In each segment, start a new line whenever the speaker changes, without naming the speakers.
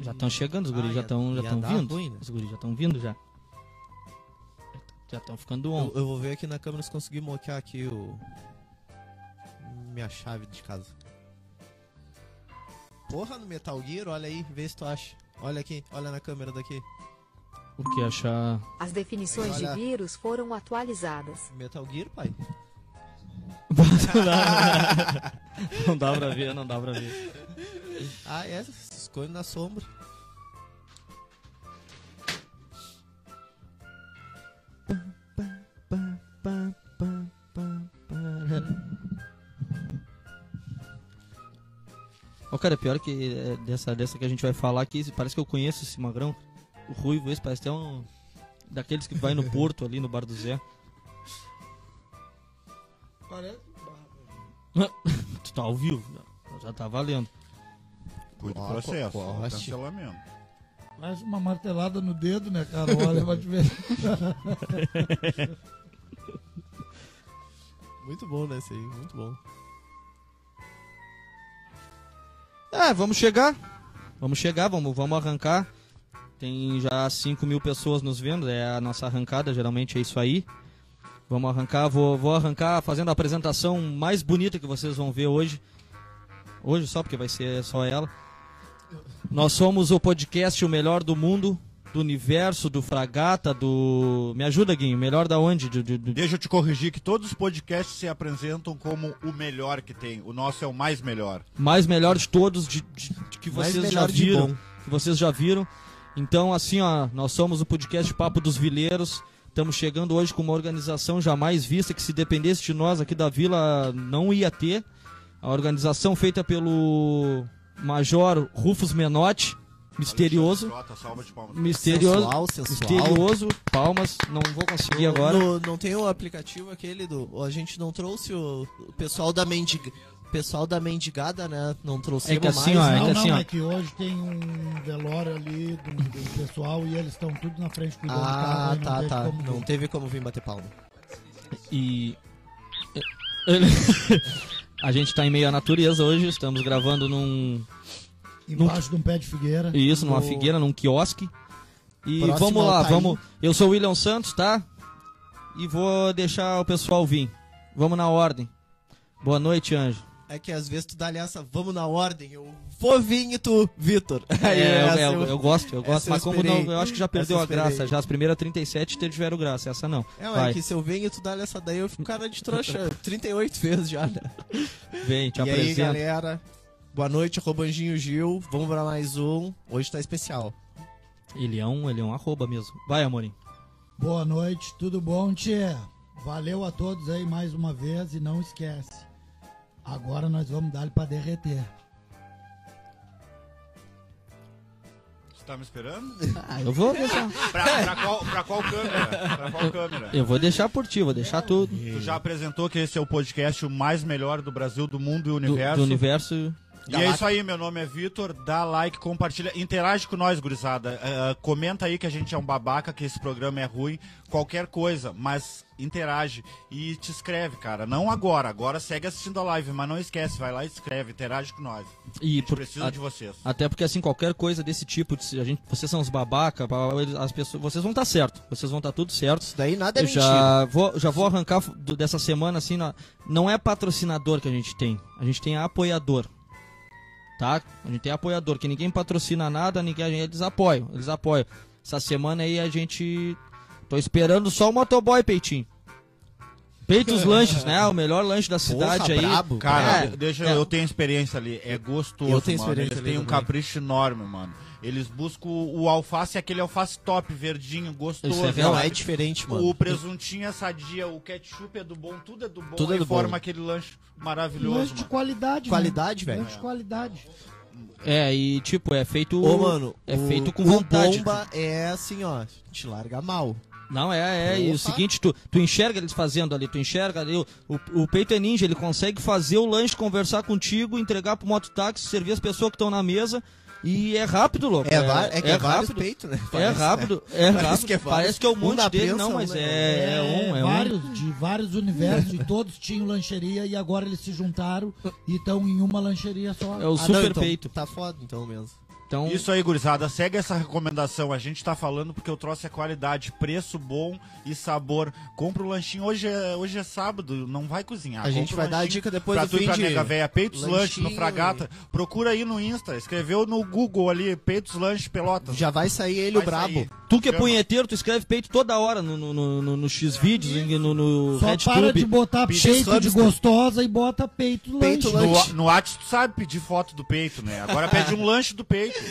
Já estão chegando, os guris
Ah,
já
ia-
estão já
ia
estão
dar
vindo.
ruim, né?
Os guris já estão vindo já. Já estão ficando on.
Eu, eu vou ver aqui na câmera se conseguir moquear aqui o. Minha chave de casa. Porra, no Metal Gear, olha aí, vê se tu acha. Olha aqui, olha na câmera daqui.
O que achar?
As definições de
Olha.
vírus foram atualizadas.
Metal Gear, pai.
não dá pra ver, não dá pra ver.
Ah, é, se esconde na sombra.
Ó, cara, pior que é, dessa, dessa que a gente vai falar aqui, parece que eu conheço esse magrão. O Ruivo, esse parece até um. Daqueles que vai no Porto ali, no Bar do Zé.
Parece.
um né?
Tu tá ao vivo? Já tá valendo.
Cuide do
Ó,
processo.
co-
ó,
corte.
Cancelamento.
Mais uma martelada no dedo, né, cara? Olha, vai te ver.
Muito bom, né, esse aí, muito bom.
É, vamos chegar. Vamos chegar, vamos, vamos arrancar. Tem já 5 mil pessoas nos vendo, é a nossa arrancada, geralmente é isso aí. Vamos arrancar, vou, vou arrancar fazendo a apresentação mais bonita que vocês vão ver hoje. Hoje só, porque vai ser só ela. Nós somos o podcast O Melhor do Mundo, do Universo, do Fragata, do... Me ajuda, Guinho, melhor da onde? Do- do- do-
Deixa eu te corrigir que todos os podcasts se apresentam como o melhor que tem. O nosso é o mais melhor.
mais melhor de todos, de, de- de que
Mais
vocês já
melhor de
viram.
bom.
que vocês já viram. Então, assim, ó, nós somos o podcast Papo dos Vileiros. Estamos chegando hoje com uma organização jamais vista, que se dependesse de nós aqui da vila, não ia ter. A organização feita pelo Major Rufus Menotti, misterioso.
Alexandre Frota, salva de palmas.
Misterioso.
Sensual, sensual.
Misterioso. Palmas, não vou conseguir agora.
No- não tem o aplicativo aquele do. A gente não trouxe o, o pessoal da mendiga. o pessoal da mendigada, né? Não trouxemos
É que assim, ó,
mais.
é
né?
que
Não,
assim,
não,
ó.
é que hoje tem um velório ali do, do pessoal e eles estão tudo na frente cuidando do
Ah,
carro. aí não
tá,
tem
tá.
como
Não
ver.
teve como vir bater palma.
E. Ele- A gente tá em meio à natureza hoje, estamos gravando num
Embaixo de um pé de figueira.
Isso, numa
No-
figueira, num quiosque. E
Próximo
vamos lá,
ao Taim.
vamos. Eu sou o William Santos, tá? E vou deixar o pessoal vir. Vamos na ordem. Boa noite, Anjo.
É que às vezes tu dá essa, vamos na ordem, eu vou vir e tu, Vitor. Aí assim,
É, eu,
essa
eu- eu gosto, eu
essa
gosto.
eu
Mas como não,
esperei.
eu acho que já
Essa
perdeu
eu
a graça.
esperei.
Já as primeiras 37 tiveram graça, essa não.
É, ué,
Vai,
que se eu venho e tu dá essa daí, eu fico cara de trouxa 38 vezes já, né?
vem, te
e aí,
apresento.
galera, boa noite, Robanjinho Gil, vamos pra mais um. Hoje tá especial.
ele é um, ele é um arroba mesmo. Vai, amorim.
Boa noite, tudo bom, tia? Valeu a todos aí mais uma vez e não esquece. Agora nós vamos dar ele pra derreter.
Você tá me esperando?
Eu vou deixar.
Pra, pra qual, pra qual câmera? Pra qual câmera?
Eu vou deixar por ti, vou deixar tudo.
Tu já apresentou que esse é o podcast o mais melhor do Brasil, do mundo e
Do,
universo.
do universo.
E é isso aí, meu nome é Vitor. Dá like, compartilha, interage com nós, gurizada. Ah, comenta aí que a gente é um babaca, que esse programa é ruim, qualquer coisa, mas interage e te inscreve, cara. Não agora, agora segue assistindo a live, mas não esquece, vai lá e escreve, interage com nós.
E
A gente
por,
precisa de vocês.
Até porque assim, qualquer coisa desse tipo, de- a gente, vocês são os babaca, blá, blá, blá, as pessoas, vocês vão estar certo, vocês vão estar tudo certo.
Isso daí nada é
Eu
mentira.
já vou, já vou arrancar do- dessa semana assim, na- não é patrocinador que a gente tem, a gente tem apoiador. Tá? A gente tem apoiador, que ninguém patrocina nada, ninguém, eles apoiam, eles apoiam. Essa semana aí a gente tô esperando só o motoboy peitinho. Peitos lanches, né? O melhor lanche da cidade aí.
brabo.
Cara,
É,
de- deixa
é.
eu tenho experiência ali. É gostoso,
Eu tenho
mano.
experiência
Eles
ali
têm um
também.
capricho enorme, mano. Eles buscam o alface, aquele alface top, verdinho, gostoso.
Isso é real,
Não,
sabe?
é diferente, mano.
O presuntinho é sadia, o ketchup é do bom, tudo é do bom.
Tudo é
aí
do bom.
forma aquele lanche maravilhoso,
Lanche de
mano.
qualidade,
Qualidade,
né?
velho.
Lanche de qualidade.
É, e tipo, é feito
Ô, mano,
é
o-
feito com
o
vontade.
bomba é assim, ó, te larga mal.
Não, é, é. E
Opa.
o seguinte, tu, tu enxerga eles fazendo ali, tu enxerga ali. O, o, o Peito é ninja, ele consegue fazer o lanche, conversar contigo, entregar pro mototáxi, servir as pessoas que estão na mesa. E é rápido, louco.
É, va- é que é, vários
rápido.
peitos, né?
é
Parece, né?
rápido, é
Parece
rápido.
que é vários.
Parece que é um
Um
monte
na
dele,
prensa,
não, mas
um na-
é, é um, é um.
vários, De vários universos e todos tinham lancheria e agora eles se juntaram e estão em uma lancheria só.
É
Ah,
o
não,
super
então,
peito.
Tá foda então mesmo.
Então,
Isso aí, gurizada, segue essa recomendação. A gente tá falando porque eu trouxe a qualidade, preço bom e sabor. Compra o lanchinho. Hoje é, hoje é sábado, não vai cozinhar.
A gente
Compra o
vai dar a
lanchinho
dica depois
pra
do
tu e
fim
pra
de
nega véia. Peitos Lanche no
lanchinho
Fragata. Procura aí no Insta. Escreveu no Google ali, Peitos Lanche
Então
Pelotas.
Já vai sair ele o
Vai
brabo.
sair.
tu que é
chama.
punheteiro, tu escreve peito toda hora no, no, no, no, no X-Vídeos, em- no, no
Só para
RedTube.
de botar
Peach
peito de
Hamster.
gostosa e bota peito,
Peito
lanche.
lanche.
No, no Whats tu sabe pedir foto do peito, né? Agora pede um lanche do peito.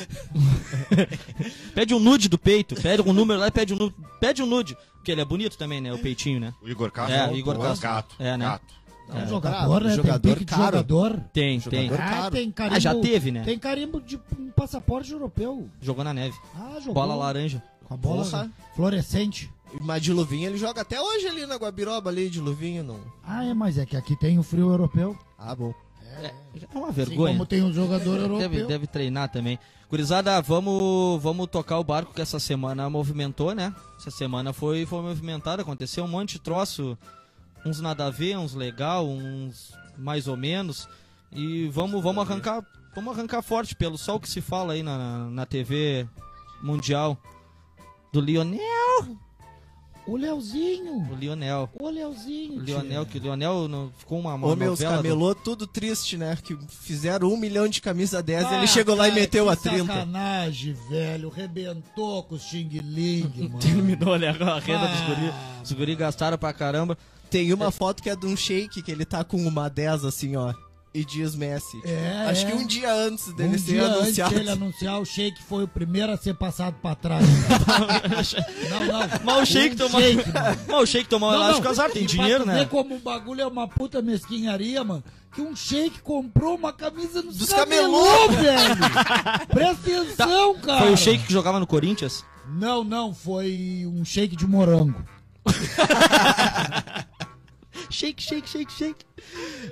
Pede um nude do peito, pede um número lá e pede um nude. Pede um nude, porque ele é bonito também, né? O peitinho, né?
O Igor Castro. um
É, o Igor Castro.
Gato.
É, né?
gato.
É um
É,
jogador,
brabo,
né?
jogador
tem pique de
caro.
jogador.
Tem, tem.
Jogador.
Ah,
caro.
tem carimbo.
Ah, já teve, né?
Tem carimbo de um passaporte europeu.
é.
Jogou na neve.
Ah, jogou.
Bola laranja.
Com a bola
Porra.
fluorescente.
Mas de luvinha ele joga até hoje ali na Guabiroba ali, de luvinha, não.
Ah, é, mas é que aqui tem o frio europeu.
Ah, bom.
É uma
Assim
vergonha.
como tem o jogador europeu.
Deve, deve treinar também. Gurizada, vamos, vamos tocar o barco que essa semana movimentou, né? Essa semana foi, foi movimentada, aconteceu um monte de troço. Uns nada a ver, uns legal, uns mais ou menos. E vamos, vamos arrancar vamos arrancar forte pelo sol que se fala aí na, na TV mundial. Do Lionel.
O Leozinho.
O Lionel.
O Leozinho.
O Lionel, que o Lionel não- ficou uma, uma
Ô, meus
novela do-
camelô, tudo triste, né? Que fizeram um milhão de camisa 10
Ah,
ele chegou lá e
cara,
meteu
que
a 30.
sacanagem, velho. Rebentou com o Xing Ling, mano.
Terminou né, a renda dos
Ah,
guri. Os guri gastaram pra caramba.
Tem uma foto que é de um shake que ele tá com uma 10 assim, ó. E diz Messi.
É,
Acho
é.
que um dia antes
Um
dele ser
dia
anunciado.
antes é dele anunciar, o Sheik foi o primeiro a ser passado pra trás. não, não.
Mal o Sheik
Um
tomou.
shake, mano.
Mal o Sheik tomou elástico azar, tem
E pra
dinheiro,
tu
né?
Ver como o bagulho é uma puta mesquinharia, mano. Que um shake comprou uma camisa nos
Dos
camelô, velho. Presta atenção, cara.
Foi o Sheik que jogava no Corinthians?
Não, não, foi um shake de morango.
Shake, shake, shake, shake.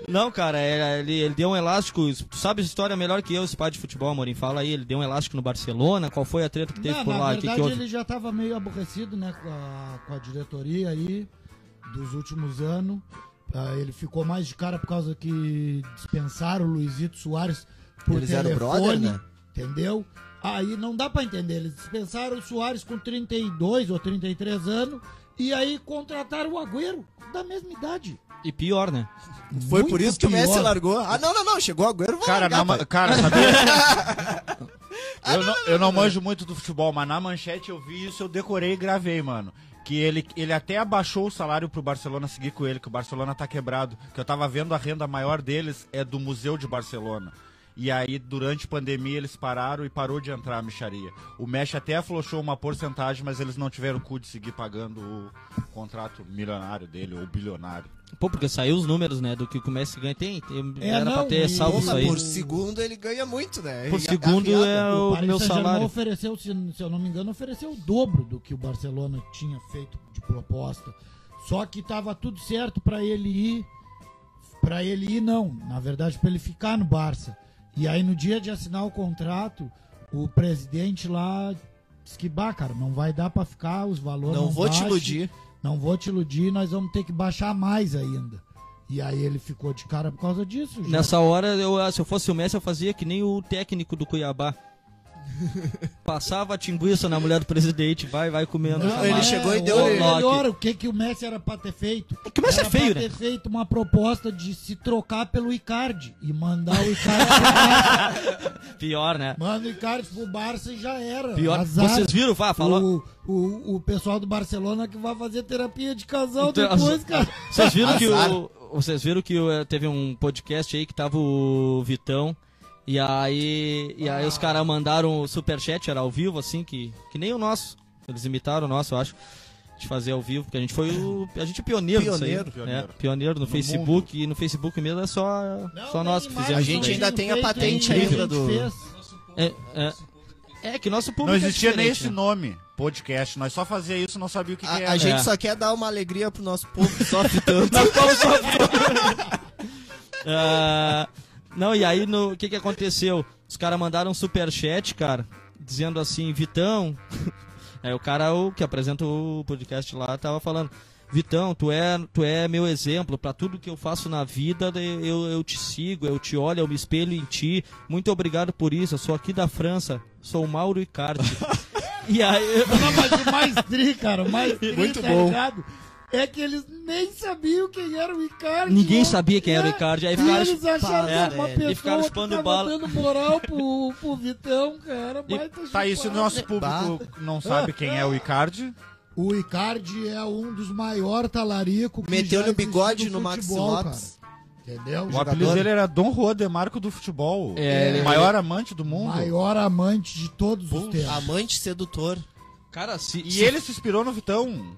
Não, cara, era- ele, ele deu um elástico. Tu sabe a história melhor que eu, esse pai de futebol, Amorim. Fala aí, ele deu um elástico no Barcelona. Qual foi a treta que teve
Não,
por
na
lá? O que,
verdade,
que houve?
ele já tava meio aborrecido, né, com a, com a diretoria aí dos últimos anos. Ah, ele ficou mais de cara por causa que dispensaram o Luizito Soares por
Eles eram
telefone,
brother, né?
entendeu? Aí não dá pra entender, eles dispensaram o Soares com 32 ou 33 anos e aí contrataram o Agüero da mesma idade.
E pior, né?
Foi
Muito
por isso que o Messi
pior.
largou. Ah, não, não, não. Chegou agora, vou
Cara,
largar,
na, ma-
pai.
cara sabia? eu, não, eu não manjo muito do futebol, mas na manchete eu vi isso, eu decorei e gravei, mano. Que ele, ele até abaixou o salário pro Barcelona seguir com ele, que o Barcelona tá quebrado. Que eu tava vendo a renda maior deles é do Museu de Barcelona. E aí, durante a pandemia, eles pararam e parou de entrar a micharia. O Mesh até aflochou uma porcentagem, mas eles não tiveram cu de seguir pagando o contrato milionário dele, ou bilionário.
Pô, porque saiu os números, né? Do que o Messi ganha. Tem, tem-
É,
era pra
não,
ter
e-
salvo isso
Porra,
aí.
por segundo ele ganha muito, né?
Por
E-
segundo
arriado.
é o meu
Saint-Germain
salário.
ofereceu, se, se eu não me engano, ofereceu o dobro do que o Barcelona tinha feito de proposta. Só que tava tudo certo pra ele ir, Pra ele ir não, na verdade pra ele ficar no Barça. E aí no dia de assinar o contrato, o presidente lá disse que, bah, cara, não vai dar pra ficar, os valores não,
Não vou te
bate,
iludir.
Não vou te iludir, nós vamos ter que baixar mais ainda. E aí ele ficou de cara por causa disso. já
Nessa hora, eu, ah, se eu fosse o Messi, eu fazia que nem o técnico do Cuiabá. Passava a tinguiça na mulher do presidente, vai, vai comendo.
Não,
Ele
Vai.
mas
chegou e
é,
deu-
ou
Loki.
melhor, o que, que o Messi era pra ter feito?
É que o Messi
era
é feio,
pra
né?
ter feito uma proposta de se trocar pelo Icardi e mandar o Icardi.
Pior, né?
manda o Icardi pro Barça e já era.
Pior.
Azar.
Vocês viram, Vá, falou.
O, o, o pessoal do Barcelona que vai fazer terapia de casal
Então,
depois,
as-
cara.
Vocês viram que
Azar.
o. Vocês viram que eh, teve um podcast aí que tava o Vitão. E aí. E aí os caras mandaram o superchat, era ao vivo, assim, que. Que nem o nosso. Eles imitaram o nosso, eu acho. De fazer ao vivo, porque a gente foi o. A gente é pioneiro, nisso aí.
Pioneiro.
Pioneiro,
Pioneiro.
pioneiro no,
No
Facebook. E no Facebook mesmo é só, só nós que fizemos.
a gente
isso daí.
ainda tem a patente
né,
ainda do-
É, é, é que nosso público.
Não
é
existia nem
diferente,
esse
né?
nome, podcast. Nós só fazia isso, não sabia o que, que era.
A, a gente
É.
só quer dar uma alegria pro nosso povo, só fitando.
Ah, não, e aí no- o que, que aconteceu? Os caras mandaram um superchat, cara, dizendo assim, Vitão. Aí o cara o, que apresenta o podcast lá tava falando. Vitão, tu é, tu é meu exemplo para tudo que eu faço na vida. Eu, eu te sigo, eu te olho, eu me espelho em ti. Muito obrigado por isso. Eu sou aqui da França, sou o Mauro Icardi. e aí,
Não, mas o mais tri, cara, o mais tri,
Muito
tá
bom.
ligado? É que eles nem sabiam quem era o Icardi.
ninguém
ó.
sabia quem era o
É.
Icardi. Aí
E
ficaram
eles acharam que era uma
É, e
pessoa
ficaram
que
chupando
tava
bala.
dando moral pro, pro Vitão, cara. Baita
Tá, e se o
chupada.
nosso público não sabe quem é o Icardi?
O Icardi é um dos maiores talarico que já
Meteu-lhe o
existiu
bigode no Max
futebol,
Lopes.
cara. Entendeu?
O apelido dele era Dom Juan de Marco do futebol.
É,
o
ele-
maior amante do mundo.
Maior amante de todos os tempos.
Amante sedutor.
Cara, se,
E
se-
ele se inspirou no Vitão.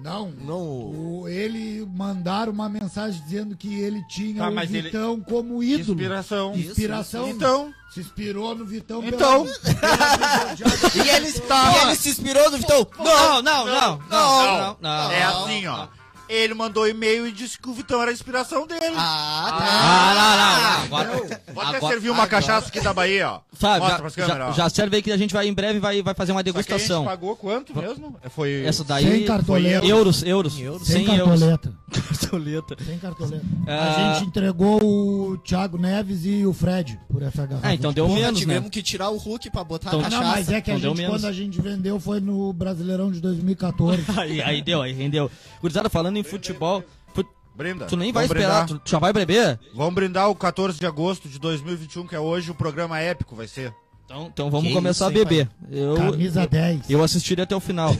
Não.
Não.
O- ele mandaram uma mensagem dizendo que ele tinha
Tá,
o
mas ele-
Vitão como ídolo.
Inspiração.
Isso,
Inspiração.
Então,
Se inspirou no Vitão.
então.
pela- pela bigodeada.
E ele, e ele se inspirou no Vitão.
Não, não, não, não, não, não,
É assim, ó. Ele mandou e-mail e disse que o Vitão era a inspiração dele.
Ah,
Ah,
não, não, não. Agora,
Vou até
agora-
servir uma cachaça aqui da Bahia, ó.
Sabe,
Mostra pras
já,
câmeras,
já,
ó.
já serve aí que a gente vai em breve vai, vai fazer uma
Só que a gente
degustação.
pagou quanto mesmo? É, Foi...
Essa daí.
Sem cartoleta.
Euros, euros.
Em euros.
Sem
Cem euros.
cartoleta.
Cartoleta.
Sem cartoleta.
Ah.
A gente entregou o Thiago Neves e o Fred por essa garrafa.
Ah, então deu
Porra,
menos, né?
tivemos que tirar o Hulk pra botar
Então,
a
Não,
cachaça.
mas é que a
Então deu
gente,
menos.
quando a gente vendeu, foi no Brasileirão de 2014.
Aí, aí deu, aí rendeu. Gurizada, falando em futebol, fu-
Brinda.
tu nem vai
Vamos
esperar,
brindar.
tu tu já vai beber?
Vamos brindar o 14 de agosto de 2021, que é hoje o programa épico, vai ser.
Então, então vamos
Que
começar
isso,
a
hein,
beber. Eu,
Camisa 10.
eu assistirei até o final.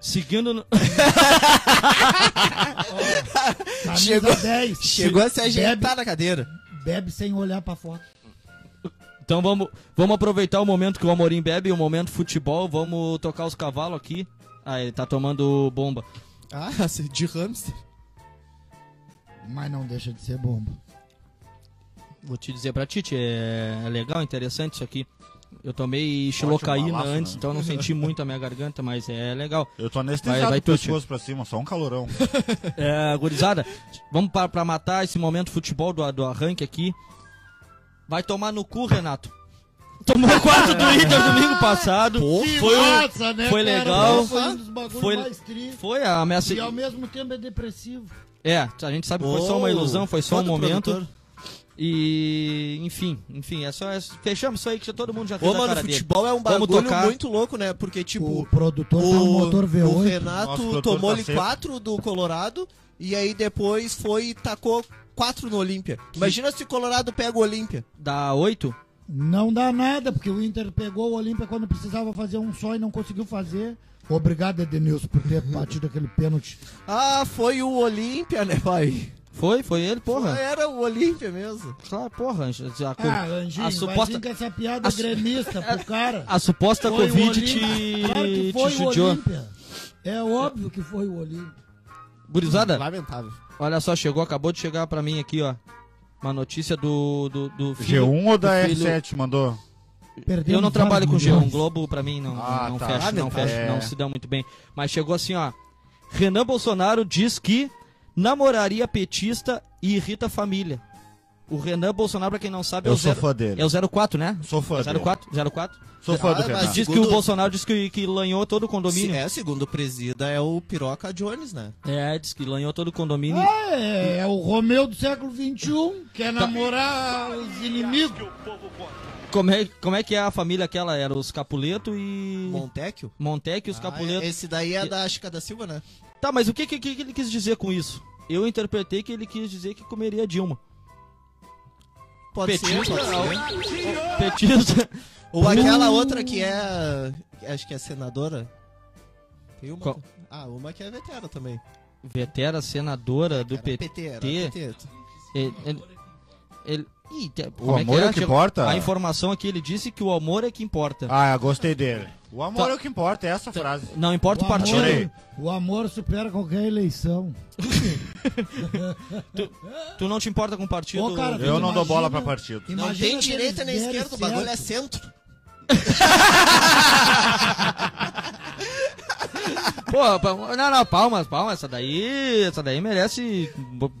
Seguindo. No...
Camisa
Chegou-
10.
Chegou a se
bebe,
ajeitar na cadeira.
bebe sem olhar pra fora.
Então vamos, vamos aproveitar o momento que o Amorim bebe, o momento futebol, vamos tocar os cavalos aqui. Ah, ele tá tomando bomba.
Ah, de hamster.
Mas não deixa de ser bomba.
Vou te dizer pra Titi, é é legal, interessante isso aqui. Eu tomei xilocaína
balaço,
antes,
né?
então eu não senti muito a minha garganta, mas é legal.
Eu tô anestesiado
Vai- vai
com o
tu,
pescoço pra cima, só um calorão.
É, gurizada, vamos para pra matar esse momento futebol do, do arranque aqui. Vai tomar no cu, Renato. Tomou quatro do Inter domingo passado. Foi, o-
massa, né,
foi
cara?
legal.
Foi um dos bagulhos
Foi-
mais tri.
foi a ameaça.
um- E ao mesmo tempo é depressivo.
É, a gente sabe que foi só uma ilusão, foi só um
Todo
momento.
produtor.
E, enfim, enfim, é só. é- fechamos isso aí que já- todo mundo já fez
Ô,
a
mano,
cara dele.
futebol é um
Vamos
bagulho
tocar.
muito louco, né? Porque, tipo,
o produtor tá no motor V8.
o
Nosso
Renato
produtor
tomou-lhe
tá seco.
4 do Colorado e aí depois foi e tacou 4 no Olímpia. Imagina se o Colorado pega o Olímpia.
Dá oito?
Não dá nada, porque o Inter pegou o Olímpia quando precisava fazer um só e não conseguiu fazer. Obrigado, Edenilson, por ter batido aquele pênalti.
Ah, foi o Olímpia, né, pai?
Foi, foi ele, porra.
Era o Olímpia mesmo.
Claro, porra. já- já-
Ah, Anjinho,
a
vai
suposta,
vir com essa piada é
a su-
gremista pro cara.
a suposta
Foi o
Covid
Olímpia.
te,
Claro que
te
foi o
judiou.
Olímpia. É óbvio que foi o Olímpia.
Gurizada,
Lamentável.
Olha só, chegou, acabou de chegar pra mim aqui, ó. Uma notícia do, do, do filho.
G1 ou da
o filho-
R7 mandou?
Eu
Perdemos
não trabalho com
vários
G1
milhões.
Globo, pra mim não,
Ah,
não
tá.
fecha, não
Ah,
fecha,
é.
não se dá muito bem. Mas chegou assim, ó. Renan Bolsonaro diz que namoraria petista e irrita a família. O Renan Bolsonaro, pra quem não sabe, é
Eu
o,
sou
zero,
fã dele.
é o 04, né?
Sou fã
É
dele.
o 04, 04.
Sou fã do
Ah, mas
Renato.
Diz que
Segundo-
o Bolsonaro diz que, que lanhou todo o
Se
condomínio.
é, segundo o presida, é o Piroca Jones, né?
É, diz que lanhou todo o condomínio.
Ah, é, é o Romeu do século XXI, quer é
Tá.
namorar os inimigos.
Como, é, como é que é a família aquela? Era os Capuleto
Hum.
e...
Montecchio.
Montec e os Capuleto.
Ah, esse daí é da Chica da Silva, né?
Tá, mas o que, que, que ele quis dizer com isso? Eu interpretei que ele quis dizer que comeria a Dilma.
Pode ser.
Petista.
pode ser.
Petista.
Ou aquela outra que é. Acho que é senadora. Tem uma.
Qual?
Ah, uma que é veterana também.
Vetera senadora do
Era
PT.
era PT.
Ele, ele, ele- Ih, te- como
O amor é o que
Chegou-
importa?
A informação aqui, ele disse que o amor é que importa.
Ah, eu gostei dele. O amor
Tá.
é o que importa, é essa frase.
Não importa o, partido.
Adorei.
o amor supera qualquer eleição.
Tu não te importa com o partido.
Ô, cara,
Eu não dou
Imagina-
bola pra partido.
Não
Imagina
tem
se
direita nem
eles derem
esquerda, o
certo.
bagulho é centro.
Pô, pa- não, não, palmas, palmas. Essa daí, essa daí merece bo-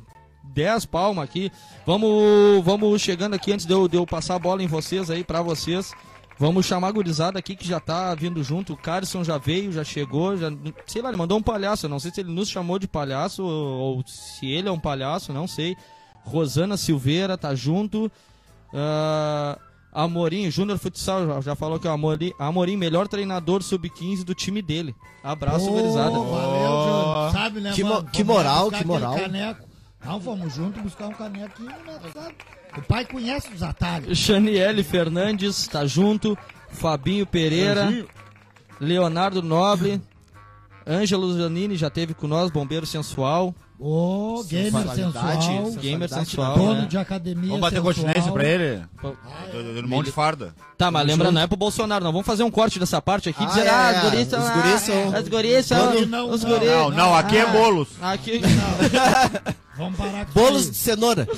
10 palmas aqui. Vamos, vamos chegando aqui antes de eu, de eu passar a bola em vocês aí, pra vocês. Vamos chamar a gurizada aqui que já tá vindo junto. O Carson já veio, já chegou, já. Sei lá, ele mandou um palhaço. Eu Não sei se ele nos chamou de palhaço ou, ou se ele é um palhaço, não sei. Rosana Silveira tá junto. Ah, Amorim, Júnior Futsal, já, já falou que o Amorim, Amorim, melhor treinador sub-15 do time dele. Abraço,
Ô,
gurizada.
Valeu, Júnior. Sabe, né?
Que
mano?
mo-
Vamos
que moral,
buscar
que
aquele
moral.
Caneco. Não, vamos junto buscar um caneco aqui, né? Sabe? O pai conhece os atalhos.
Xaniele Fernandes tá junto. Fabinho Pereira. Leonardo Nobre. Ângelo Zanini já teve com nós, Bombeiro Sensual.
Ô, gamer
Sensualidade,
sensual,
sensualidade
Gamer
da-
sensual.
dono
né?
de academia
Vamos bater
sensual.
continência pra ele?
Ah,
Do- do- do Mão de farda.
Tá, mas lembra, não é pro Bolsonaro, não. Vamos fazer um corte dessa parte aqui e
Ah,
dizer,
é,
ah,
é.
os guris são.
Os
ah,
guris são-
As guris são.
Não, não,
os
não.
guris.
Não, não, aqui é bolos.
Aqui.
Vamos parar com
Bolos
isso
de cenoura.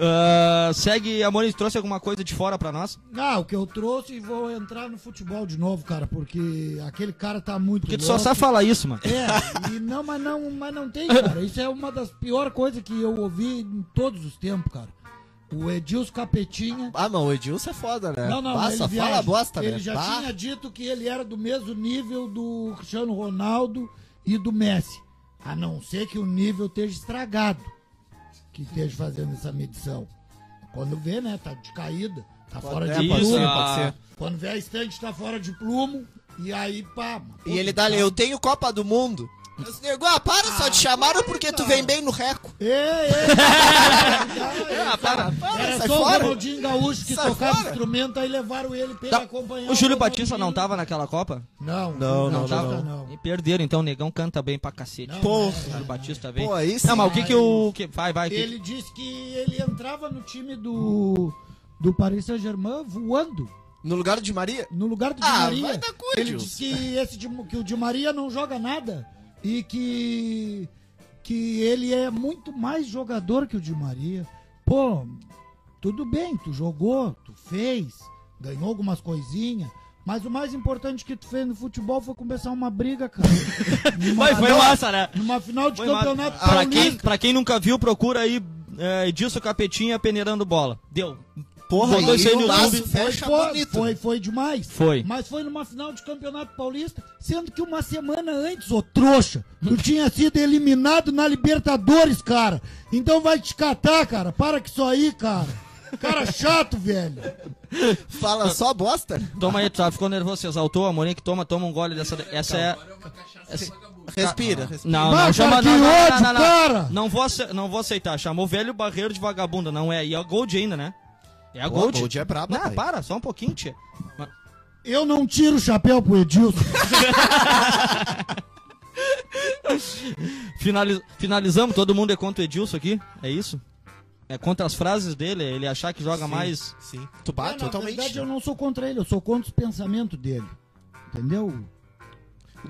Ah, segue, Amorim, trouxe alguma coisa de fora pra nós?
aí. Ah, o que eu trouxe e vou entrar no futebol de novo, cara, porque aquele cara tá muito
Porque tu só
louco.
sabe falar isso, mano.
É, e não, mas não, mas não tem, cara. Isso é uma das piores coisas que eu ouvi em todos os tempos, cara. O Edilson Capetinha.
Ah, mas o Edilson é foda, né?
Não, não,
Passa,
ele viaja.
fala bosta,
Ele
né?
já
Bah.
tinha dito que ele era do mesmo nível do Cristiano Ronaldo e do Messi. A não ser que o nível esteja estragado. Que esteja fazendo essa medição. Quando vê, né? Tá de caída. Tá fora
É,
de
pode
Isso,
ser,
plumo.
ah,
pode ser.
Quando vê a estante, tá fora de plumo. E aí, pá. puta,
E ele dá ali, eu tenho Copa do Mundo. Mas, nego, ah, para, só te chamaram porque tu vem bem no reco.
Ei, ei,
Ah, para, para,
Era
sai
só o
fora.
Ronaldinho Gaúcho que
Sai
tocava
fora.
instrumento, aí levaram ele pra ele
Tá.
acompanhar.
O Júlio
Ronaldinho.
Batista não tava naquela Copa?
Não,
Não, não,
tava,
não.
não.
E perderam, então o negão canta bem pra cacete.
Não,
Pô,
Porra.
o Júlio Batista vem.
Pô, aí sim.
Não, mas o que que o. Que... Vai, vai. que-
Ele disse que ele entrava no time do, do Paris Saint-Germain voando,
No lugar de Maria?
no lugar do Di
Ah,
Maria.
vai dar cu,
ele
Edilson.
disse que, esse, Di- que o Di Maria não joga nada e que, que ele é muito mais jogador que o Di Maria. Pô, tudo bem, tu jogou, tu fez, ganhou algumas coisinhas. Mas o mais importante que tu fez no futebol foi começar uma briga, cara.
Mas foi
numa,
massa, né?
numa final de
Foi massa.
campeonato
Pra quem,
paulista.
pra quem nunca viu, procura aí é, Edilson Capetinha peneirando bola. Deu.
Porra,
Botou isso aí no
o laço
YouTube.
fecha
Foi,
bonito.
foi, foi demais.
Foi.
Mas foi numa final de campeonato paulista, sendo que uma semana antes, ô trouxa, tu tinha sido eliminado na Libertadores, cara. Então vai te catar, cara. Para com isso aí, cara. Cara chato, velho.
Fala só bosta.
Toma aí, tu já ficou nervoso, se exaltou, a Morinha que toma, toma um gole dessa. Essa é. essa-
Respira, respira.
Não,
Bah,
não, chama
cara, que
não, não,
ódio,
não, não, não.
cara!
Não vou, ace- não vou aceitar. Chamou o velho barreiro de vagabunda, não é? E é a Gold ainda, né? É a
Pô,
Gold.
Gold é braba,
Não,
pai.
para, só um pouquinho, tia.
Eu não tiro o chapéu pro Edilson.
Finali- Finalizamos, todo mundo é contra o Edilson aqui? É isso? É contra as frases dele, ele achar que joga
Sim,
mais.
Sim. Tu bate
Na
totalmente.
verdade, eu não sou contra ele, eu sou contra os pensamentos dele. Entendeu?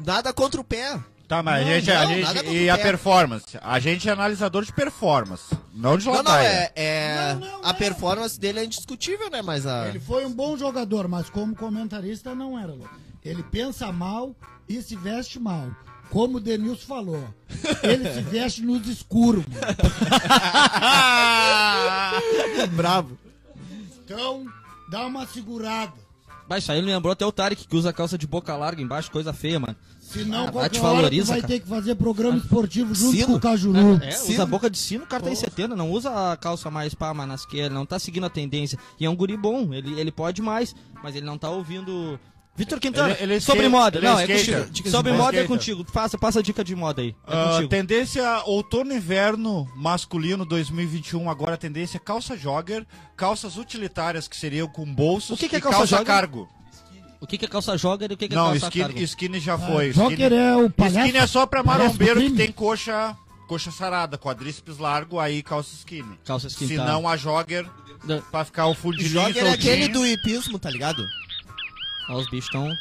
Nada contra o pé.
Tá, mas
Não,
a gente, a
não,
gente-
nada contra
e
o
a
pé.
performance? A gente é analisador de performance, não de
Não, não,
ladaia.
é. é-
Não, não,
a
não.
performance dele é indiscutível, né? Mas a.
Ele foi um bom jogador, mas como comentarista não era. Lô. Ele pensa mal e se veste mal. Como o Denilson falou, ele se veste nos escuros. mano.
bravo.
Então, dá uma segurada.
Mas isso aí lembrou até o Tarek que usa calça de boca larga embaixo, coisa feia, mano.
Senão,
Ah,
qualquer
te
hora tu
valoriza,
vai
cara.
ter que fazer programa esportivo junto
Sino?
com o Cajuru.
É,
Sino.
usa a boca de sino, o cara tá em 70, não usa a calça mais pá, manasqueira, não tá seguindo a tendência. E é um guri bom, ele, ele pode mais, mas ele não tá ouvindo. Vitor Quintana,
Ele- ele é
sobre
skate-
moda.
ele é
não, é
skater.
contigo.
Dicas de
sobre
moda.
moda é
Skater.
contigo. Faça, passa a dica de moda aí. É
Ah,
contigo.
tendência outono e inverno masculino 2021, agora a tendência é calça jogger, calças utilitárias que seriam com bolsos
O que que é
e
calça
calça
jogger?
cargo.
O que, que é calça joga e o que, que é
não,
calça
skin,
cargo?
skin já
Ah,
foi.
Joker
skin,
é o palhaço.
skin é só pra marombeiro
palhaço
que
do crime.
tem coxa, coxa sarada, quadríceps largo, aí calça skinny.
Calça skin,
Se
tá.
não a jogger,
Da-
pra ficar o fundinho
Joga ele é
soltinho.
aquele do hipismo, tá ligado?
Ó, os bichos estão.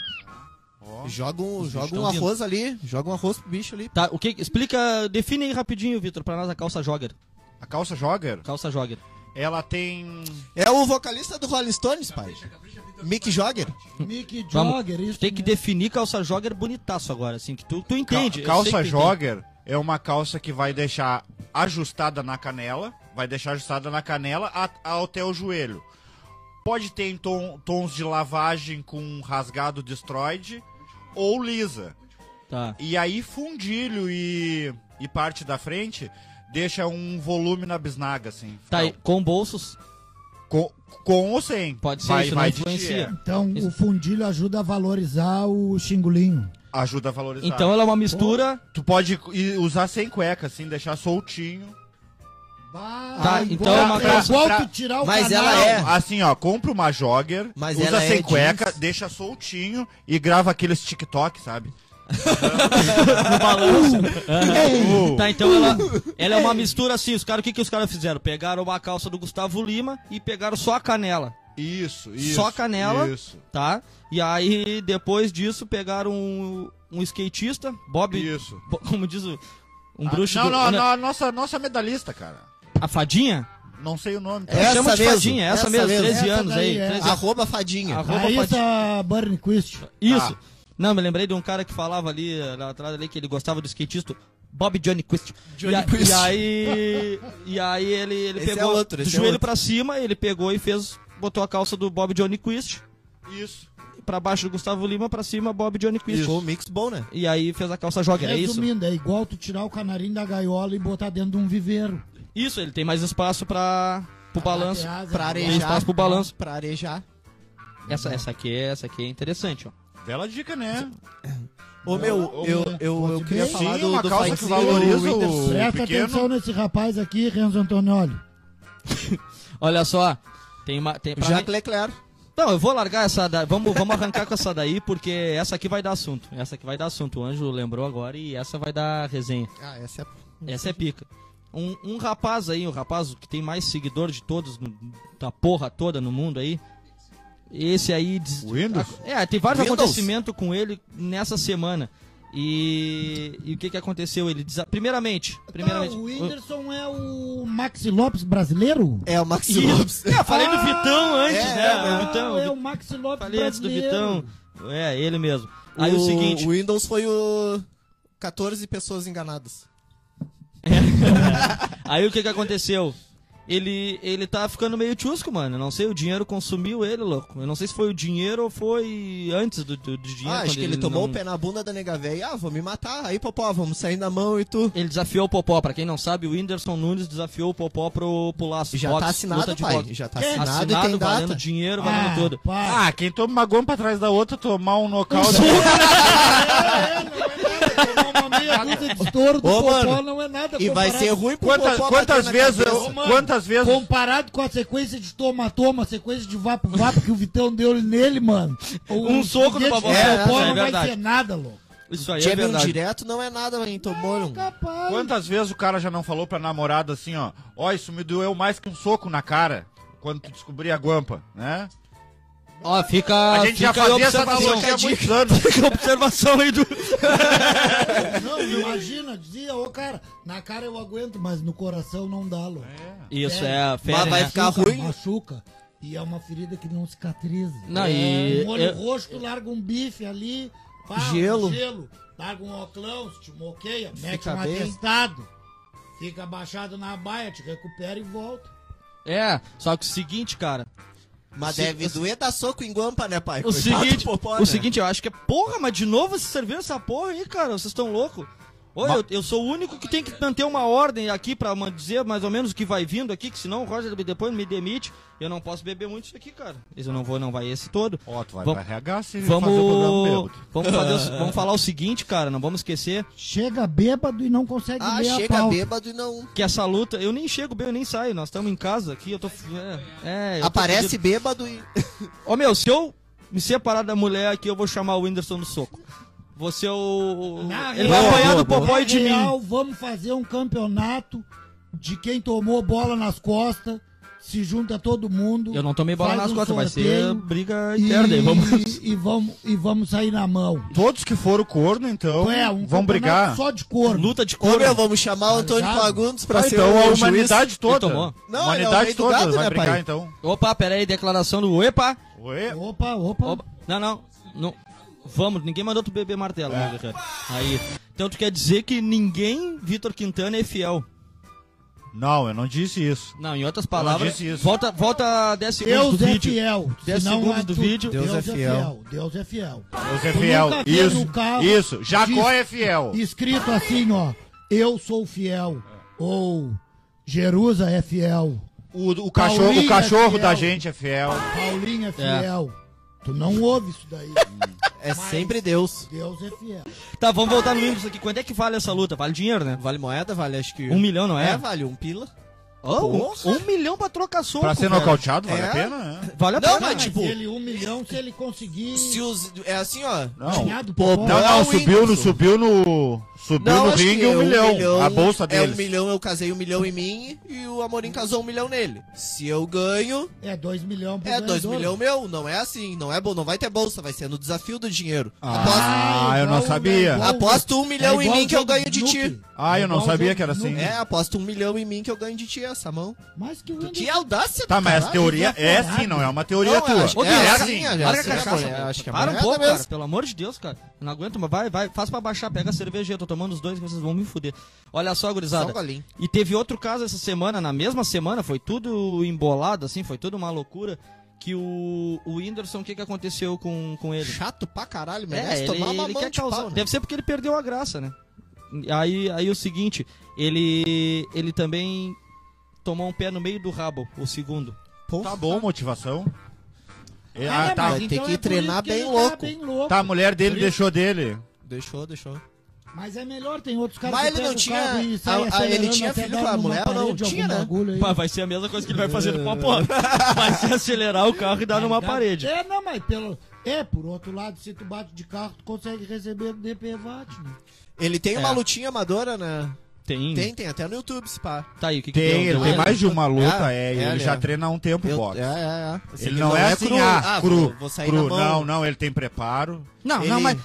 Joga um, joga
estão
um arroz ali. Joga um arroz pro bicho ali.
Tá, o que. Explica, define aí rapidinho, Vitor, pra nós a calça jogger.
A calça jogger,
Calça jogger.
ela tem...
É o vocalista do Rolling Stones, pai. Mick Jogger.
Mick
Vamos.
Jogger, isso.
Tem que
mesmo.
definir calça jogger bonitaço agora, assim, que tu, tu
Ca-
entende. eu sei
calça
que tu
jogger é uma calça que vai deixar ajustada na canela, vai deixar ajustada na canela a- a- até o joelho. Pode ter em tom- tons de lavagem com rasgado destroyed ou lisa.
Tá.
E aí fundilho e, e parte da frente deixa um volume na bisnaga, assim.
Tá, e
Então,
com bolsos?
com, com ou sem.
Pode ser, isso não
de ti,
influencia.
é.
Então,
Isso.
o fundilho ajuda a valorizar o xingulinho.
Ajuda a valorizar.
Então ela é uma mistura.
Tu pode ir- usar sem cueca, assim, deixar soltinho.
Tá,
Ah,
então
igual-
é uma
é
coisa-
igual
pra-
tu tirar o
Mas
Ah,
canal.
ela é.
Assim, ó, compra uma jogger,
Mas
usa
ela é
sem
jeans.
cueca, deixa soltinho e grava aqueles TikTok, sabe?
Uhum.
Uh,
Tá, então ela, ela é uma mistura assim. Os caras, o que, que os caras fizeram? Pegaram uma calça do Gustavo Lima e pegaram só a canela,
Isso, isso.
Só canela.
Isso,
tá? E aí, depois disso, pegaram um, um skatista, Bob,
isso.
bo- como diz o, um
Ah,
bruxo
não,
do-
não,
né?
não, a nossa, nossa medalhista, cara.
A fadinha?
Não sei o nome. tá?
Essa
Chama de
mesmo,
fadinha, essa,
essa
mesmo,
mesmo.
13
Essa
anos
daí,
aí.
é.
13
Arroba fadinha.
Arroba fadinha.
Raíssa Burnquist.
tá. Isso.
Ah.
Não, me lembrei de um cara que falava ali eh, lá atrás ali que ele gostava do skatista, Bob Johnny Quist.
Johnny
e, a-
Quist.
e aí e aí ele, ele
Esse é
pegou
outro,
do
esse é
joelho
outro.
pra cima, ele pegou e fez botou a calça do Bob Johnny Quist
Isso.
pra baixo do Gustavo Lima pra cima Bob Johnny Quist.
Ficou um mix bom, né?
E aí fez a calça jogger, é isso?
Resumindo, é igual tu tirar o canarinho da gaiola e botar dentro de um viveiro.
Isso, ele tem mais espaço para pro balanço.
Pra ter asa,
Pra
Tem
arejar.
espaço pro balanço.
Pra arejar.
Essa essa aqui, é- essa aqui é interessante, ó.
Bela dica, né?
Ô, meu, eu, eu, eu queria
Sim,
falar do,
uma
do
calça que
fadinha,
valoriza
do Whindersson.
o-
Presta
pequeno.
atenção nesse rapaz aqui, Renzo Antonioli.
Olha só, tem uma tem pra mim-
Jacques Leclerc.
Não, eu vou largar essa daí. Vamos, vamos arrancar com essa daí, porque essa aqui vai dar assunto. Essa aqui vai dar assunto. O Ângelo lembrou agora e essa vai dar resenha.
Ah, essa é.
Essa é pica. Um, um rapaz aí, o rapaz que tem mais seguidor de todos, no- da porra toda no mundo aí. Esse aí. des-
O Windows?
É, tem vários
Windows.
acontecimentos com ele nessa semana. E, e o que que aconteceu? Ele desa... Primeiramente, primeiramente.
Ah, o Whindersson é o Maxi Lopes brasileiro?
É o Maxi
Isso.
Lopes.
É, falei do Vitão antes,
é,
né?
Ah,
o Vitão.
é o Maxi Lopes
Falei antes do
brasileiro.
Vitão. É, ele mesmo. Aí o seguinte.
O Windows foi o. 14 pessoas enganadas.
Aí o que que aconteceu? Ele, ele tá ficando meio chusco, mano. Eu Não sei, o dinheiro consumiu ele, louco. Eu não sei se foi o dinheiro ou foi antes do, do, do dinheiro.
Ah,
quando
acho que ele tomou
não-
o pé na bunda da nega véia. Ah, vou me matar. Aí, popó, vamos sair na mão e tu.
Ele desafiou o Popó. Pra quem não sabe, o Whindersson Nunes desafiou o Popó pro, pro laço.
Já
boxe,
tá
luta
assinado,
de
pai.
boxe.
Já tá
É.
assinado, e
assinado
tem
valendo
data.
dinheiro, valendo
Ah,
tudo.
pá.
Ah, quem toma uma goma pra trás da outra, tomar um nocaute.
Tomar uma meia dúzia de estouro do
Ô,
Popó
mano,
não é nada
E vai
comparado-
ser ruim pro
Quanta-
popó bater
quantas
na
vezes
cabeça.
eu. Quantas vezes.
Comparado com a sequência de toma-toma, a sequência de vapo-vapo que o Vitão deu nele, mano. o-
Um
o
soco no
foguete
Popó.
do
É,
Popó
é
não vai
verdade.
ser nada, louco.
Isso aí é
Jab um
verdade.
direto não é nada, hein? Tomou um.
Capaz.
Quantas vezes o cara já não falou pra namorada assim, ó, ó, isso me doeu mais que um soco na cara quando tu descobri a guampa, né?
Ó, fica.
A gente já
Ah, fica aí
fazia essa
observação.
analogia há muitos anos.
Fica a observação aí do.
Não, imagina, dizia, ô cara, na cara eu aguento, mas no coração não dá, louco.
Isso
É.
é, fera,
Mas vai
né?
ficar-
Machuca,
ruim.
Machuca. E é uma ferida que não cicatriza.
Não,
é,
e-
Um olho
eu-
roxo, tu larga um bife ali. Pá,
Gelo.
Um gelo. Larga um oclão, se te moqueia, mete
Fica
um
bem.
atestado. Fica abaixado na baia, te recupera e volta.
É, só que o seguinte, cara.
Mas
Se-
deve doer dar soco em guampa, né, pai?
O
Coitado
seguinte,
do Popó,
o
né?
seguinte, eu acho que é porra, mas de novo vocês serviram essa porra aí, cara, vocês estão loucos. Oi, eu, eu sou o único que tem que manter uma ordem aqui pra man- dizer mais ou menos o que vai vindo aqui, que senão o Roger depois me demite. Eu não posso beber muito isso aqui, cara. Esse eu não vou, não vai esse todo.
Ó, tu vai
Vam-
pra RH se
Vamos,
fazer o programa bêbado.
vamos, fazer o- vamos falar o seguinte, cara, não vamos esquecer
Chega bêbado e não consegue
Ah,
ler a
chega
pauta.
bêbado e não.
que essa luta, eu nem chego bem, eu nem saio, nós estamos em casa aqui, eu tô... É, é, eu tô
Aparece
fudido.
bêbado e.
Ô meu, se eu me separar da mulher aqui, eu vou chamar o Whindersson no soco. Você é o.
Na
Ele vai
real,
apanhar do
na
Popó e de mim.
real, Vamos fazer um campeonato de quem tomou bola nas costas. Se junta todo mundo.
Eu não tomei bola
faz
nas
um
costas, vai ser
sorteio
briga
E,
interna. aí, Vamos...
e, vamos, e vamos sair na mão.
Todos que foram corno, então,
é, um
vão
campeonato
brigar.
Só de corno.
Luta de
Ô,
cor.
meu, vamos chamar
tá
o Antônio
ligado?
Fagundes pra
Ah,
ser
então
o
a
juiz.
humanidade toda.
tomou.
Não, ele é o
humanidade
rei do
toda
gado,
vai
né,
brigar,
pai?
então.
Opa, pera aí, declaração do. Epa!
Ué,
Opa, opa.
é- Opa. Não, não. não. Vamos, ninguém mandou tu beber martelo, né, meu guerreiro. Aí. Então tu quer dizer que ninguém, Vitor Quintana, é fiel.
Não, eu não disse isso.
Não, em outras palavras,
disse isso.
volta, volta 10 segundos
Deus
do
é
vídeo.
fiel.
10
senão
segundos
é
do
tu-
vídeo.
Deus,
Deus
é
é
fiel. Deus é fiel.
Deus é
Tu
fiel.
nunca viu
Isso,
no carro
isso. Jacó é fiel.
Escrito assim, ó. Eu sou fiel. Ou Jerusa é fiel.
O, o cachorro,
Paulinho
o cachorro
é
da
fiel.
gente é fiel.
Paulinho é fiel. Tu não ouve isso daí.
É sempre Deus.
Deus é fiel.
Tá, vamos voltar no índice aqui. Quanto é que vale essa luta? Vale dinheiro, né?
Vale moeda, vale acho que.
Um milhão, não é?
É, vale um pila.
Oh, um, um milhão pra trocar soco,
Pra ser
velho.
nocauteado, vale
É.
a pena? né?
Vale a
Não,
pena.
mas
né?
tipo-
Se ele um milhão, se ele conseguir.
Se os. É assim, ó.
Não.
ganhar do
Pô,
Popó,
Não, não,
o
subiu no,
Whindersson.
subiu no. Subiu no
acho
ringue
que é
um milhão, A bolsa
É um
deles.
milhão, eu casei um milhão em mim e o Amorim casou um milhão nele. Se eu ganho,
É 2 milhões pro
é dois
ganhador.
milhão meu. Não é assim, não é bom, não vai ter bolsa, vai ser no desafio do dinheiro.
Ah, eu não
é igual-
sabia.
é igual-
Aposto, aposto um
é
milhão em
igual
mim que eu
jogo
ganho de
Nuke.
ti.
Ah, eu não
Igual
sabia
jogo
que era assim.
Nuke.
É, aposto um milhão em mim que eu ganho de ti essa mão.
Mas que o
Que
Uhum.
Whindersson
audácia,
Tá,
do
mas essa
caralho.
teoria é
caralho.
assim, não é uma teoria
Não,
tua.
acho-
Ô, Gui,
é
larga-
assim, é
Larga a
assim,
cachaça.
é,
cara.
acho que é
Para um
moeda
pouco,
mesmo.
cara. Pelo amor de Deus, cara. Eu Não aguento, mas vai, vai. Faz pra baixar. Pega a cerveja. Eu tô tomando os dois que vocês vão me fuder. Olha só,
Só um
gurizada.
golinho.
E teve outro caso essa semana, na mesma semana, foi tudo embolado, assim, foi tudo uma loucura. Que o, o Whindersson, o que, que aconteceu com, com ele?
Chato pra caralho, merece
É, ele,
tomar uma
ele
mão
quer
de
causar. um
pau, né?
Deve ser porque ele perdeu a graça, né? Aí, aí o seguinte, ele, ele também tomou um pé no meio do rabo, o segundo.
Tá bom, motivação. É, ah,
É,
tá,
mas
tem
então
que
é por
treinar
isso que
bem
ele tá
louco.
bem louco.
tá, a mulher dele
Por
deixou dele.
Deixou, deixou.
Mas é melhor, tem outros caras
Mas
que
ele
pegam
não
o
tinha-
carro e saem
a- a- ele
acelerando
tinha
até
filho
dar
com a
numa
mulher ou não?
parede, algum
Tinha, né?
bagulho aí.
Pá, vai ser a mesma coisa que ele vai fazer com a porra. Vai se acelerar o carro e dar numa parede.
É, não, mas pelo. É, por outro lado, se tu bate de carro, tu consegue receber do DPVAT, né?
Ele tem
É.
uma lutinha amadora, né?
Tem.
Tem, tem até no YouTube, se pá.
Tá aí, o que, que
Tem,
deu?
ele
Deu-
tem
Ah,
mais de uma luta,
é,
é,
é,
ele
ele
já
é.
treina há um tempo
Eu-
boxe.
é, é, é. Eu sei
Ele
que
não, é assim, ah, cru,
Vou, vou sair
cru.
na mão.
Não, não, ele tem preparo.
Não,
Ele-
Ah, não, mas.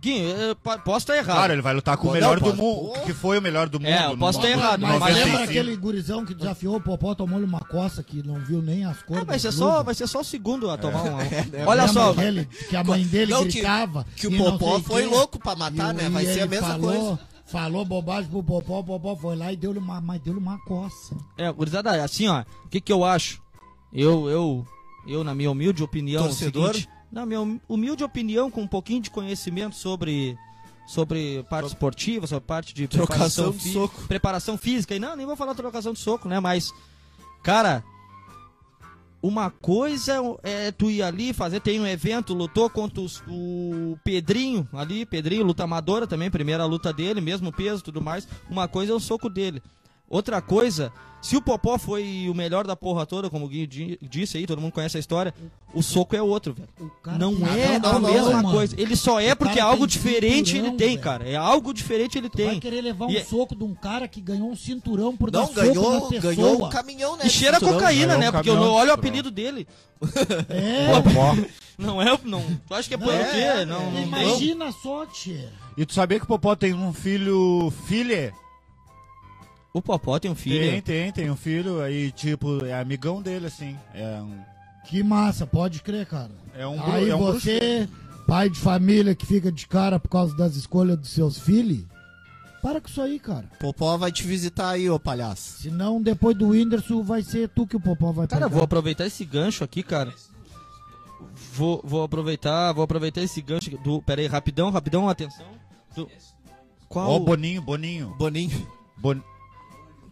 Gui, eu eh, po- posso estar errado.
Claro, ele vai lutar com o
Não,
melhor do
pode-
mundo,
Pô.
que foi o melhor do mundo.
eu posso
no-
ter errado,
no
mas
Mas lembra
95.
aquele gurizão que desafiou o Popó, tomou-lhe uma coça que não viu nem as cores.
Ah, vai,
das
ser só,
luvas?
vai ser só o segundo a tomar uma.
é,
Olha
Lembra
só,
Dele, que a mãe dele
Não, que-
gritava.
que o
e não
Popó
sei
foi
quê.
louco pra matar,
E-
né?
e
Vai ser a
ele
mesma
falou,
coisa.
Falou bobagem pro Popó, o Popó foi lá e deu-lhe uma, mas deu uma coça.
É, gurizada, assim, ó, o que que eu acho? Eu, eu, eu, na minha humilde opinião, é
Torcedor?
o seguinte, na minha hum- humilde opinião, com um pouquinho de conhecimento sobre, sobre parte esportiva, sobre parte de
Trocação
preparação
de
fí-
soco.
preparação física, e não, nem vou falar trocação de soco, né, mas, cara, uma coisa é tu ir ali fazer, tem um evento, lutou contra os- o Pedrinho ali, Pedrinho, luta amadora também, primeira luta dele, mesmo peso e tudo mais. Uma coisa é o soco dele. Outra coisa, se o Popó foi o melhor da porra toda, como o Gui di- disse aí, todo mundo conhece a história, o soco é outro, velho.
O cara
não
tem
é
nada,
a
não,
mesma
mano.
coisa. Ele só é
O
porque
cara
algo
tem
diferente ele
cinturão,
tem,
velho.
cara. É algo diferente ele
Vai
tem.
querer levar um
E-
soco de um cara que ganhou um cinturão por dar
Não,
soco na
ganhou,
pessoa.
ganhou um caminhão, né?
E cheira a
Cinturão.
cocaína,
é um
né? Porque eu
caminhão
não olho o
natural.
apelido dele.
É,
Popó.
Não é, não. Tu acha que é por o quê? Não, não, não.
Imagina só, tchê.
E tu sabia que o Popó tem um filho. Filha?
O Popó tem um filho.
Tem, tem, tem um filho. Aí, tipo, é amigão dele, assim. É um.
Que massa, pode crer, cara.
É um bru-
Aí
é um bruxo.
você, pai de família que fica de cara por causa das escolhas dos seus filhos, para com isso aí, cara.
Popó vai te visitar aí, ô palhaço.
Senão, depois do Whindersson, vai ser tu que o Popó vai
Cara,
pegar.
vou aproveitar esse gancho aqui, cara. Vou, vou aproveitar, vou aproveitar esse gancho do. Pera aí, rapidão, rapidão, atenção. Do-
Ó, o
qual?
Boninho, Boninho.
Boninho.
Bon-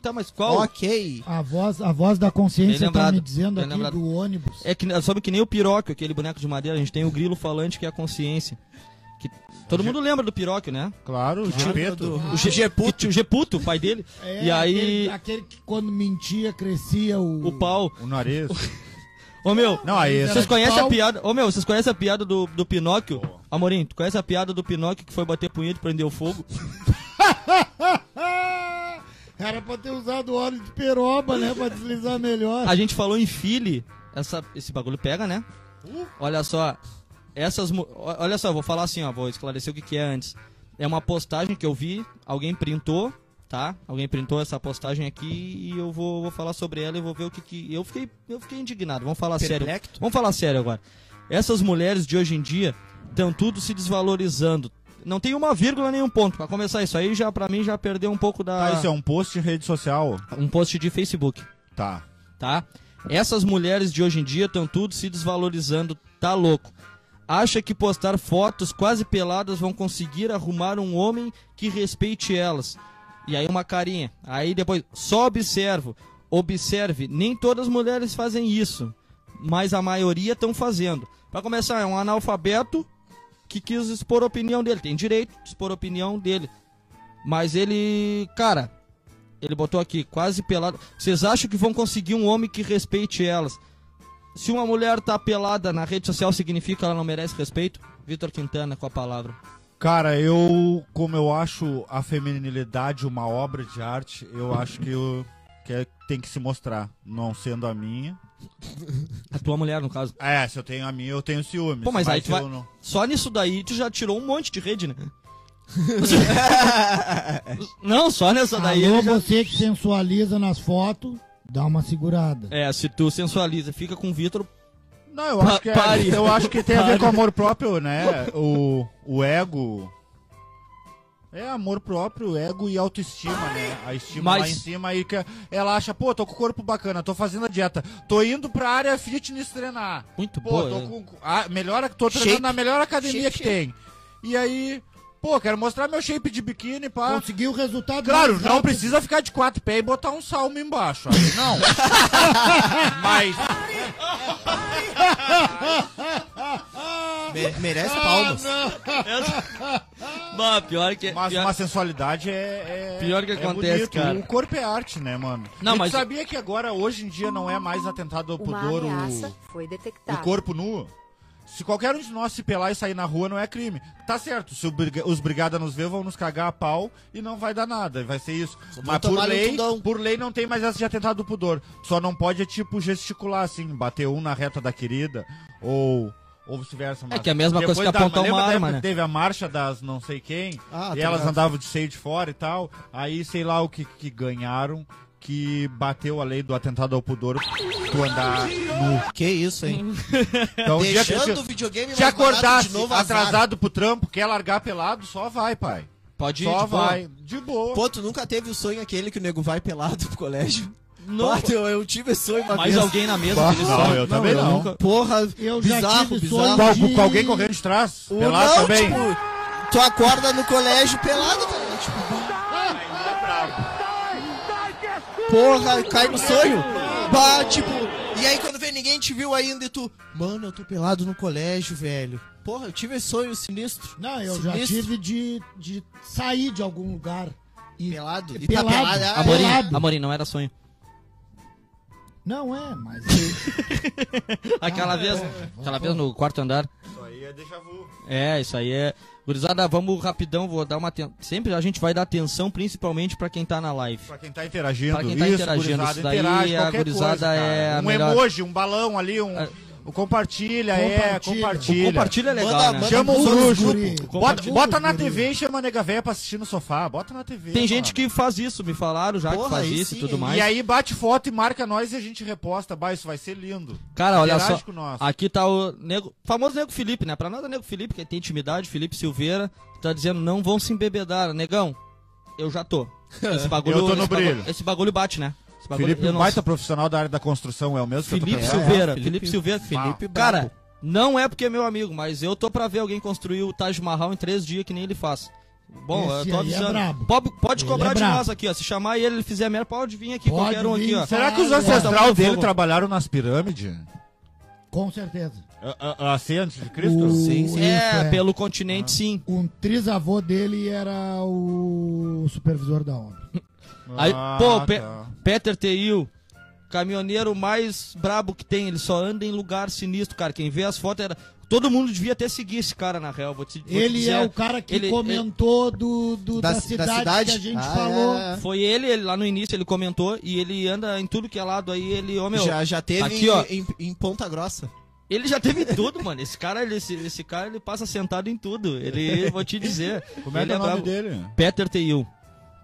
Tá, mas qual?
Ok.
A voz, a voz da consciência
Bem
tá
lembrado,
me dizendo
bem
aqui
lembrado.
do ônibus.
É que sobe que nem o piróquio, aquele boneco de madeira, a gente tem o grilo falante que é a consciência. Que, todo mundo lembra do piróquio, né?
Claro, o Gepeto.
O GG
Que tinha O é Geputo, o pai dele.
É,
e aí,
Aquele, aquele que quando mentia, crescia o...
o pau.
O nariz.
Ô meu,
Não, aí esse.
vocês conhecem a
pau.
piada. Ô meu, vocês conhecem a piada do, do Pinóquio? Amorim, tu conhece a piada do Pinóquio que foi bater punheta e prendeu fogo?
Ah, era pra ter usado óleo de peroba, né? Pra deslizar melhor.
A gente falou em Philly. Essa, esse bagulho pega, né? Olha só. Essas. mu- o- Olha só, vou falar assim, ó. Vou esclarecer o que, que é antes. É uma postagem que eu vi, alguém printou, tá? Alguém printou essa postagem aqui e eu vou, vou falar sobre ela e vou ver o que que. Eu fiquei, eu fiquei indignado, vamos falar sério.
Perplexo?
Vamos falar sério agora. Essas mulheres de hoje em dia estão tudo se desvalorizando. Não tem uma vírgula nenhum ponto. Pra começar, isso aí já pra mim já perdeu um pouco da.
Tá, isso é um post em rede social.
Um post de Facebook,
Tá.
tá? Essas mulheres de hoje em dia estão tudo se desvalorizando, tá louco. Acha que postar fotos quase peladas vão conseguir arrumar um homem que respeite elas. E aí uma carinha. Aí depois, só observo. Observe, nem todas as mulheres fazem isso, mas a maioria estão fazendo. Pra começar, é um analfabeto que quis expor a opinião dele. Tem direito de expor a opinião dele. Mas ele, cara, ele botou aqui, quase pelado. Vocês acham que vão conseguir um homem que respeite elas? Se uma mulher tá pelada na rede social, significa que ela não merece respeito? Vitor Quintana com a palavra.
Cara, eu, como eu acho a feminilidade uma obra de arte, eu acho que, eu, que é- tem que se mostrar, não sendo a minha.
A tua mulher, no caso.
É, se eu tenho a minha, eu tenho ciúmes.
Pô, mas aí tu
eu
vai-
não-
Só nisso daí tu já tirou um monte de rede, né? não, só nessa daí.
Alô,
ele já-
você que sensualiza nas fotos, dá uma segurada.
É, se tu sensualiza, fica com o Vitor.
Não, eu
Pa-
acho que, é-
pare.
eu acho que tem a ver
Pare.
com amor próprio, né? O, o ego. É amor próprio, ego e autoestima, né? A estima lá
Mas-
em cima e que ela acha, pô, tô com o corpo bacana, tô fazendo a dieta, tô indo pra área fitness treinar.
Muito
Pô,
boa.
tô
é.
com. A melhor, tô treinando
Shape.
na melhor academia
Shape,
que tem. E aí, pô, quero mostrar meu shape de biquíni, pá.
Conseguiu o resultado.
Claro,
mais
não
rápido.
precisa ficar de quatro pés e botar um salmo embaixo. aí não. Mas.
Me- merece
Ah,
palmas.
Bah, pior que.
Mas
pior-
uma sensualidade é, é-
Pior que
é
acontece,
bonito.
cara.
O corpo é arte, né, mano?
Não,
E tu
mas-
sabia que agora, hoje em dia, não é mais atentado ao
Uma
pudor
ameaça
o,
foi
o
detectada.
corpo nu? Se qualquer um de nós se pelar e sair na rua, não é crime. Tá certo, se o briga- os brigada nos ver, vão nos cagar a pau e não vai dar nada, vai ser isso. Mas por
tomar-lhe um
lei,
tundão.
por lei não tem mais essa de atentado ao pudor. Só não pode, é tipo, gesticular assim, bater um na reta da querida, ou... Ou vice-versa, mas
que é a mesma coisa
depois
que
da-
apontar
lembra
uma
da
arma,
época
né?
que Teve a marcha das não sei quem,
Ah,
e
tá
elas
ligado.
andavam de seio de fora e tal. Aí, sei lá o que, que ganharam, que bateu a lei do atentado ao pudor, tu andar nu.
Que isso, hein?
Então, o dia que
Deixando o
te,
videogame
te
mais barato
acordasse
de novo, azar.
atrasado pro trampo, quer largar pelado, só vai, pai.
Pode ir.
só
de boa.
vai. De boa.
Pô, tu nunca teve o sonho aquele que o nego vai pelado pro colégio?
Não,
Bah, eu, eu tive esse sonho uma
mais
vez.
alguém na mesa.
Bah,
que eles-
não, eu também não.
Porra,
Eu já
bizarro,
tive
bizarro.
sonho-
Com- com- com alguém correndo de trás,
O-
pelado
não,
também.
tipo, tu acorda no colégio pelado, tá ligado? Tipo, Porra, cai no sonho. Bah, tipo, e aí quando vem ninguém te viu ainda e tu, mano, eu tô pelado no colégio, velho. Porra, eu tive esse sonho sinistro.
Não, eu já
Sinistro.
tive de, de sair de algum lugar. E
Pelado? E
pelado.
ah,
Amorim,
Pelado.
Amorim, não era sonho.
Não é, mas.
Aquela vez, aquela vez no quarto andar.
Isso aí é déjà vu.
É, isso aí é. Gurizada, vamos rapidão, vou dar uma atenção. Sempre a gente vai dar atenção, principalmente pra quem tá na live.
Pra quem tá interagindo,
Pra quem tá
isso,
interagindo,
gurizada,
isso daí,
interage,
a
qualquer
gurizada
coisa, cara.
é a
Um
melhor.
emoji, um balão ali, um...
É.
O compartilha, é,
Compartilha.
compartilha.
Compartilha é legal,
Manda-
né?
manda-
Chama o
Manda nos
bruxo.
guri.
Bota,
Compartilha
bota
nos
na
guri.
TV e chama a nega véia pra assistir no sofá. Bota na TV.
Tem
mano.
gente que faz isso, me falaram já
Porra,
que faz
aí
isso e
sim,
tudo
hein?
mais.
E aí bate foto e marca nós e a gente reposta. Bah, isso vai ser lindo.
Cara, olha
Interage
só.
com nós.
Aqui tá o nego, famoso Nego Felipe, né? Pra nada Nego Felipe, que tem intimidade, Felipe Silveira, tá dizendo não vão se embebedar. Negão, eu já tô. Esse bagulho,
Eu tô no
esse bagulho-
brilho.
esse bagulho bate, né? Esse bagulho,
Felipe,
eu
um
não
baita profissional da área da construção, é o mesmo que
Felipe
eu tô pensando?
Silveira,
É,
Felipe,
Felipe-
Silveira.
Felipe
Cara, não é porque é meu amigo, mas eu tô pra ver alguém construir o Taj Mahal em três dias que nem ele faz. Bom,
Esse
eu tô
aí é
avisando.
brabo.
pode pode
Ele
cobrar
é
de
brabo.
nós aqui, ó. Se chamar e ele, ele fizer merda, pode vir aqui,
Pode
qualquer um aqui,
vir.
ó.
Será que os
Ah,
é.
ancestrais dele
Fogo.
trabalharam nas pirâmides?
Com certeza.
A- a- Assim antes de Cristo?
O-
Sim, sim.
isso,
É,
é.
pelo continente, sim.
Um trisavô dele era o supervisor da obra.
Aí, pô, Pe-
Ah, tá.
Peter Teil, caminhoneiro mais brabo que tem, ele só anda em lugar sinistro, cara. Quem vê as fotos era. Todo mundo devia até seguir esse cara, na real. Vou te, vou te
Ele
dizer.
é o cara que
ele-
comentou do, do- da,
da
cidade que a gente
Ah,
falou.
é, é.
Foi ele, ele lá no início, ele comentou e ele anda em tudo que é lado aí, ele, ô meu.
já, já teve
aqui,
em-
ó.
em, em Ponta Grossa.
Ele já teve tudo, mano. Esse cara, ele, esse, esse cara, ele passa sentado em tudo. Ele, vou te dizer.
Como é
ele
que é o nome
brabo.
dele?
Peter Teil.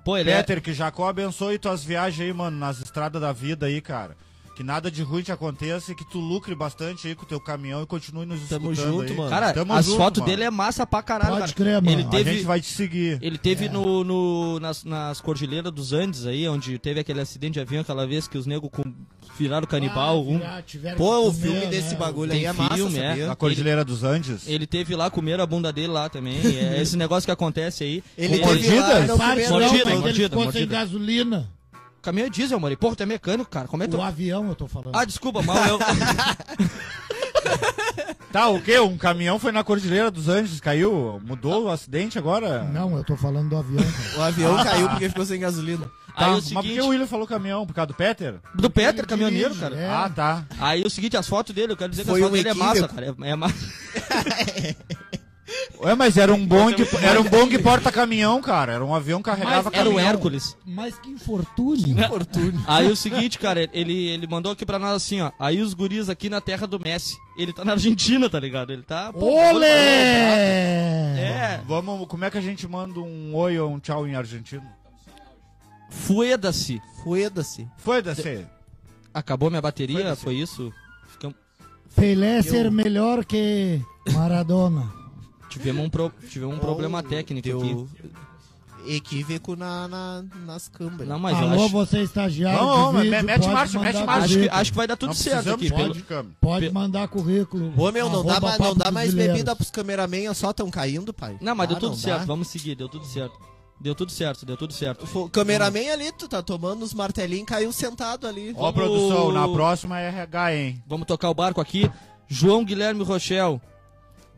Pô, ele é.
Peter, que Jacó abençoe tuas viagens aí, mano, nas estradas da vida aí, cara. Que nada de ruim te aconteça e que tu lucre bastante aí com o teu caminhão e continue nos
Tamo
escutando
junto,
aí.
mano.
Cara,
Tamo
as
junto,
fotos
mano.
dele é massa pra caralho,
Pode
cara.
crer, mano.
Ele
A
teve,
A gente vai É. te seguir.
ele teve no, no- nas, nas cordilheiras dos Andes aí, onde teve aquele acidente de avião aquela vez que os negros com- viraram canibal. um-
Pô, o filme desse
né?
bagulho
Tem
aí é massa,
filme, é.
sabia?
Na Cordilheira dos Andes.
Ele teve lá, comeram a bunda dele lá também. É esse negócio que acontece aí.
Ele
Com
teve lá,
mordidas?
era o
Parte
primeiro-
não,
Mordida,
mas ele
mordida,
ficou sem
mordida.
gasolina.
Caminhão é diesel, mano. E, Porra, tu é mecânico, cara. Como é que tu...
O avião, eu tô falando.
Ah, desculpa, mal eu...
Tá, o quê? Um caminhão foi na Cordilheira dos Andes, caiu? Mudou o acidente agora?
Não, eu tô falando do avião. cara.
O avião caiu porque ficou sem gasolina.
Aí
Tá,
é o
mas por que
seguinte...
o William falou caminhão? Por causa do Peter?
Do Peter,
Ele
caminhoneiro,
dirige,
cara.
É.
Ah, tá.
Aí o seguinte, as fotos dele, eu quero dizer que
Foi
as fotos
um
dele é
equívoco.
massa, cara. É, é massa.
Ué, mas era um bom que, era um bom que porta caminhão, cara. Era um avião que carregava
Era o
caminhão.
Hércules.
Mas que infortúnio.
Fortune.
Aí é o seguinte, cara, ele, ele mandou aqui pra nós assim, ó. Aí os guris aqui na terra do Messi. Ele tá na Argentina, tá ligado? Ele tá. pô,
Olê!
É.
Vamos, como é que a gente manda um oi ou um tchau em argentino?
É. Fueda-se.
Fueda-se.
Foi, DC?
Acabou minha bateria,
Fueda-se.
foi isso? Ficamos...
Pelé ser melhor que Maradona.
Tivemos um, pro- Tivemos um problema técnico aqui.
Equívoco na, na, nas câmeras.
Não, mas eu
Alô,
acho...
você estagiário.
Não, não,
de
mas
vídeo,
mete
pode
marcha,
mandar
mete marcha.
acho, que,
currículo.
acho que vai dar tudo
Não
certo
precisamos
aqui.
de
Pelo...
pode câmera.
Pode mandar currículo.
Ô, meu, não dá,
Arroba
mais, não
Papo
dá mais
Brasileiro.
bebida pros cameramen, só tão caindo, pai.
Não, mas
Ah,
deu tudo certo.
dá.
Vamos seguir, deu tudo certo. Deu tudo certo, deu tudo certo.
Fo- O cameraman ali, tu tá tomando os martelinhos, caiu sentado ali.
Ó,
Vamos-
produção, na próxima é RH, hein?
Vamos tocar o barco aqui. João Guilherme Rochel.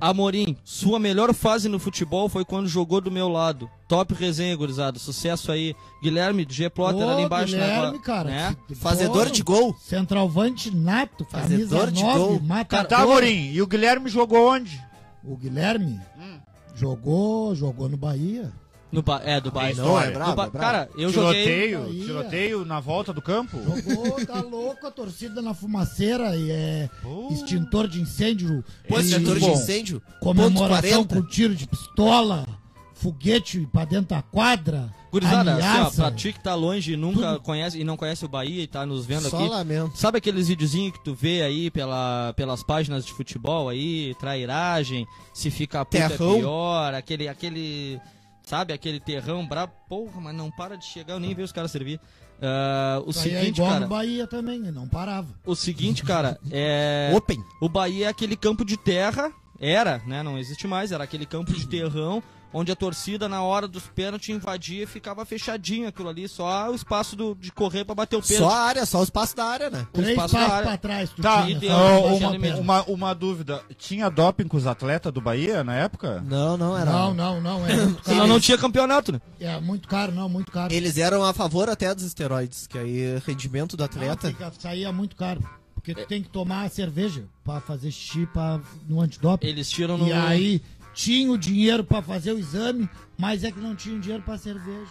Amorim, sua melhor fase no futebol foi quando jogou do meu lado. Top resenha, gurizada. Sucesso aí. Guilherme, G Plotter
Ô,
ali embaixo
Guilherme,
na
cara.
né?
que-
Fazedor
pô,
de gol.
Centralvante nato,
Fazedor
camisa
de
9,
gol.
mata
Tá, Morim, e o Guilherme jogou onde?
O Guilherme
Hum.
jogou, jogou no Bahia.
No ba- É, do Bahia.
Não, é
Do
brabo,
Ba-
é brabo.
Cara, eu joguei.
tiroteio,
Bahia.
tiroteio na volta do campo?
Jogou, tá louco, a torcida na fumaceira e é
Pô.
extintor de incêndio.
Pô,
e
esse setor de
bom,
incêndio.
comemoração
ponto 40.
com tiro de pistola, foguete pra dentro da quadra,
Gurizada, assim, ó,
ameaça.
pra ti que tá longe e nunca
Tudo.
conhece e não conhece o Bahia e tá nos vendo
Só
aqui.
lamento.
Sabe aqueles videozinhos que tu vê aí pela, pelas páginas de futebol aí, trairagem, se fica puto é
Terrão.
pior, aquele, aquele, sabe, aquele terrão brabo, porra, mas não para de chegar, eu nem vejo os caras servir. Ah, o
Isso aí é
seguinte,
igual no
cara,
Bahia também, e não parava.
o seguinte, cara, é...
Open.
O Bahia é aquele campo de terra, era, né? Não existe mais, era aquele campo de terrão onde a torcida na hora dos pênaltis invadia e ficava fechadinho aquilo ali, só o espaço do- de correr pra bater o pênalti.
Só a área, só os passos da área, né?
Os
Três
passos
passos
da área.
pra trás, tu
Tá,
tinha,
Sim,
só
tem
ah,
um-
uma,
tem mesmo.
uma, uma dúvida. Tinha doping com os atletas do Bahia na época?
Hum.
Não, não era.
Não, não, não, é muito
Senão
caro.
não tinha campeonato, né?
É muito caro, não, muito caro.
Eles eram a favor até dos esteroides, que
é
aí rendimento do atleta.
Não, fica- saía é muito caro. Porque tu tem que tomar cerveja pra fazer xixi pra, no antidoping.
Eles tiram no.
E aí tinha o dinheiro pra fazer o exame, mas é que não tinha o dinheiro pra cerveja.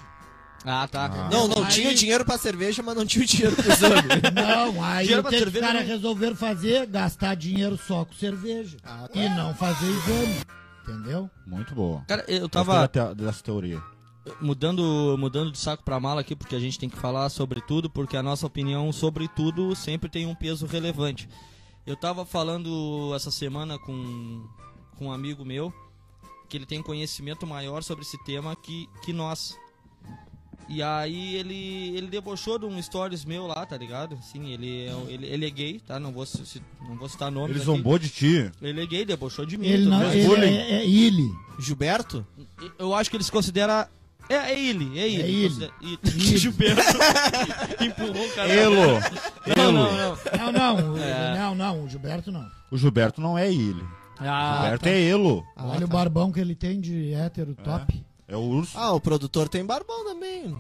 Ah, tá.
Não, não
Aí-
tinha o dinheiro pra cerveja, mas não tinha o dinheiro pro exame.
Não, aí
Dinheiro
o
pra
que os
cerveja
caras
não-
resolveram fazer? Gastar dinheiro só com cerveja. E não fazer exame. Entendeu?
Muito boa.
Cara, eu tava
Gostei da te- dessa teoria.
mudando, mudando de saco pra mala aqui, porque a gente tem que falar sobre tudo, porque a nossa opinião sobre tudo sempre tem um peso relevante. Eu tava falando essa semana com, com um amigo meu, que ele tem conhecimento maior sobre esse tema que, que nós. E aí ele, ele debochou de um stories meu lá, tá ligado? Assim, ele, é- ele, ele é gay, tá? Não vou, ci- ci- não vou citar nomes
Ele
aqui.
zombou de ti.
Ele é gay, debochou de mim.
Ele,
tudo
não,
mais.
ele
bullying.
é, é ele.
Gilberto?
Eu acho que ele se considera. É, é ele, é ele.
ele.
Considera- E- Gilberto empurrou o cara.
Elo.
Não,
Elo.
não, não.
Não, não, o-
É.
não, não, o Gilberto não.
O Gilberto não é ele. O
Ah,
Gilberto é Elo.
Olha o barbão que ele tem de hétero top.
É o urso.
Ah, o produtor tem barbão também.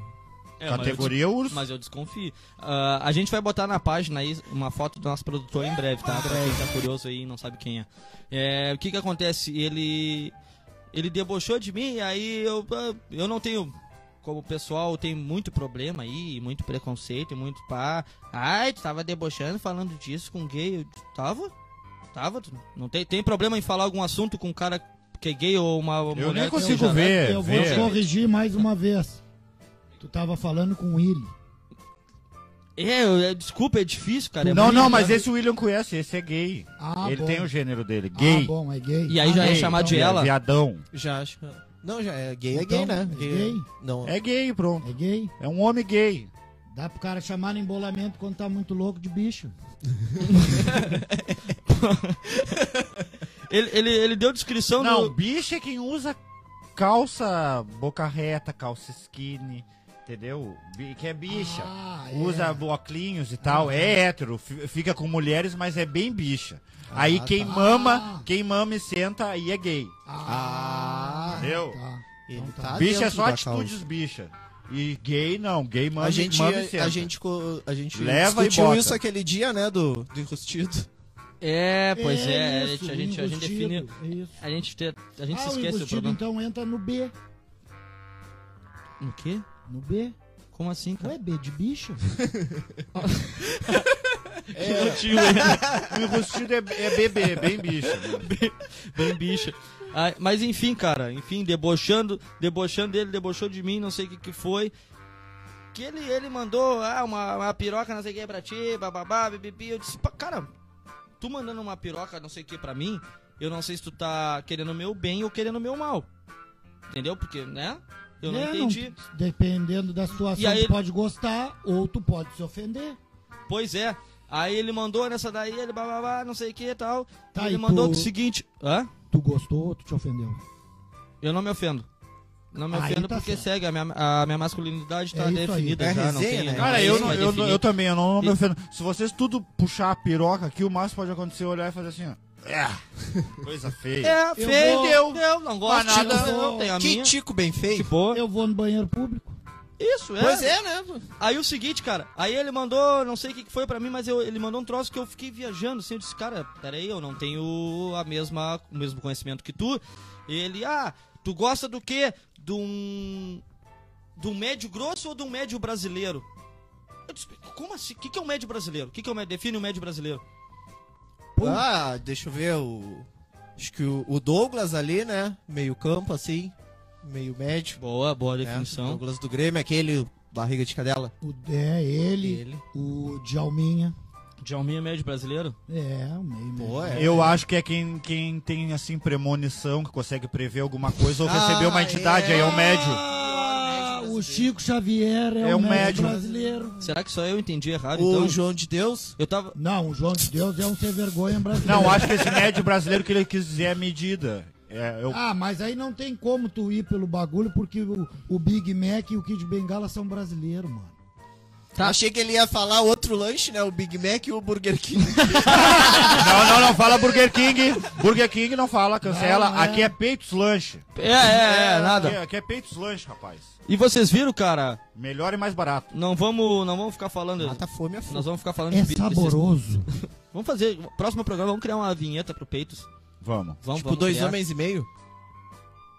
é,
Categoria urso.
Mas eu, des- mas eu desconfio. Ah, a gente vai botar na página aí uma foto do nosso produtor em breve, tá? Pra quem tá curioso aí e não sabe quem é. É, O que que acontece? Ele. Ele debochou de mim, aí eu, ah, eu não tenho. Como o pessoal tem muito problema aí, muito preconceito, muito pá. Ai, tu tava debochando falando disso com gay. Eu tava? Tava? Tu Não tem, tem problema em falar algum assunto com um cara que é gay ou uma mulher
Eu nem
que não
consigo
já-
ver.
Eu vou
ver.
corrigir mais uma vez. Tu tava falando com ele.
É, eu- é, desculpa, é difícil, cara. é
Não,
muito
não, mas
grande.
esse William conhece, esse é gay.
Ah,
Ele
bom.
tem o gênero dele,
Ah,
gay.
bom, é gay.
E aí já
Ah,
é
gay,
chamado de
então.
ela?
Viadão.
Já acho. que- Não, já é gay, é gay,
Então,
né?
é gay?
Não.
É gay, pronto.
É gay.
É um homem gay.
Dá pro cara chamar no embolamento quando tá muito louco de bicho.
Ele, ele, ele deu descrição
Não,
do.
bicho é quem usa calça boca reta, calça skinny, entendeu? Bi- Que é bicha.
Ah, é. Ah.
Usa bloclinhos e tal, é hétero, fi- fica com mulheres, mas é bem bicha. aí quem
tá.
mama, quem mama e senta, aí é gay.
Ah,
Entendeu?
Tá.
Ele
Então
tá
bicha é
dentro
só
da
atitudes bicha. E gay não, gay mama,
A
e-
gente, é-
mama e senta.
a gente, co- a gente
Leva e
discutiu
bota.
isso aquele dia, né, do, do enrustido.
É, pois é, a
isso,
gente, a gente, a gente
enrustido,
define.
é isso.
A gente, te- a gente
ah,
se
o
esquece do
enrustido,
problema.
então entra no B. então.
O quê?
No B?
Como assim, cara?
Ué, B de bicho?
é.
O É. enrustido é, é bebê, bem bicha. né?
Bem bicha. Ah, mas enfim, cara, enfim, debochando, debochando dele, debochou de mim, não sei o que que foi. Que ele, ele mandou ah, uma, uma piroca, não sei o que pra ti, bababá, bibibi. Eu disse, "Pá, cara, tu mandando uma piroca, não sei o que pra mim, eu não sei se tu tá querendo o meu bem ou querendo o meu mal. Entendeu? Porque, né? Eu não
É,
entendi.
Dependendo da situação,
E aí
tu
ele-
pode gostar ou tu pode se ofender.
Pois é. Aí ele mandou nessa daí, ele bababá, não sei o que e tal.
Tá,
ele
e
mandou
tu-
o seguinte. Hã?
Tu gostou ou tu te ofendeu?
Eu não me ofendo. Não me
Aí
ofendo
tá
porque
certo.
segue, a minha, a minha masculinidade tá
É isso aí.
definida
É
já, não
resenha,
tem...
né?
não
Cara,
tem
eu,
mais
não, eu, não-
definir.
eu também, eu não, não me
E-
ofendo. Se vocês tudo puxar a piroca aqui, o máximo pode acontecer é olhar e fazer assim, ó. É, coisa feia.
É, feio,
vou-
deu, deu, não gosto,
Mas nada-
eu não tenho a
que
minha. Tipo,
tico bem feio.
De boa.
Eu vou no banheiro público.
Isso, é.
Pois é, né?
Aí o seguinte, cara, aí ele mandou, não sei o que que foi pra mim, mas eu- ele mandou um troço que eu fiquei viajando, assim, eu disse, cara, peraí, eu não tenho a mesma, o mesmo conhecimento que tu. Ele, ah, tu gosta do quê? De um, de um médio grosso ou de um médio brasileiro? Eu disse, como assim? O que, que é um médio brasileiro? O que, que é um médio? Define o médio brasileiro.
Ah, deixa eu ver o. Acho que o, o Douglas ali, né? Meio campo, assim. Meio médio.
Boa, boa
né?
definição.
Douglas do Grêmio, aquele barriga de cadela.
O, é ele,
Ele.
o Djalminha.
Djalminha é médio brasileiro?
É, o meio
Pô,
meio.
é.
Eu acho que é quem, quem tem, assim, premonição, que consegue prever alguma coisa ou
Ah,
receber uma entidade, aí é o médio.
Ah, o Chico Xavier é,
É
um
um
médico
médium.
brasileiro.
Será que só eu entendi errado,
O
então?
João de Deus.
Eu tava...
Não, o João de Deus é um sem vergonha brasileiro.
Não, acho que esse médio brasileiro que ele quis dizer é medida. É, eu-
Ah, mas aí não tem como tu ir pelo bagulho, porque o, o Big Mac e o Kid Bengala são brasileiros, mano.
Achei que ele ia falar outro lanche, né? O Big Mac e o Burger King.
Não, não, não, fala Burger King. Burger King não fala, cancela.
Não, não é.
Aqui é peitos lanche.
É, é, é,
Aqui,
nada.
aqui é peitos lanche, rapaz.
E vocês viram, cara?
Melhor e mais barato.
Não vamos, não vamos ficar falando...
Mata a fome a fome.
Nós vamos ficar falando
É
de Beatles.
saboroso.
Vamos fazer, próximo programa, vamos criar uma vinheta pro Peitos.
Vamos.
Vamos,
tipo,
vamos
dois
criar.
homens e meio.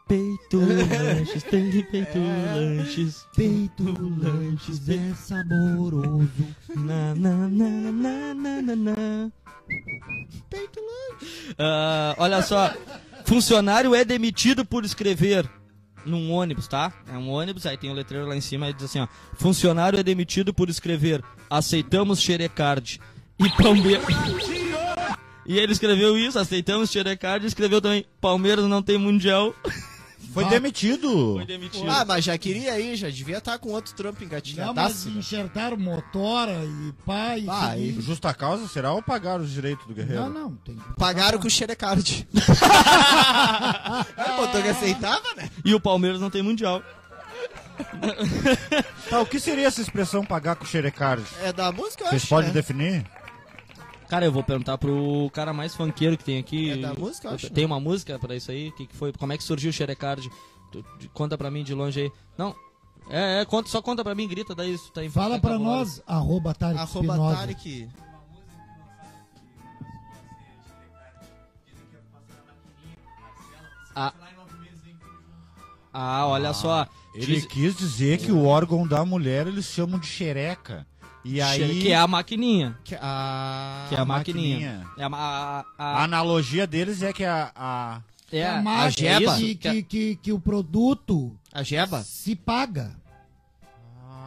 Peito lanches, tem de peito
É.
lanches.
Peito lanches é saboroso.
Na, na, na, na, na, na, na. Peito lanches. Ah, olha só, funcionário é demitido por escrever num ônibus, tá? É um ônibus, aí tem o letreiro lá em cima, aí diz assim, ó. Funcionário é demitido por escrever, aceitamos xerecard e Palmeiras... E ele escreveu isso, aceitamos xerecard e escreveu também, Palmeiras não tem mundial.
Foi
Vá.
demitido.
Foi demitido.
Ah, mas já queria aí, já devia estar com outro trampo
Não, mas
engatilhadaço. né?
enxertaram motora e pai.
Ah,
e-
Justa causa será ou pagar os direitos do guerreiro?
Não, não, tem que
Pagaram com o Xerecard. ah, botou que aceitava, né?
E o Palmeiras não tem mundial.
Tá, o que seria essa expressão pagar com xerecard?
É da música, eu
Vocês
acho.
podem
né?
definir?
Cara, eu vou perguntar pro cara mais funkeiro que tem aqui.
É da música, eu acho.
né?
Tem uma música pra isso aí? Que, que foi? Como é que surgiu o Xerecard? Tu- tu- Conta pra mim de longe aí. Não. É, é, conta, só conta pra mim, grita daí. isso Tá em-
Fala
tá
pra
cabulado.
nós, arroba Tarek
né? Arroba
Espinosa.
Tarek.
Ah, olha só.
Ele
Diz-
quis dizer que o órgão da mulher eles chamam de xereca. E aí.
Que é a maquininha.
Que, ah,
Que é a,
a
maquininha.
maquininha.
É a. ma-
A
a, a,
analogia deles é que a. a-
é
a
a-
marca
é
jeba.
isso?
que,
Que a-
que, que, que o produto
a Jeba?
se paga.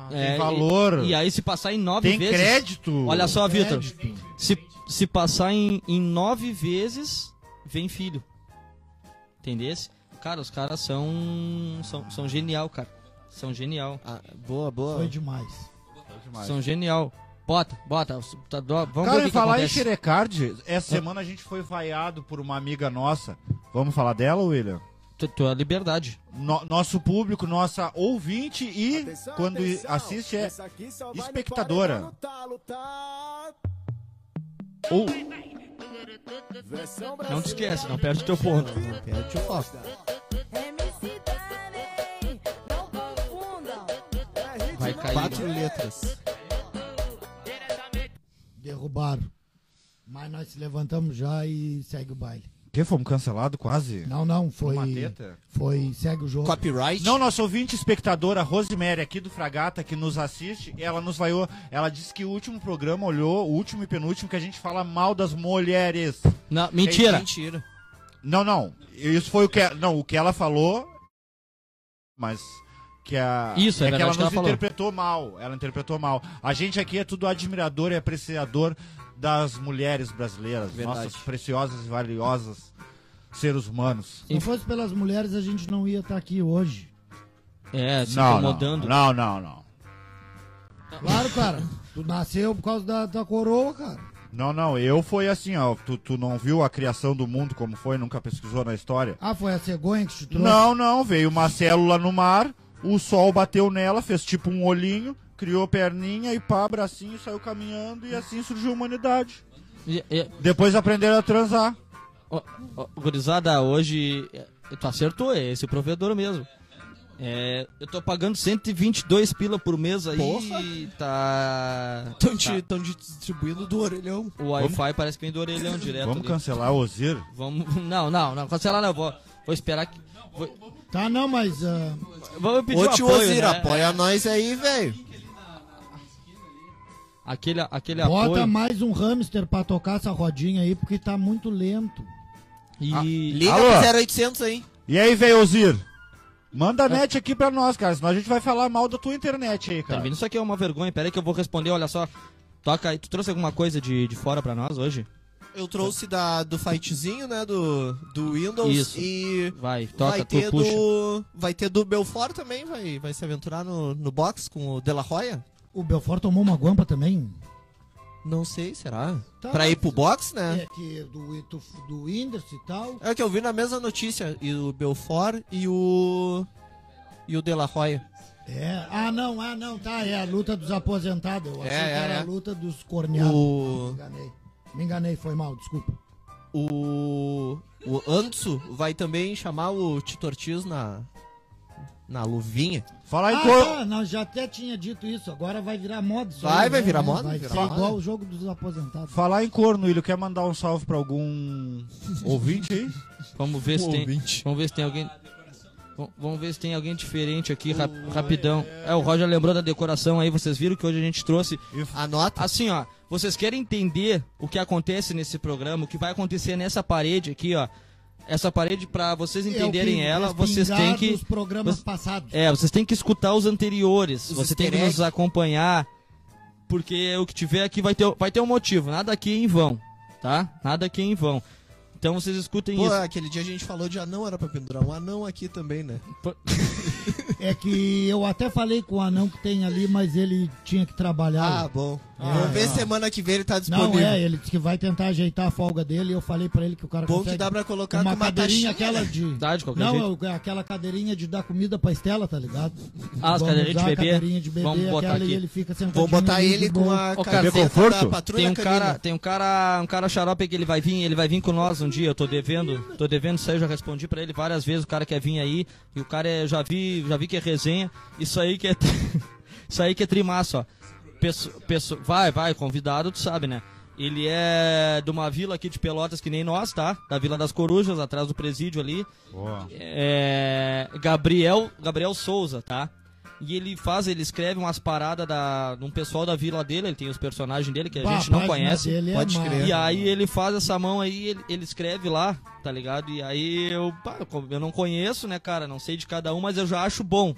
É,
tem valor.
E, e aí se passar em nove
tem
vezes.
crédito.
Olha só,
É,
Vitor.
Crédito.
Se, se passar em, em nove vezes, vem filho. Entendesse? Cara, os caras são, são. São genial, cara. São genial.
Ah, boa,
Foi
boa.
demais.
São-
São genial. Bota, bota. tá do- vamos ver
Cara,
o
e
que
falar
que
em
acontece. É.
Xerecard, essa semana a gente foi vaiado por uma amiga nossa. Vamos falar dela, William?
Tu- Tua liberdade.
No- nosso público, nossa ouvinte e quando assiste é espectadora.
tá?
Ou. Não te esquece, não perde teu ponto.
Perde o foco.
Vai cair.
É Quatro letras.
Derrubaram. Mas nós se levantamos já e segue o baile.
Que fomos cancelados quase?
Não, não, foi.
Uma teta?
Foi, segue o jogo.
Copyright?
Não, nossa ouvinte espectadora Rosemary, aqui do Fragata, que nos assiste, ela nos vaiou. Ela disse que o último programa olhou, o último e penúltimo, que a gente fala mal das mulheres.
Não, mentira.
Mentira.
Não, não. Isso foi o que. Não, o que ela falou. Mas. Que a,
Isso, é
que
verdade
ela
que ela
nos
falou.
interpretou mal. Ela interpretou mal. A gente aqui é tudo admirador e apreciador das mulheres brasileiras,
Verdade.
nossas preciosas e valiosas seres humanos.
Se não fosse pelas mulheres, a gente não ia estar aqui hoje.
É, se
Não, não,
incomodando.
não, não, não.
Claro, cara. Tu nasceu por causa da, da coroa, cara.
Não, não, eu foi assim, ó. Tu, tu não viu a criação do mundo como foi, nunca pesquisou na história?
Ah, foi a cegonha que te trouxe?
Não, não, veio uma célula no mar, o sol bateu nela, fez tipo um olhinho, criou perninha e pá, bracinho, saiu caminhando e assim surgiu a humanidade.
E- e-
Depois aprenderam a transar.
ó, ó, gurizada, hoje. é, Tu acertou, é esse o provedor mesmo. É, eu tô pagando 122 pila por mês aí.
Porra.
e Tá.
Estão te, tão te distribuindo do orelhão.
O Wi-Fi parece que vem do orelhão direto.
Vamos
ali.
cancelar o Ozir?
Vamos. Não, não, não. Cancela não. Vou, vou esperar que. Vou,
Tá, não, mas. ah,
vamos pedir
Ô,
um
tio
apoio,
Ozir,
né?
apoia nós aí, velho.
Aquele,
é
aquele
bota
apoio.
mais um hamster pra tocar essa rodinha aí, porque tá muito lento.
E.
Liga
Alô?
pro 0800 aí.
E aí, veio Ozir?
É.
Manda a net aqui pra nós, cara, senão a gente vai falar mal da tua internet aí, cara.
Termina isso aqui é uma vergonha. Pera aí que eu vou responder, olha só. Toca aí. Tu trouxe alguma coisa de, de fora pra nós hoje?
Eu trouxe da, do fightzinho, né? Do, do Windows.
Isso.
E
Vai, toca,
vai,
tu
ter
puxa.
do, vai ter do Belfort também, vai, vai se aventurar no, no box com o De La Roya?
O Belfort tomou uma guampa também?
Não sei, será?
Tá,
pra
mas-
ir pro box, né?
É, que do, do, do Whindersson e tal.
É. que eu vi na mesma notícia. E o Belfort e o. E o De La Roya.
É. Ah, não, ah, não, tá. É a luta dos aposentados. Eu achei
É,
que
é,
era
é.
a luta dos corneados. Me
O.
enganei. Me enganei, foi mal, desculpa.
O. O Anso vai também chamar o Tito Ortiz na. Na luvinha.
Fala aí,
ah,
co-
tá, nós já até tinha dito isso, agora vai virar moda. isso
Vai,
aí,
vai
né?
virar moda,
Vai
virar
ser
moda.
igual o jogo dos aposentados.
Falar em corno, ele quer mandar um salve pra algum ouvinte aí?
Vamos ver se tem.
Ouvinte.
Vamos ver se tem alguém. Vam- Vamos ver se tem alguém diferente aqui, rap- rapidão. É, o Roger lembrou da decoração aí, vocês viram que hoje a gente trouxe.
Anota.
Assim, ó, vocês querem entender o que acontece nesse programa, o que vai acontecer nessa parede aqui, ó. Essa parede, pra vocês entenderem
É o
ela, vocês têm
respingar
que.
dos programas
você-
passados.
É, vocês têm que escutar os anteriores.
Os
você tem que
easter
nos acompanhar. Porque o que tiver aqui vai ter, vai ter um motivo. Nada aqui em vão, tá? Nada aqui em vão. Então vocês escutem
Pô,
isso.
aquele dia a gente falou de anão, era pra pendurar um anão aqui também, né?
É que eu até falei com o anão que tem ali, mas ele tinha que trabalhar.
Ah, bom. Vamos ver se semana que vem ele tá
não
disponível.
é, ele disse que vai tentar ajeitar a folga dele. Eu falei pra ele que o cara
Bom
consegue
que dá pra colocar
uma,
com é, uma
cadeirinha
taxinha,
aquela
né?
de
Tá, de qualquer
não,
jeito.
eu- aquela cadeirinha de dar comida pra Estela, tá ligado?
Ah, as
Vamos
cadeirinhas de
usar a
bebê?
cadeirinha de bebê,
Vamos botar
aquela
aqui.
E ele fica sentadinho
Vamos botar
ali de
ele
boa.
com a
Ô, cara,
camiseta
tem conforto?
da patrulha
Tem um cara,
canina.
tem um cara, um cara xarope que ele vai vir, ele vai vir com nós um dia, eu tô devendo, tô devendo isso aí, eu já respondi pra ele várias vezes, o cara quer vir aí, e o cara é, já vi, já vi que é resenha, isso aí que é isso aí que é trimassa, ó. Pesso, pesso- vai, vai, convidado, tu sabe, né? Ele é de uma vila aqui de Pelotas que nem nós, tá? Da Vila das Corujas, atrás do presídio ali.
Boa.
É, Gabriel, Gabriel Souza, tá? E ele faz, ele escreve umas paradas da, de um pessoal da vila dele, ele tem os personagens dele que a
Pá,
gente não
página
conhece.
dele é
pode
má.
crer.
E aí ele faz essa mão aí, ele, ele escreve lá, tá ligado? E aí eu, pá, eu co- eu não conheço, né, cara? Não sei de cada um, mas eu já acho bom.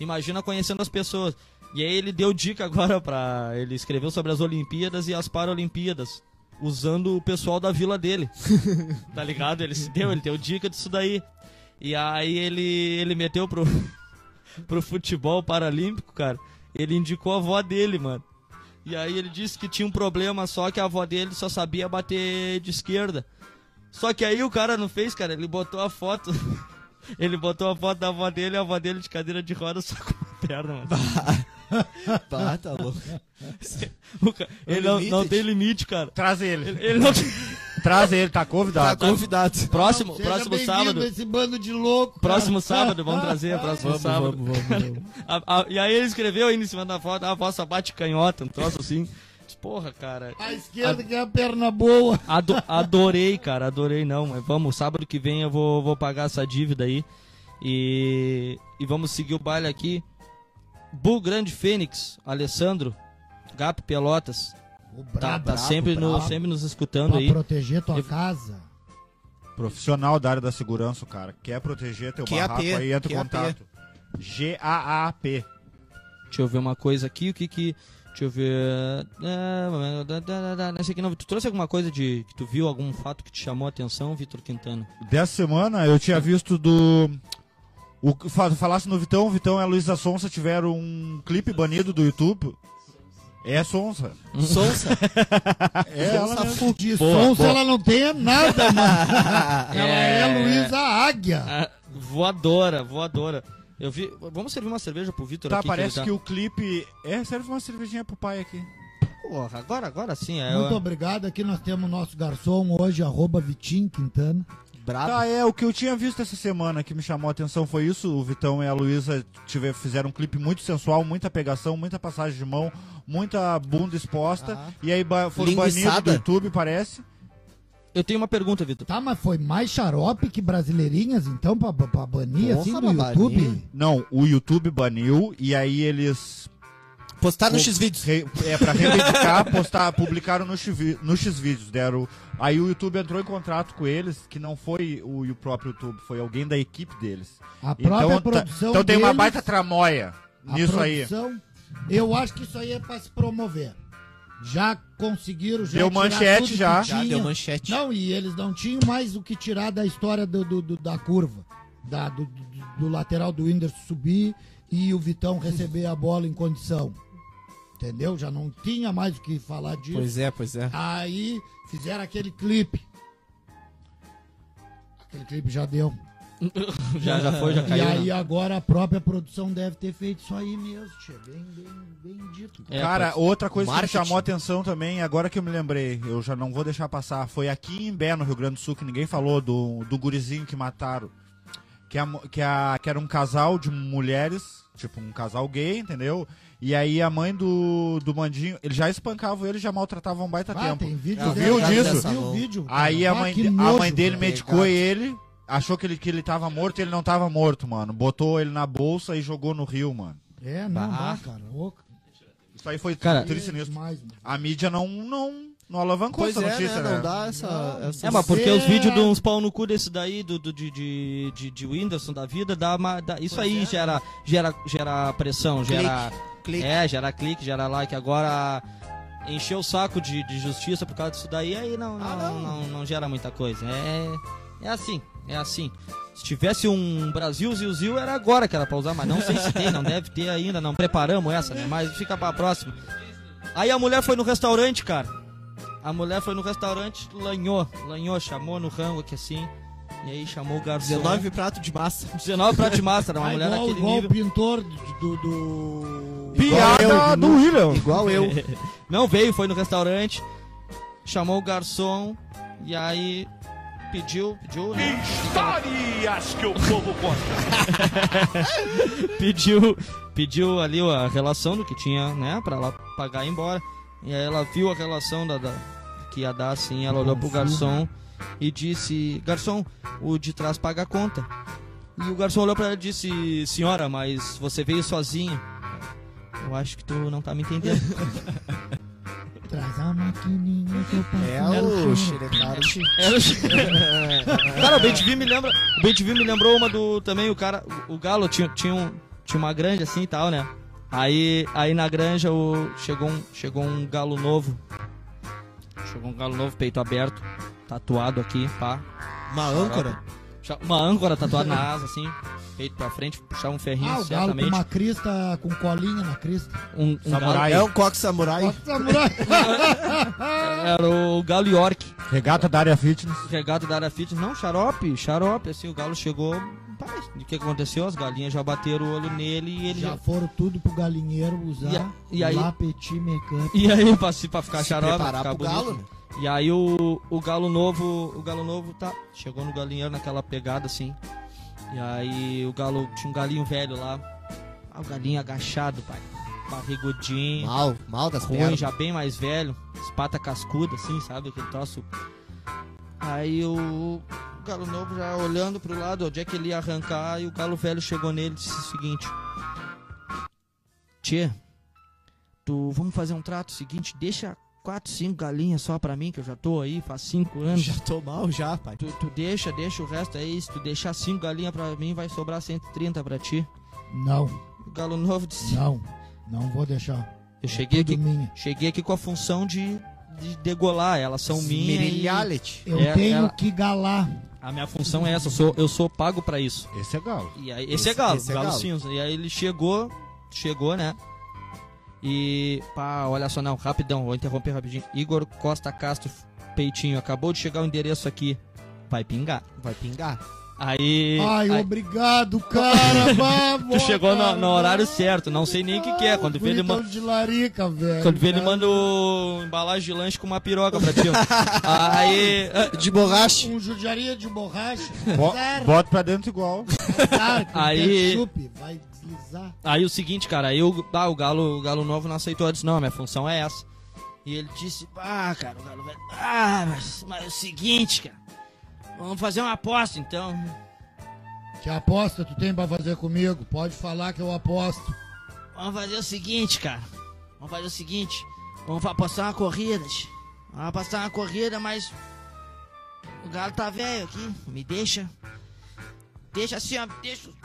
Imagina conhecendo as pessoas. E aí ele deu dica agora pra. Ele escreveu sobre as Olimpíadas e as Paralimpíadas. Usando o pessoal da vila dele. tá ligado? Ele se deu, ele deu dica disso daí. E aí ele, ele meteu pro, pro futebol paralímpico, cara. Ele indicou a avó dele, mano. E aí ele disse que tinha um problema só que a avó dele só sabia bater de esquerda. Só que aí o cara não fez, cara. Ele botou a foto. Ele botou a foto da avó dele e a avó dele de cadeira de roda só com a perna, mano.
Bah, tá louco.
O ca- Ele não, não
limite?
tem limite, cara.
Traz ele.
Ele, ele não tem...
Traz ele, tá
Tá
convidado.
convidado.
Próximo,
Seja
próximo
bem-vindo
sábado.
Esse bando de louco. cara.
Próximo sábado, vamos trazer, próximo
Vamos,
sábado.
vamos, vamos, vamos.
A- a- e aí ele escreveu ainda em cima da foto, a vossa bate canhota, um troço assim. Porra, cara.
A esquerda que é a perna boa.
Ado- adorei, cara, adorei não. Mas vamos, sábado que vem eu vou, vou pagar essa dívida aí. E, e vamos seguir o baile aqui. Bu Grande Fênix, Alessandro, Gap Pelotas.
O
Tá,
brabo,
tá sempre, no-
brabo.
sempre nos escutando
Pra
aí.
proteger tua
Eu-
casa.
Profissional da área da segurança, o cara. Quer proteger teu
QAP,
barraco aí, entra em
QAP.
contato. G-A-A-P.
Deixa eu ver uma coisa aqui, o que que... Deixa eu ver... é, da- da- da- Não sei que não. Tu trouxe alguma coisa de... Que tu viu algum fato que te chamou a atenção, Vitor Quintana?
Dessa semana eu tinha visto do. O, fa- falasse no Vitão, o Vitão e a Luísa Sonsa tiveram um clipe banido do YouTube. É Sonsa.
Sonsa.
É ela mesmo.
De
Boa,
sonsa
boa.
ela não tem é nada, mano. Ela é,
É.
Luísa Águia.
Ah, voadora, voadora. Eu vi... Vamos servir uma cerveja pro Vitor
Tá,
aqui? ele
parece que o clipe. É, serve uma cervejinha pro pai aqui.
Porra, agora, agora sim. É,
Muito obrigado. Aqui nós temos o nosso garçom hoje, arroba Vitinho Quintana. Ah,
Brabo.
Tá, é, o que eu tinha visto essa semana que me chamou a atenção foi isso. O Vitão e a Luísa tiver- fizeram um clipe muito sensual, muita pegação, muita passagem de mão, muita bunda exposta.
Ah.
E aí ba- foram banidos do
Linguiçada.
YouTube, parece.
Eu tenho uma pergunta, Vitor.
Tá, mas foi mais xarope que brasileirinhas, então, pra, pra- pra banir
Porra,
assim do
babá,
YouTube?
né?
Não, o YouTube baniu e aí eles
Postar tá no
Pô,
Xvideos.
Re- é, pra reivindicar, postar, publicaram no, Xvi- no Xvideos. Deram, aí o YouTube entrou em contrato com eles, que não foi o, o próprio YouTube, foi alguém da equipe deles.
A própria
Então, tá-
produção.
então tem uma
deles,
baita tramóia
a
nisso aí.
produção, Eu acho que isso aí é pra se promover. Já conseguiram, já.
Deu
tirar
manchete,
tudo que
já.
Já
tinha.
deu manchete.
Não, e eles não tinham mais o que tirar da história do, do- do- da curva. Da- do, do- do lateral do Whindersson subir e o Vitão receber a bola em condição. Entendeu? Já não tinha mais o que falar disso.
Pois é, pois é.
Aí fizeram aquele clipe. Aquele clipe já deu.
Já, já foi, já
e
caiu.
aí
né?
agora a própria produção deve ter feito isso aí mesmo, tchê. Bem, bem, bem dito.
É,
Cara,
pode-
outra coisa que
Marketing.
me chamou a atenção também, agora que eu me lembrei, eu já não vou deixar passar, foi aqui em Bé, no Rio Grande do Sul, que ninguém falou do, do gurizinho que mataram. Que, a, mo- que, a, que era um casal de mulheres, tipo um casal gay, entendeu? E aí a mãe do, do Mandinho, ele já espancava ele, já maltratava há um baita
Ah,
tempo.
tem vídeo
Ah,
dela,
viu
cara,
disso?
eu vi o vídeo, cara.
Aí a
Ah,
mãe,
que
de- a
nojo,
mãe dele
cara.
medicou ele, achou que ele, que ele tava morto, ele não tava morto, mano. Botou ele na bolsa e jogou no rio, mano.
É, não
Bah.
Ah.
dá, cara. Ô,
Isso aí foi
Cara,
triste
é
sinistro.
demais, mano.
A mídia não, não, não alavancou
Pois
essa
é,
notícia,
né?
né?
Não dá essa... essa-
É, mas porque os
É.
vídeos de uns pau no cu desse daí, do, do, de, de, de, de Whindersson da vida, dá, uma- dá- isso aí gera, gera, gera pressão, gera.
clique.
É, gera clique, gera like. Agora, encher o saco de, de justiça por causa disso daí, aí não, não,
Ah,
não.
não.
não gera muita coisa. É, é assim, é assim. Se tivesse um Brasil Ziu Ziu, era agora que era pra usar, mas não sei se tem, não deve ter ainda, não preparamos essa, né? Mas fica pra próxima. Aí a mulher foi no restaurante, cara. A mulher foi no restaurante, lanhou, lanhou, chamou no rango aqui assim. E aí chamou o garçom.
19 pratos de massa.
19 pratos de massa, era uma
Ah,
mulher
igual,
daquele
igual
nível.
o pintor do... do, do-
Piada
Igual eu,
do William.
Igual eu.
Não veio, foi no restaurante, chamou o garçom e aí pediu, pediu, né?
Histórias que o povo gosta.
pediu, pediu ali a relação do que tinha, né, pra ela pagar e ir embora. E aí ela viu a relação da, da- que ia dar assim, ela olhou pro garçom e disse: "Garçom, o de trás paga a conta". E o garçom olhou pra ela e disse: "Senhora, mas você veio sozinha". Eu acho que tu não tá me entendendo.
né? Traz a maquininha que eu passo
É
no
o
chão.
Xerecard.
Era o Chico. É. cara, o BTV me lembra. O BTV me lembrou uma do. Também o cara. O Galo tinha, tinha, um- tinha uma grande assim e tal, né? Aí, aí na granja o, chegou, um, chegou um galo novo. Chegou um galo novo, peito aberto, tatuado aqui, pá.
Uma âncora?
Puxa- Uma âncora tatuada na asa, assim, peito pra frente, puxar um ferrinho,
Ah, o galo com
certamente.
uma crista, com colinha na crista.
Um, um galo,
Samurai.
É um coque samurai?
Samurai.
era o galo York.
Regata da área fitness.
regado da área fitness, não, xarope, xarope, assim, o galo chegou, pai, o que aconteceu? As galinhas já bateram o olho nele e ele
Já
já...
foram tudo pro galinheiro usar
E a- e aí-
lá petit mecânico.
E aí, pra, se- pra ficar
Se
xarope, pra
preparar
ficar
pro
bonito.
galo, né?
E aí o, o galo novo, o galo novo, tá, chegou no galinheiro naquela pegada, assim, e aí o galo, tinha um galinho velho lá, ah, o galinho agachado, pai, barrigudinho,
Mal, mal das
ruim,
pernas.
já bem mais velho, as patas cascudas, assim, sabe? Aquele troço. Aí o galo novo já olhando pro lado onde é que ele ia arrancar, e o galo velho chegou nele e disse o seguinte: Tchê, tu vamos fazer um trato seguinte, deixa quatro, cinco galinhas só pra mim, que eu já tô aí faz cinco anos.
Já tô mal já, pai.
Tu, tu deixa, deixa o resto aí, se tu deixar cinco galinhas pra mim, vai sobrar 130 pra ti.
Não,
O galo novo disse:
não, não vou deixar. É
Eu cheguei aqui
Tudo minha.
Cheguei aqui com a função de, de degolar, elas são minhas. e
Mirilhalete.
Eu
É,
tenho
ela-
que galar.
A minha função é essa, eu sou, eu sou pago pra isso.
Esse é galo.
E aí, esse,
Esse-
é galo,
esse é
galo,
galo.
cinza. E aí ele chegou, chegou, né? E pá, olha só, não, rapidão, vou interromper rapidinho. Igor Costa Castro Peitinho, acabou de chegar o endereço aqui. Vai pingar.
Vai pingar.
Aí.
Ai,
aí
obrigado, cara. Vamos,
tu chegou no,
cara,
no horário certo, não sei nem o que, que é. Quando vê ele,
Bonitão
ma-
de larica, velho.
quando vê ele
cara.
manda o embalagem de lanche com uma piroca pra ti. ó. aí.
De borracha.
Um judiaria de borracha.
Bo-
Azar,
Bota pra dentro igual.
azar, com
Aí-
ketchup, vai deslizar.
Aí o seguinte, cara, aí o, ah, o, galo, o Galo Novo não aceitou, eu disse, não, minha função é essa. E ele disse, ah, cara, o Galo velho, ah, mas, mas é o seguinte, cara, vamos fazer uma aposta, então.
Que aposta tu tem pra fazer comigo? Pode falar que eu aposto.
Vamos fazer o seguinte, cara, vamos fazer o seguinte, vamos fa- apostar uma corrida, tch. vamos apostar uma corrida, mas o Galo tá velho aqui, me deixa, deixa assim, ó, deixa os-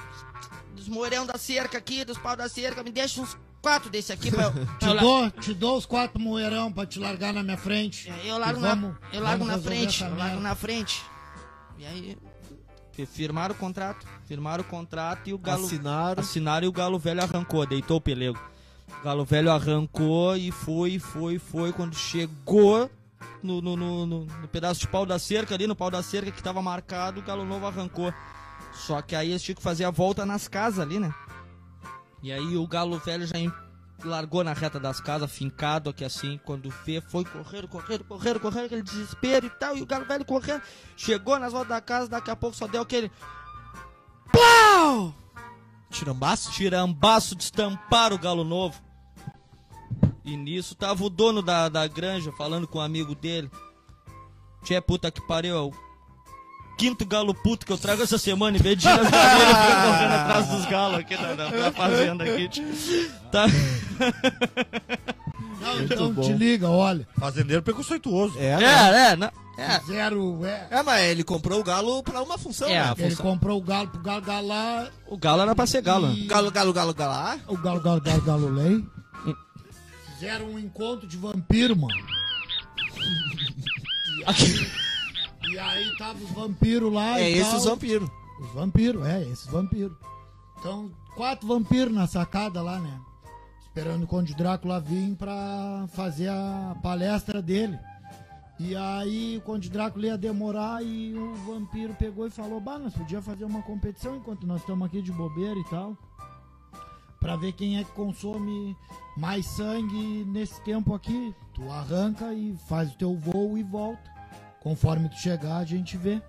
dos morão da cerca aqui, dos pau da cerca, me deixa uns quatro desse aqui pra eu... pra eu
Te
lá-
dou, te dou os quatro moeirão pra te largar na minha frente.
É, Eu largo,
E
na,
vamos-
eu largo
vamos
na
resolver
frente,
essa
eu largo
merda.
na frente. E aí. fi- Firmaram o contrato, firmaram o contrato e o Galo.
Assinaram.
Assinaram e o Galo Velho arrancou, deitou o pelego. O Galo Velho arrancou e foi, foi, foi. Quando chegou no, no, no, no- no pedaço de pau da cerca ali, no pau da cerca que tava marcado, o Galo Novo arrancou. Só que aí eles tinham que fazer a volta nas casas ali, né? E aí o Galo Velho já em- largou na reta das casas, fincado aqui assim, quando vê, foi correndo, correndo, correndo, correndo, aquele desespero e tal, e o Galo Velho correndo, chegou nas voltas da casa, daqui a pouco só deu aquele
Tirambaço?
tirambaço de estampar o Galo Novo. E nisso tava o dono da, da granja falando com um amigo dele. Tchê, puta que pariu, é o quinto galo puto que eu trago essa semana, em vez de ir nas galinhas, eu fico correndo atrás dos galos aqui da, da, da fazenda aqui. tchê. Tá.
Não, então te liga, olha.
Fazendeiro preconceituoso.
É, né?
É, é, não, é.
Zero, é.
É, mas ele comprou o galo pra uma função,
É,
né?
a
Ele
função.
comprou o galo pro galo galar.
O galo era pra ser galo. né?
e-
Galo, galo, galo, Ah, galá.
O galo galo galo galo lei. Fizeram um encontro de vampiro, mano. E aí tava os vampiros lá.
É
e
esse
tal.
os vampiros.
Os vampiros, é, esses vampiros. Então, quatro vampiros na sacada lá, né? Esperando o Conde Drácula vir pra fazer a palestra dele. E aí o Conde Drácula ia demorar e o vampiro pegou e falou: Bah, nós podíamos fazer uma competição enquanto nós estamos aqui de bobeira e tal. Pra ver quem é que consome mais sangue nesse tempo aqui. Tu arranca e faz o teu voo e volta. Conforme tu chegar, a gente vê.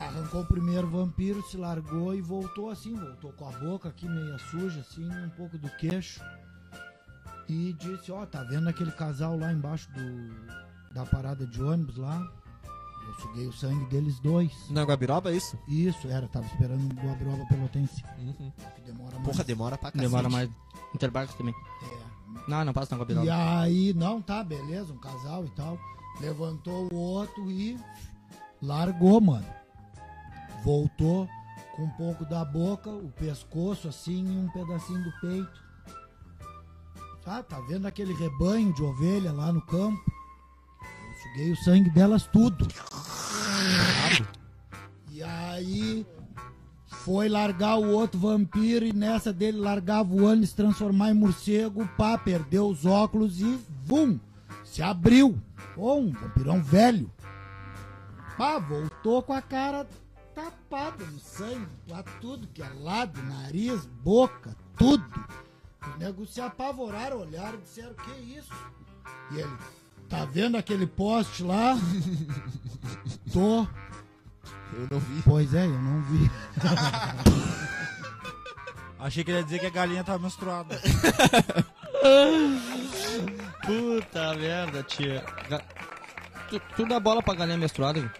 Arrancou o primeiro vampiro, se largou e voltou assim, voltou com a boca aqui meia suja, assim, um pouco do queixo. E disse, ó, tá vendo aquele casal lá embaixo do, da parada de ônibus lá? Eu suguei o sangue deles dois.
Na Guabiroba, é isso?
Isso, era, tava esperando o Guabiroba Pelotense. Que demora mais.
Porra, demora pra cacete.
Demora mais. Interbarcos também. Não, não passa na
E
Guabiroba.
aí, não, tá, beleza, um casal e tal. Levantou o outro e largou, mano. Voltou. com um pouco da boca, o pescoço assim e um pedacinho do peito. Tá, tá vendo aquele rebanho de ovelha lá no campo? Eu suguei o sangue delas tudo. E aí foi largar o outro vampiro e nessa dele largava o ano se transformar em morcego, pá, perdeu os óculos e vum, se abriu. Pô, um vampirão velho. Pá, voltou com a cara tapada no sangue, pra tudo que é lado, nariz, boca, tudo. Os negros se apavoraram, olharam e disseram, que isso? E ele, tá vendo aquele poste lá? Tô.
Eu não vi.
Pois é, eu não vi.
Achei que ele ia dizer que a galinha tava menstruada.
Puta merda, tia. Ga- Tu, tu dá bola pra galinha menstruada? Gui?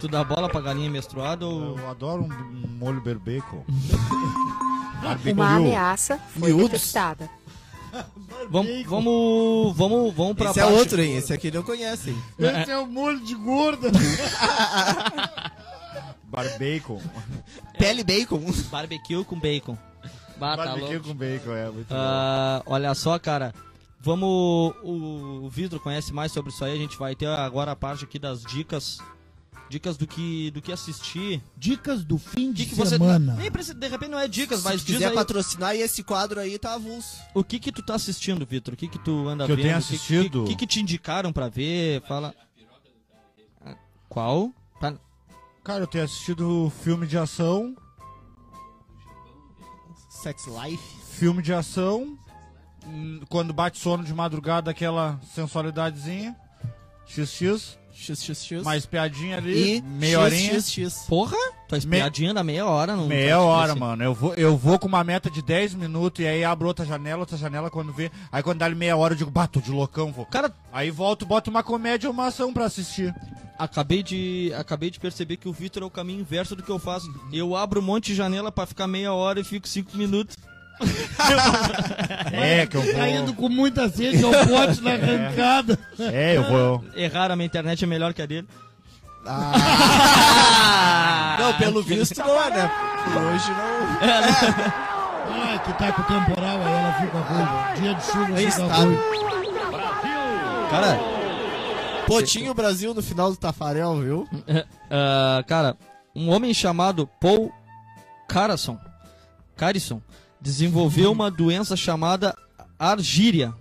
Tu dá bola pra galinha menstruada ou.
Eu adoro um, um molho berbeco.
Uma ameaça foi
Miúdos.
detectada.
Vamos, vamos, vamos, vamos pra
Esse é
baixo.
outro, hein? Esse aqui não conhece. hein?
Esse é o molho de gorda.
Barbacon.
Pele bacon.
Barbecue com bacon. Bah, tá
Barbecue
louco.
com bacon, é muito
Ah, olha só, cara. Vamos. O, o Vidro conhece mais sobre isso aí. A gente vai ter agora a parte aqui das dicas. Dicas do que, do que assistir.
Dicas do fim
O
de
que, que você. tá-
semana.
Nem precisa, de repente não é dicas,
Se
mas
tu
diz
quiser
aí,
patrocinar, e esse quadro aí tá avulso.
o que que tu tá assistindo, Vitor? O que que tu anda
Que eu
vendo?
tenho
O que-
assistido?
O que, que, te indicaram pra ver? Fala. Ah, Qual? Tá-
bom. Cara, eu tenho assistido filme de ação,
Sex Life.
filme de ação, hum, quando bate sono de madrugada, aquela sensualidadezinha, xx,
XXX.
mais piadinha ali,
e
meia horinha.
XXX.
Porra? Tua espiadinha da meia hora, não.
Meia hora,
Assim.
mano. Eu vou, eu vou com uma meta de 10 minutos e aí abro outra janela, outra janela, quando vê. Aí quando dá meia hora, eu digo, bato de loucão, vou.
Cara,
Aí volto, boto uma comédia ou uma ação pra assistir.
Acabei de, acabei de perceber que o Vitor é o caminho inverso do que eu faço. Eu abro um monte de janela pra ficar meia hora e fico cinco minutos.
É, que eu
Tá
vou.
indo com muita sede ao pote na arrancada.
É, eu vou.
Errar a minha internet é melhor que a dele.
Não, pelo visto não é, né? Por hoje não.
Ah, que tá com temporal, aí ela fica ruim. Dia de chuva fica
está.
ruim.
Cara,
Potinho Brasil no final do Tafarel, viu?
ah, cara, um homem chamado Paul Carson, Carson desenvolveu uma doença chamada argíria,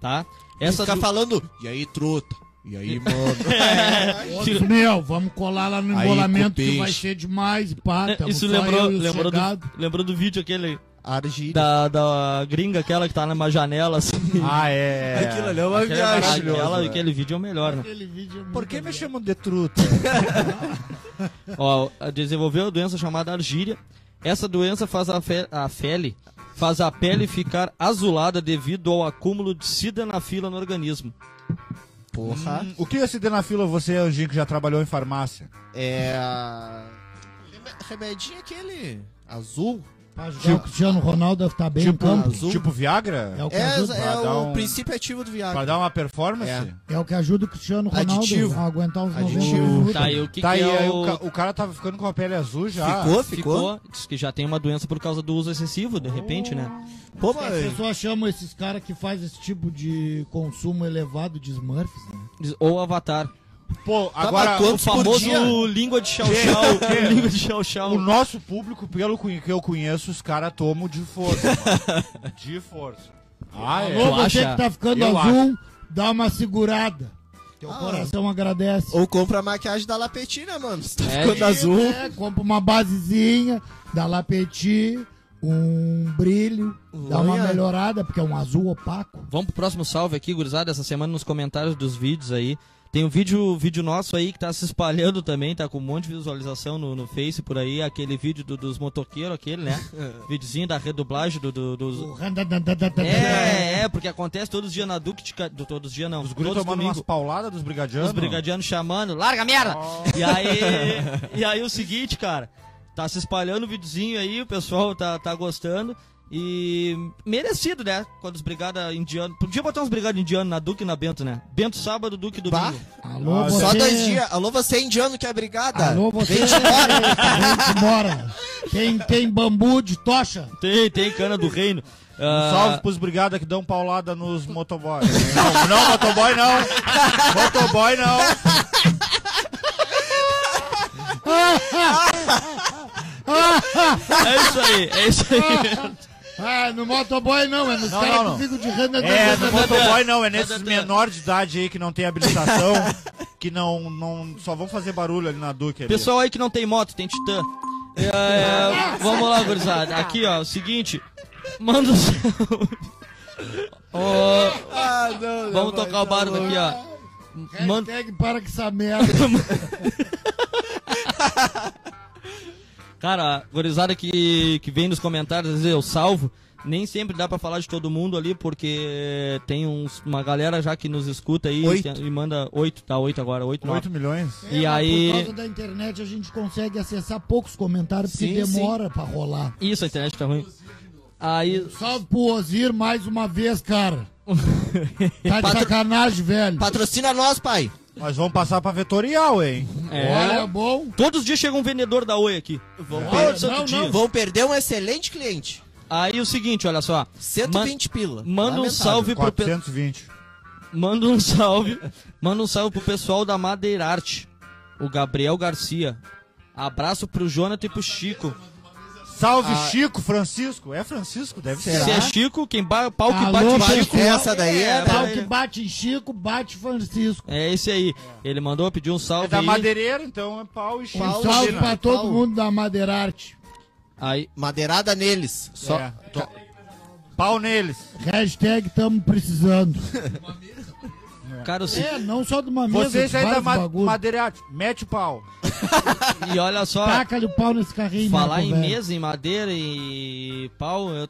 tá? Essa
Fica
do-
falando, e aí, truta? E aí, mano?
Outro, meu, vamos colar lá no
Aí,
embolamento
com
que
peixe.
vai ser demais, pá. tamo
Né, Isso
tá só
lembrou,
eu e o
lembrou,
chegado.
do, lembrou do vídeo aquele
Argília.
da, da gringa, aquela que tá numa janela assim.
Ah, é.
Aquilo ali é uma
Aquele, é
viagem.
maravilhoso, aquela- aquele vídeo é o melhor, né?
Aquele vídeo é muito
Por que me
legal.
chamam de truta?
Ó, desenvolveu a doença chamada argíria. Essa doença faz a, fe- a pele faz a pele ficar azulada devido ao acúmulo de sida na fila no organismo.
Porra.
Hum, o que ia se der na fila você, Anjinho, que já trabalhou em farmácia?
É. a- Reme- Remedinho é aquele. Azul?
Pra ajudar o Cristiano Ronaldo a estar bem em
tipo,
campo.
azul.
tipo Viagra?
É o, que
É,
ajuda,
é
Pra dar
o
um-
princípio ativo do
Pra
Viagra.
dar uma performance?
É.
é o que ajuda o Cristiano Ronaldo
Aditivo.
a aguentar os 90
Aditivo.
minutos.
Tá, e o que,
tá,
que
aí,
é
aí
o...
o... ca- o cara tava ficando com a pele azul já.
Ficou, ficou?
Ah, Ficou, diz que já tem uma doença por causa do uso excessivo, de repente, né?
Pô,
As
mas.
pessoas chamam esses caras que faz esse tipo de consumo elevado de Smurfs, né?
Diz- Ou avatar.
Pô, agora
mas quanto-
Tá O
por dia?
famoso língua de chau chau. língua de chau
o
chau.
nosso público, pelo cu- que eu conheço, os caras tomam de força. mano. de força. Ah, é.
Alô,
Tu
você
acha?
que tá ficando
Eu
azul, dá uma segurada. Teu
Ah.
coração agradece.
Ou compra a maquiagem da Lapetina, mano. Você tá
É,
ficando
gente,
azul.
É, compra uma basezinha, dá lá petit, um brilho, dá uma
Olha.
melhorada, porque é um azul opaco.
Vamos pro próximo salve aqui, gurizada, essa semana nos comentários dos vídeos aí. Tem um vídeo, vídeo nosso aí que tá se espalhando também, tá com um monte de visualização no, no Face por aí, aquele vídeo do- dos motoqueiros, aquele, né? Videozinho da redublagem do, do- dos.
O randadadadadadá.
É, é, porque acontece todos os dias na Ductica. do- Todos os dias não,
Os guris
todos
tomando umas
domingo.
pauladas dos brigadianos.
Os brigadianos chamando, larga merda! E aí. E aí o seguinte, cara, tá se espalhando o videozinho aí, o pessoal tá, tá gostando. E merecido, né? Quando os brigada indiano. Podia botar uns brigada indiano na Duque e na Bento, né? Bento sábado, Duque domingo.
Alô, você...
Só dois dias. Alô, você indiano que é brigada?
Alô, você. Vem te embora. Tem, tem bambu de tocha.
Tem, tem cana do reino. Ah,
Um salve pros brigadas que dão paulada nos motoboys. Não, não, motoboy não. Motoboy não.
É isso aí, é isso aí.
Ah, no motoboy não, é nos
Não,
caras
não,
que
não.
ficam de renda
É,
da-
no motoboy não, é nesses menor de idade aí que não tem habilitação, que não, não só vão fazer barulho ali na Duque. ali.
Pessoal aí que não tem moto, tem Titã. É, é, vamos lá, gurizada. Aqui, ó, o seguinte. Manda o seu. Ó, vamos tocar o barco aqui, ó. Manda,
Hashtag para com essa merda.
Cara, a gurizada que, que vem nos comentários, às vezes eu salvo. Nem sempre dá pra falar de todo mundo ali, porque tem uns, uma galera já que nos escuta aí
Oito.
e manda oito, tá oito agora, oito, nove.
8 milhões?
E
mas
aí-
Por causa da internet a gente consegue acessar poucos comentários porque
Sim, sim.
demora pra rolar.
Isso, a internet tá ruim. Aí,
Salve pro Ozir mais uma vez, cara. Tá de sacanagem, velho.
Patrocina nós, pai.
Nós vamos passar pra vetorial, hein?
Olha,
é,
bom.
todos os dias chega um vendedor da Oi aqui. Vamos
Não,
todo santo
não.
dia.
Vão perder um excelente cliente.
Aí o seguinte, olha só.
120 pila.
Manda um salve pro pe-
420.
Manda um salve. Manda um salve pro pessoal da Madeirarte. O Gabriel Garcia. Abraço pro Jonathan e pro Chico.
Salve Chico, Francisco. É Francisco? Deve ser.
Ah.
né?
Se é Chico, quem ba... pau que
Alô,
bate bate
Chico.
Essa daí é
é,
da-
Tal que bate em Chico, bate Francisco.
é esse aí. Ele mandou pedir um
É
salve
da
aí.
madeireira, então é pau e Chico.
Um salve
Imagina.
pra todo
Paulo.
mundo da Madeirarte.
Aí,
Madeirada neles.
só...
É, to- Pau neles.
Hashtag tamo precisando.
Cara, se...
É, não só de uma mesa,
Vocês
de
aí da
vários
ma
bagulho.
madeireira, mete o pau.
e olha só,
tá
Taca-lhe o pau nesse
né,
carrinho.
falar
Marco,
em
velho.
mesa, em madeira e pau... eu-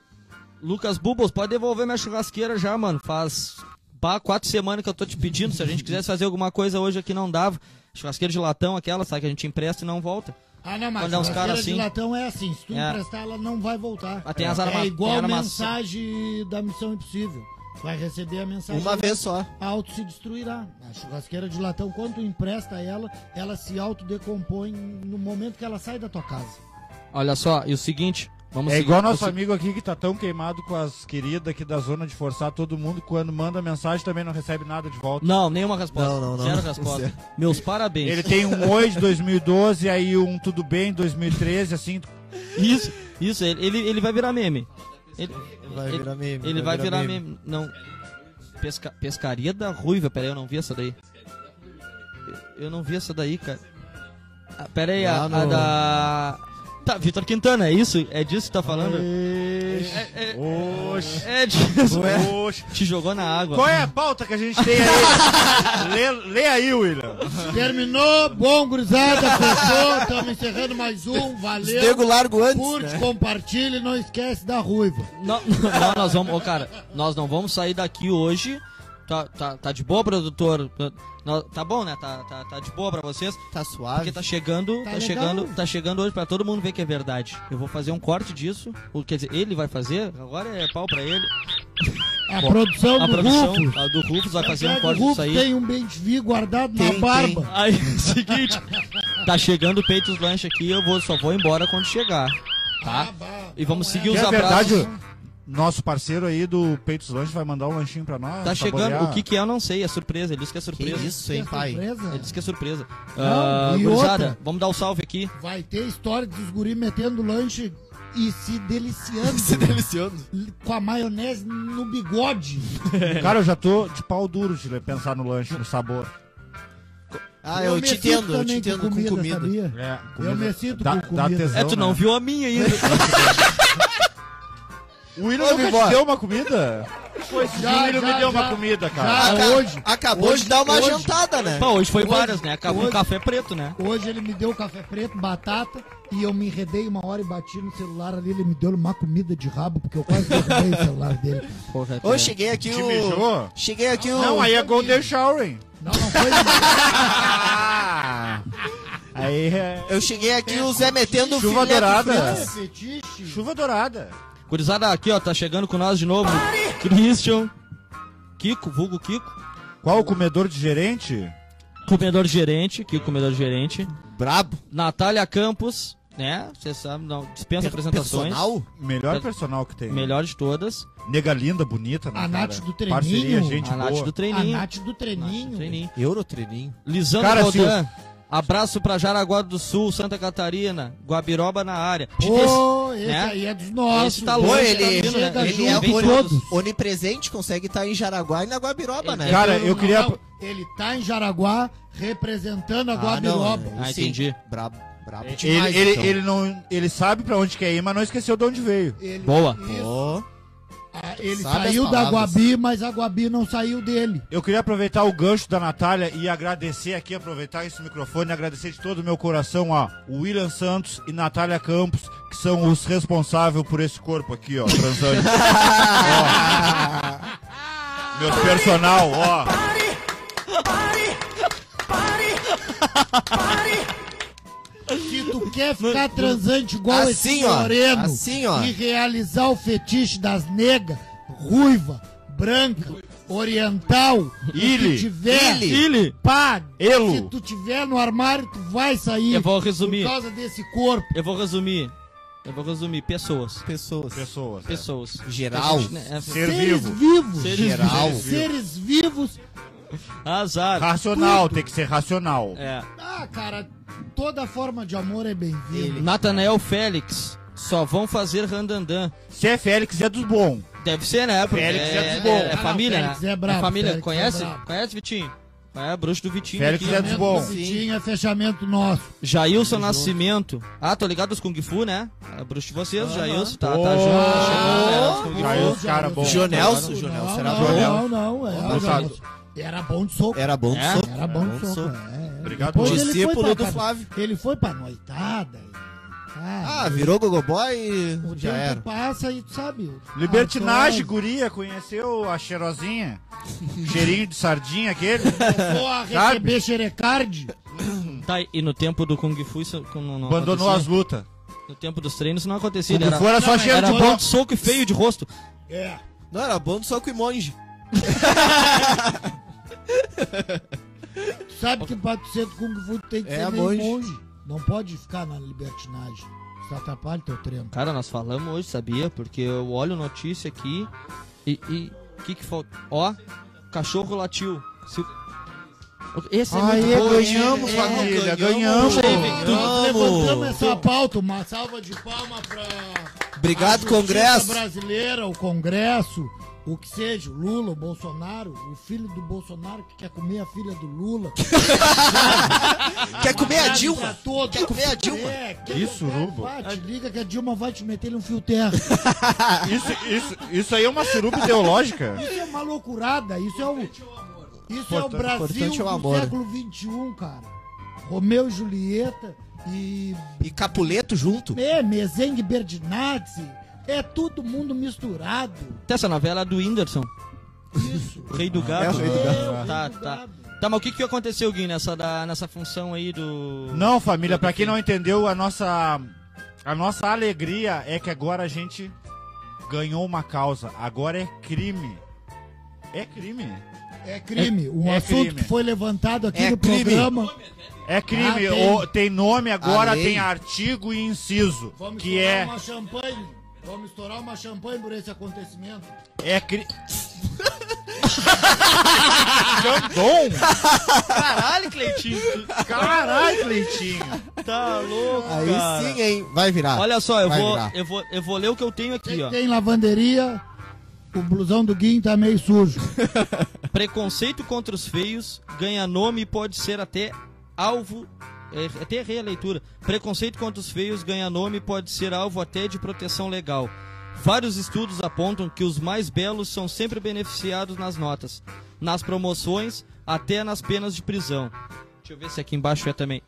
Lucas Bubbles, pode devolver minha churrasqueira já, mano. Faz pá, quatro semanas que eu tô te pedindo. Se a gente quisesse fazer alguma coisa hoje aqui, não dava. Churrasqueira de latão, aquela, sabe? Que a gente empresta e não volta.
Ah, não, mas
Quando é uns
churrasqueira
caras
de
assim.
latão é assim, se tu
É.
emprestar ela não vai voltar.
Ah, tem as
é
arma- tem
igual
arma-
mensagem da Missão Impossível. Vai receber a mensagem,
Uma vez só.
a auto se destruirá. A churrasqueira de latão, quando tu empresta ela, ela se autodecompõe no momento que ela sai da tua casa.
Olha só, e o seguinte... Vamos
É
seguir-
igual nosso
vamos-
amigo aqui que tá tão queimado com as queridas aqui da zona de forçar todo mundo, quando manda mensagem também não recebe nada de volta.
Não, nenhuma resposta.
Não, não, não.
Zero resposta. Meus parabéns.
Ele tem um oi de 2012, aí um tudo bem 2013, assim.
Isso, isso, ele, ele, ele vai virar meme. Ele
Vai
ele-
virar meme,
Ele
vai
vai
virar
virar meme. Não. Pesca, pescaria da Ruiva, peraí, eu não vi essa daí. Eu- Eu não vi essa daí, cara. Ah, peraí, a,
Lá
a
no-
da. Tá, Vitor Quintana, é isso? É disso que tá falando?
Oxe.
É, é, é disso, é.
Oxe.
Te jogou na água.
Qual é a pauta que a gente tem aí? lê, lê aí, William.
Terminou, bom gurizada, fechou, estamos encerrando mais um, valeu.
Dego largo antes.
Curte,
né?
compartilha e não esquece da ruiva.
Não, não, nós vamos. Ô, cara, nós não vamos sair daqui hoje. Tá, tá, tá de boa, produtor? Nó- Tá bom, né? Tá, tá, tá de boa pra vocês.
Tá
Porque
suave.
tá chegando,
Tá
tá,
legal.
chegando, tá chegando hoje pra todo mundo ver que é verdade. Eu vou fazer um corte disso, ou quer dizer, ele vai fazer, agora é pau pra ele.
A produção
A
Tá do Tá
produção
Rufo.
a do Rufus vai fazer um
Santiago
corte
Rufo
disso aí.
tem um bem guardado
Tem,
na
tem.
barba.
Aí, seguinte, tá chegando o Peitos Lanche aqui, eu vou, só vou embora quando chegar,
Ah,
tá? E vamos seguir
Que
os
é
abraços.
verdade, nosso parceiro aí do Peitos Lanche vai mandar um lanchinho pra nós.
Tá chegando,
saborear.
o que que é eu não sei, é surpresa, ele disse que é surpresa.
Que isso, hein, pai?
Ele
Surpresa?
disse que é surpresa.
Não,
Ah,
e
gurizada,
outra?
vamos dar o salve aqui.
Vai ter história dos guri metendo lanche e se deliciando
Se deliciando.
com a maionese no bigode.
Cara, eu já tô de pau duro de pensar no lanche, no sabor.
Ah, eu,
me
te
sinto
entendo, eu te
também
entendo com comida.
sabia?
É,
Eu me sinto
dá,
com
dá
comida.
tesão,
É, tu não
né?
viu a minha ainda.
O William
Ô,
nunca
Vivó.
te deu uma comida? Pois o
Já,
William
já,
me deu
já.
uma comida, cara.
Já. Ah,
Aca-
hoje?
Acabou
Hoje?
de dar uma
Hoje?
jantada, né?
Pô, hoje foi
Hoje-
várias, né? Acabou um
hoje-
café preto, né?
Hoje ele me deu café preto, batata, e eu me enredei uma hora e bati no celular ali. Ele me deu uma comida de rabo, porque eu quase derrubei o celular dele.
Porra,
Ô, cheguei aqui
Te
o...
mijou?
Cheguei aqui o...
Não, aí é Golden Shower. hein?
Não, não foi. não.
Aí é. Ah.
Eu cheguei aqui o Zé metendo
Chuva
filé
dourada.
com
Ah,
fritas.
fetiche.
Chuva dourada.
Gurizada, aqui, ó, tá chegando com nós de novo. Christian. Kiko, vulgo Kiko.
Qual o comedor de gerente?
Comedor gerente, Kiko, comedor gerente.
Brabo.
Natália Campos, né? Você sabe, não, dispensa apresentações.
Personal?
Melhor personal que tem.
Tá. Melhor de todas.
Nega linda, bonita, né,
A
cara?
Nath do Treininho.
Parceria, gente
A Nath
boa.
do
A
Treininho.
Nath do Treininho.
Treininho.
Eurotreninho.
Lisandro
Cara, se
Rodan. Abraço pra Jaraguá do Sul, Santa Catarina, Guabiroba na área.
Pô, esse
né?
aí é dos nossos.
Esse tá
velho.
longe,
Pô, ele-
tá vindo, né?
chega
ele
junto
é
vem
com
horroroso.
todos.
todos.
Onipresente consegue estar em Jaraguá e na Guabiroba, né?
Cara, eu queria-
Não, Ele tá em Jaraguá representando a
Ah, não,
Guabiroba.
né?
Ah,
Sim.
entendi.
Brabo, brabo demais,
Ele, ele,
então.
ele, não, ele sabe pra onde quer ir, mas não esqueceu de onde veio.
Ele-
Boa.
isso.
Pô,
Ah, ele
Sabe
saiu
as
da
palavras.
Guabi, mas a Guabi não saiu dele.
Eu queria aproveitar o gancho da Natália e agradecer aqui, aproveitar esse microfone, agradecer de todo o meu coração a William Santos e Natália Campos, que são os responsáveis por esse corpo aqui, ó, transante. ó. Meu personal, ó.
Se tu quer ficar transante igual
Assim,
esse
ó.
moreno
Assim, ó.
e realizar o fetiche das negas, ruiva, branca, oriental, o que
Ile.
tiver,
Ile.
Ele,
pá,
Elo.
se tu tiver no armário, tu vai sair
eu vou
por
resumir.
causa desse corpo.
Eu vou resumir. Eu vou resumir. Pessoas.
pessoas.
Pessoas. é.
Pessoas.
Geral.
A gente, né, é-
Ser
seres
vivo.
vivos.
Seres
Geral.
vivos.
Seres vivos.
Azar.
Racional, tem que ser racional.
É.
Ah, cara, toda forma de amor é bem-vinda.
Natanael Félix. Só vão fazer randandã.
Se é Félix, é dos bons.
Deve ser, né? Porque
Félix é
é,
dos bons.
é
Ah, não,
família,
Félix
né?
é brabo,
família.
Félix é
Conhece?
brabo.
Conhece, Vitinho? É, bruxo do Vitinho.
Félix
aqui.
é dos bons.
Tinha fechamento nosso.
Jailson Nascimento. Ah, tô ligado os Kung Fu, né? É bruxo de vocês, Jailson. Tá, tá
Oh.
junto, tá chegando, né? Os Kung Fu.
Aí os cara bom.
Jonelson,
Não,
Jonelson,
não,
será
não,
Jonelson?
Não, não, é,
Bom
Jonelson.
soco.
Era bom de soco.
Era bom
É?
soco.
Era bom
Era
de
bom
soco.
soco.
é, é.
Obrigado,
Depois
Maurício.
ele foi
Discípulo
pra-
do Flávio.
Ele foi pra noitada. e- Ah,
Ah, virou gogoboy
o
e já
tempo
era.
passa e tu sabe. o-
Libertinagem,
Ah,
guria, conheceu a cheirosinha? Cheirinho de sardinha aquele?
então, Vou a receber xerecard.
Tá, e no tempo do Kung Fu isso não, não
Abandonou as é
acontecia.
lutas.
No tempo dos treinos isso não acontecia.
Quando
Era,
for era só
Não,
cheiro
era
de
bom
bom.
de soco e feio de rosto.
É.
Não, era bom de soco e monge.
Tu sabe que pra tu ser do Kung Fu tu tem que
É,
ser meio
monge.
monge. Não pode ficar na libertinagem. Isso atrapalha teu treino.
Cara, nós falamos hoje, sabia? Porque eu olho notícia aqui e. e que que falta? Ó, cachorro latiu. Se- Esse é muito bom.
ganhamos,
É,
família,
ganhamos.
ganhamos.
Tu-
Vamos.
Levantamos essa pauta, uma salva de palma pra...
Obrigado,
A justiça
Congresso.
brasileira, o Congresso, o que seja, o Lula, o Bolsonaro, o filho do Bolsonaro que quer comer a filha do Lula.
Quer comer a
Abraço pra
Dilma?
todos.
Quer comer a Dilma?
É, quer
Isso,
comer,
Rubo.
vá, Te liga que a Dilma vai te meter um fio terra.
Isso, isso, isso aí é uma suruba ideológica.
Isso é uma loucurada. Isso é o, isso é o
Importante-
Brasil
importante é o
do
amor.
século XXI, cara. Romeu e Julieta e
E Capuleto junto.
é, Mezengue Berdinazzi. É todo mundo misturado.
Tem é, essa novela do Whindersson,
Isso.
o Rei do
é o
Gado.
Rei do Gado.
Tá, tá. Tá, mas o que que aconteceu, Gui, nessa, da, nessa função aí do.
Não, família, pra quem não entendeu, a nossa, a nossa alegria é que agora a gente ganhou uma causa. Agora é crime. É crime.
É crime. Um
é
assunto
crime.
que foi levantado aqui
É
no
crime.
programa.
É crime.
Ah, tem.
O- tem nome agora,
A lei.
tem artigo e inciso.
Vamos
que
estourar
é.
uma champanhe. Vamos estourar uma champanhe por esse acontecimento.
É cri... Candom?
Caralho, Cleitinho.
Caralho, Cleitinho.
Tá louco,
Aí
cara.
sim, hein? Vai virar.
Olha só, eu
Vai
vou,
virar.
eu, vou, eu vou ler o que eu tenho aqui, ó.
Tem lavanderia. O blusão do Guim tá meio sujo.
Preconceito contra os feios ganha nome e pode ser até alvo. É, até errei a leitura. Preconceito contra os feios ganha nome e pode ser alvo até de proteção legal. Vários estudos apontam que os mais belos são sempre beneficiados nas notas, nas promoções, até nas penas de prisão. Deixa eu ver se aqui embaixo é também.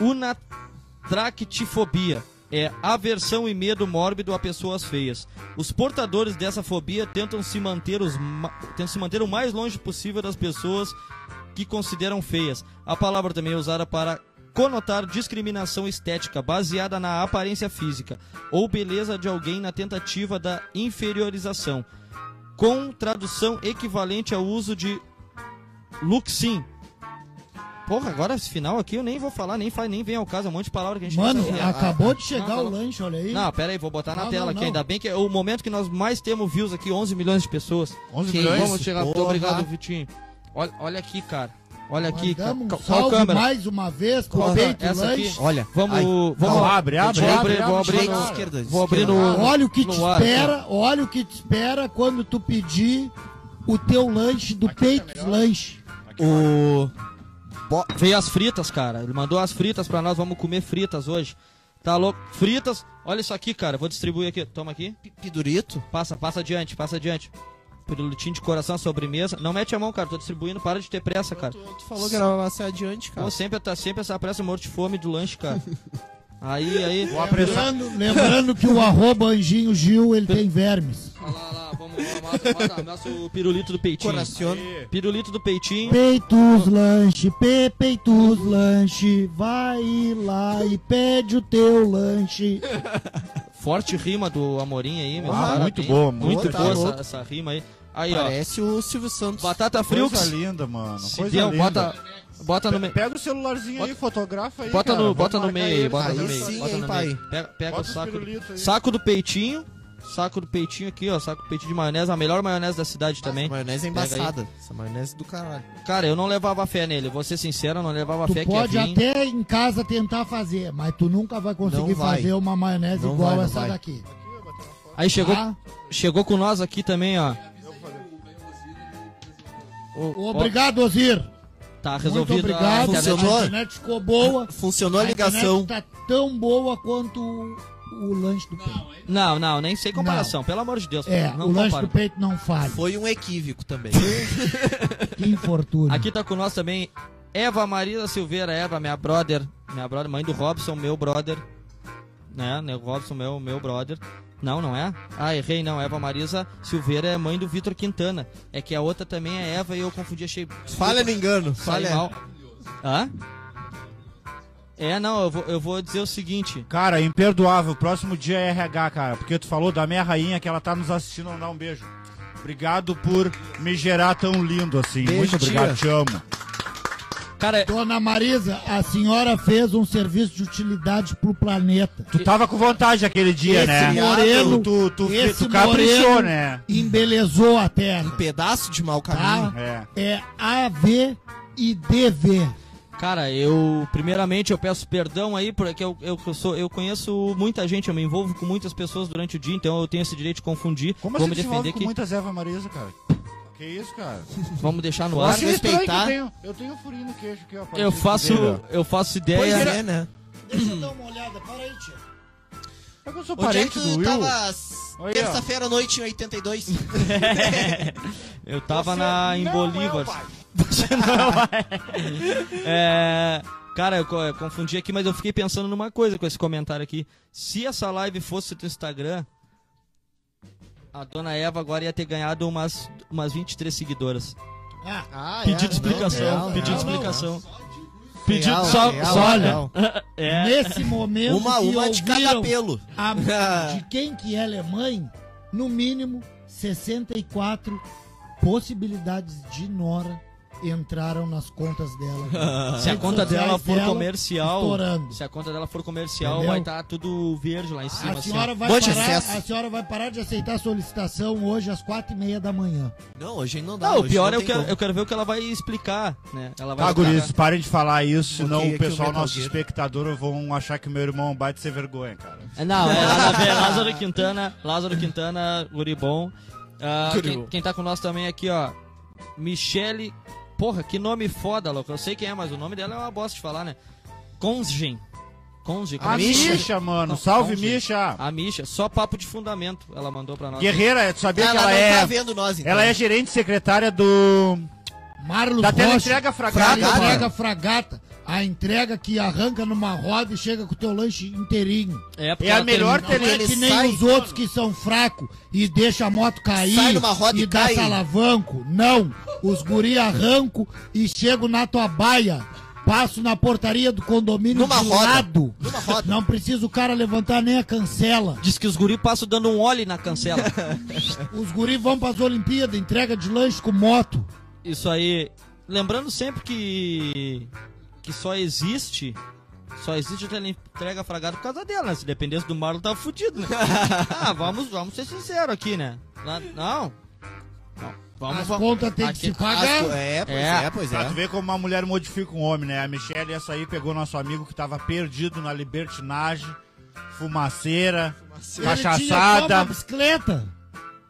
Unatractifobia é aversão e medo mórbido a pessoas feias. Os portadores dessa fobia tentam se manter, os ma- tentam se manter o mais longe possível das pessoas que consideram feias. A palavra também é usada para conotar discriminação estética baseada na aparência física ou beleza de alguém na tentativa da inferiorização, com tradução equivalente ao uso de luxim. Porra, agora esse final aqui eu nem vou falar, nem faz, nem vem ao caso, é um monte de palavra que a gente
Mano,
nem sabia.
acabou de chegar o lanche, olha aí.
Não, pera aí, vou botar na
Não,
tela
não,
aqui.
não.
Ainda bem que é o momento que nós mais temos views aqui, 11 milhões de pessoas.
11
Que
milhões?
Vamos chegar. Muito
Porra.
obrigado, Vitinho. Olha, olha aqui, cara. Olha aqui. ca-
Mandamos
ca-
um
Qual
salve
câmera?
mais uma vez pro
Qual-
peito
essa
lanche.
aqui?
Olha,
Vamos, vamos
Não,
lá.
abre, abre,
Vou
abre,
abrir, vou
abre,
abrir
direita,
no-
esquerda,
Vou abrir no.
Olha o que te
no ar, cara.
espera, olha o que te espera quando tu pedir o teu lanche do Peitos Lanche.
O. Bo- Veio as fritas, cara. Ele mandou as fritas pra nós. Vamos comer fritas hoje. Tá louco? Fritas. Olha isso aqui, cara. Vou distribuir aqui. Toma aqui.
Pidurito.
Passa, passa adiante, passa adiante. Pirulitinho de coração, sobremesa. Não mete a mão, cara. Tô distribuindo. Para de ter pressa, cara.
Tu, tu falou que era pra ser adiante, cara.
Pô, sempre, tá sempre essa pressa morto de fome do lanche, cara. aí, aí.
Vou apressar.
Lembrando, lembrando que o arroba Anjinho Gil, ele tem vermes.
Olha lá, olha lá. Vamos, vamos, vamos. Nosso pirulito do peitinho.
Coraciono.
Pirulito do peitinho.
Peitos Lanche, Pe- Peitos Lanche, vai lá e pede o teu lanche.
Forte rima do Amorim aí, meu.
Ah,
parabéns.
muito boa, mano.
Muito
Boa, tá
boa
louco.
essa, essa rima aí. Aí,
Parece o Silvio
ó.
Santos.
Batata
Coisa
Frilks.
linda, mano.
Se
Coisa
der,
linda.
bota, bota no meio.
Pega o celularzinho
Bota-
aí, fotografa aí.
Bota
cara.
no,
Vamos
bota no
marcar
meio aí,
ele.
bota no
Aí
meio.
sim,
bota
hein,
no
pai?
meio. Pega, pega
Bota
o
os
saco. do-
pirulitos aí.
Saco do peitinho. Saco do peitinho aqui, ó. Saco do peitinho de maionese, a melhor maionese da cidade também.
Essa maionese é
Pega aí.
embaçada. Essa maionese é do caralho.
Cara, eu não levava fé nele. Vou ser sincero, eu não levava
Tu
fé que é ia
pode
vir.
até em casa tentar fazer, mas tu nunca vai conseguir
Não vai.
fazer uma maionese
Não
igual
vai, não
essa
vai.
daqui.
Aí chegou,
tá?
chegou com nós aqui também, ó. O-
Obrigado, Ozir.
ó, Tá
Muito
resolvido. a
obrigado.
internet.
Funcionou?
A internet ficou boa.
Funcionou a
A
ligação.
internet tá tão boa quanto o, o lanche do peito.
Não, não, nem sei comparação. Pelo amor de Deus.
É,
não tá
o lanche
comparo.
do peito não falha.
Foi um equívoco também.
Que infortúnio.
Aqui tá com nós também Eva Maria Silveira, Eva, minha brother, minha brother, mãe do Robson, meu brother. Né, né, o Robson, meu, meu brother. Não, não é? Ah, errei, não. Eva Marisa Silveira é mãe do Vitor Quintana. É que a outra também é Eva e eu confundi, achei.
Falha no engano.
Falei
Falha.
mal. Hã? É, não, eu vou, eu vou dizer o seguinte.
Cara, é imperdoável. Próximo dia é RH, cara. Porque tu falou da minha rainha que ela tá nos assistindo. Vamos dar um beijo. Obrigado por me gerar tão lindo assim.
Beijo,
Muito obrigado,
tia.
te amo.
Cara,
Dona Marisa, a senhora fez um serviço de utilidade pro planeta.
Tu tava com vontade aquele dia,
Esse
né?
moreno-
tu, tu, tu,
esse
tu caprichou,
moreno-
né?
Embelezou a terra,
Um pedaço de mau caminho.
tá?
É.
É AV e DV.
Cara, eu primeiramente eu peço perdão aí porque eu, eu, eu sou eu conheço muita gente, eu me envolvo com muitas pessoas durante o dia, então eu tenho esse direito de confundir.
Como
Vou
assim
me
tu se envolve
defender
com
que
muitas Eva Marisa, cara? Que isso, cara?
vamos deixar no
Eu
ar.
assim?
achei estranho
respeitar.
que Eu tenho, eu tenho um furinho no queixo aqui, ó. parece
Eu
que
faço
tem, ó.
eu faço
Pois
ideia.
é, né?
Deixa eu dar uma olhada, para aí, tia.
É que eu sou
Onde é que
parente do
tu
Will.
tava
Olha aí, ó.
terça-feira à noite em 82?
Eu tava na em Bolívar. Você não é o pai. É, cara, eu co- eu confundi aqui, mas eu fiquei pensando numa coisa com esse comentário aqui. Se essa live fosse do Instagram, a dona Eva agora ia ter ganhado umas umas 23 seguidoras.
ah,
Pedido de explicação,
não,
pedido de
não, não.
explicação. Pedido
Real,
só,
real,
só
real.
É.
Nesse momento
Uma,
que
uma de cada
ouviram
pelo.
a- de quem que ela é mãe, no mínimo 64 possibilidades de Nora entraram nas contas dela.
Se a
Redes
conta dela
sociais
for
dela
comercial,
estourando.
se a conta dela for comercial,
Entendeu?
vai estar tudo verde lá em cima.
A
assim, ó.
senhora, vai
Bom de
parar,
acesso.
a senhora vai parar de aceitar solicitação hoje às quatro e meia da manhã.
Não, hoje não dá.
Não, o
hoje não
pior é eu
tem
quero,
como.
eu quero ver o que ela vai explicar, né? Ela vai
Tá,
explicar.
guris, parem de falar isso, senão
Bloqueia
o
aqui o
pessoal,
Metal
nossos
Gear.
espectadores, vão achar que o meu irmão bate sem vergonha, cara.
É, Não, é nada a ver. Lázaro Quintana, Lázaro Quintana, Guribom.
Guri
quem,
bom.
quem tá com nós também aqui, ó. Michele. Porra, que nome foda, louco. Eu sei quem é, mas o nome dela é uma bosta de falar, né? Congen. Congen. é
A
Misha?
Misha, mano.
Não,
Salve,
não, gente. Ah,
Misha.
A Misha, só papo de fundamento ela mandou pra nós.
Guerreira, tu sabia
Ela,
que ela
não
é...
tá vendo nós, então.
Ela é gerente secretária do...
Marlos
Da
Rocha,
teleentrega Fragata,
da Tá entrega
mano.
fragata. A entrega que arranca numa roda e chega com o teu lanche inteirinho.
É, porque
É a
ela
melhor
terminou-
Não é
Ele
que nem
sai-
os outros que são fracos e deixa a moto cair
Sai numa roda
e,
e
dá
cai.
salavanco. Não, os guri arrancam e chegam na tua baia Passo na portaria do condomínio
Numa
de
roda.
lado.
Numa roda.
Não precisa o cara levantar nem a cancela.
Diz que os guri passam dando um olho na cancela.
Os guris vão pras Olimpíadas, entrega de lanche com moto.
Isso aí. Lembrando sempre que. que só existe. Só existe a entrega fragada por causa dela, né? Se dependesse do Marlon, tava fudido, né? ah, vamos, vamos ser sinceros aqui, né? Lá- Não. Não. Vamos,
As
vamos.
contas tem que
Aqui-
se pagar.
As co- É, pois
É.
é, pois
Pra tu
é.
ver como uma mulher modifica um homem, né? A Michelle, essa aí, pegou nosso amigo que tava perdido na libertinagem, fumaceira,
Ele tinha só uma
cachaçada,
bicicleta.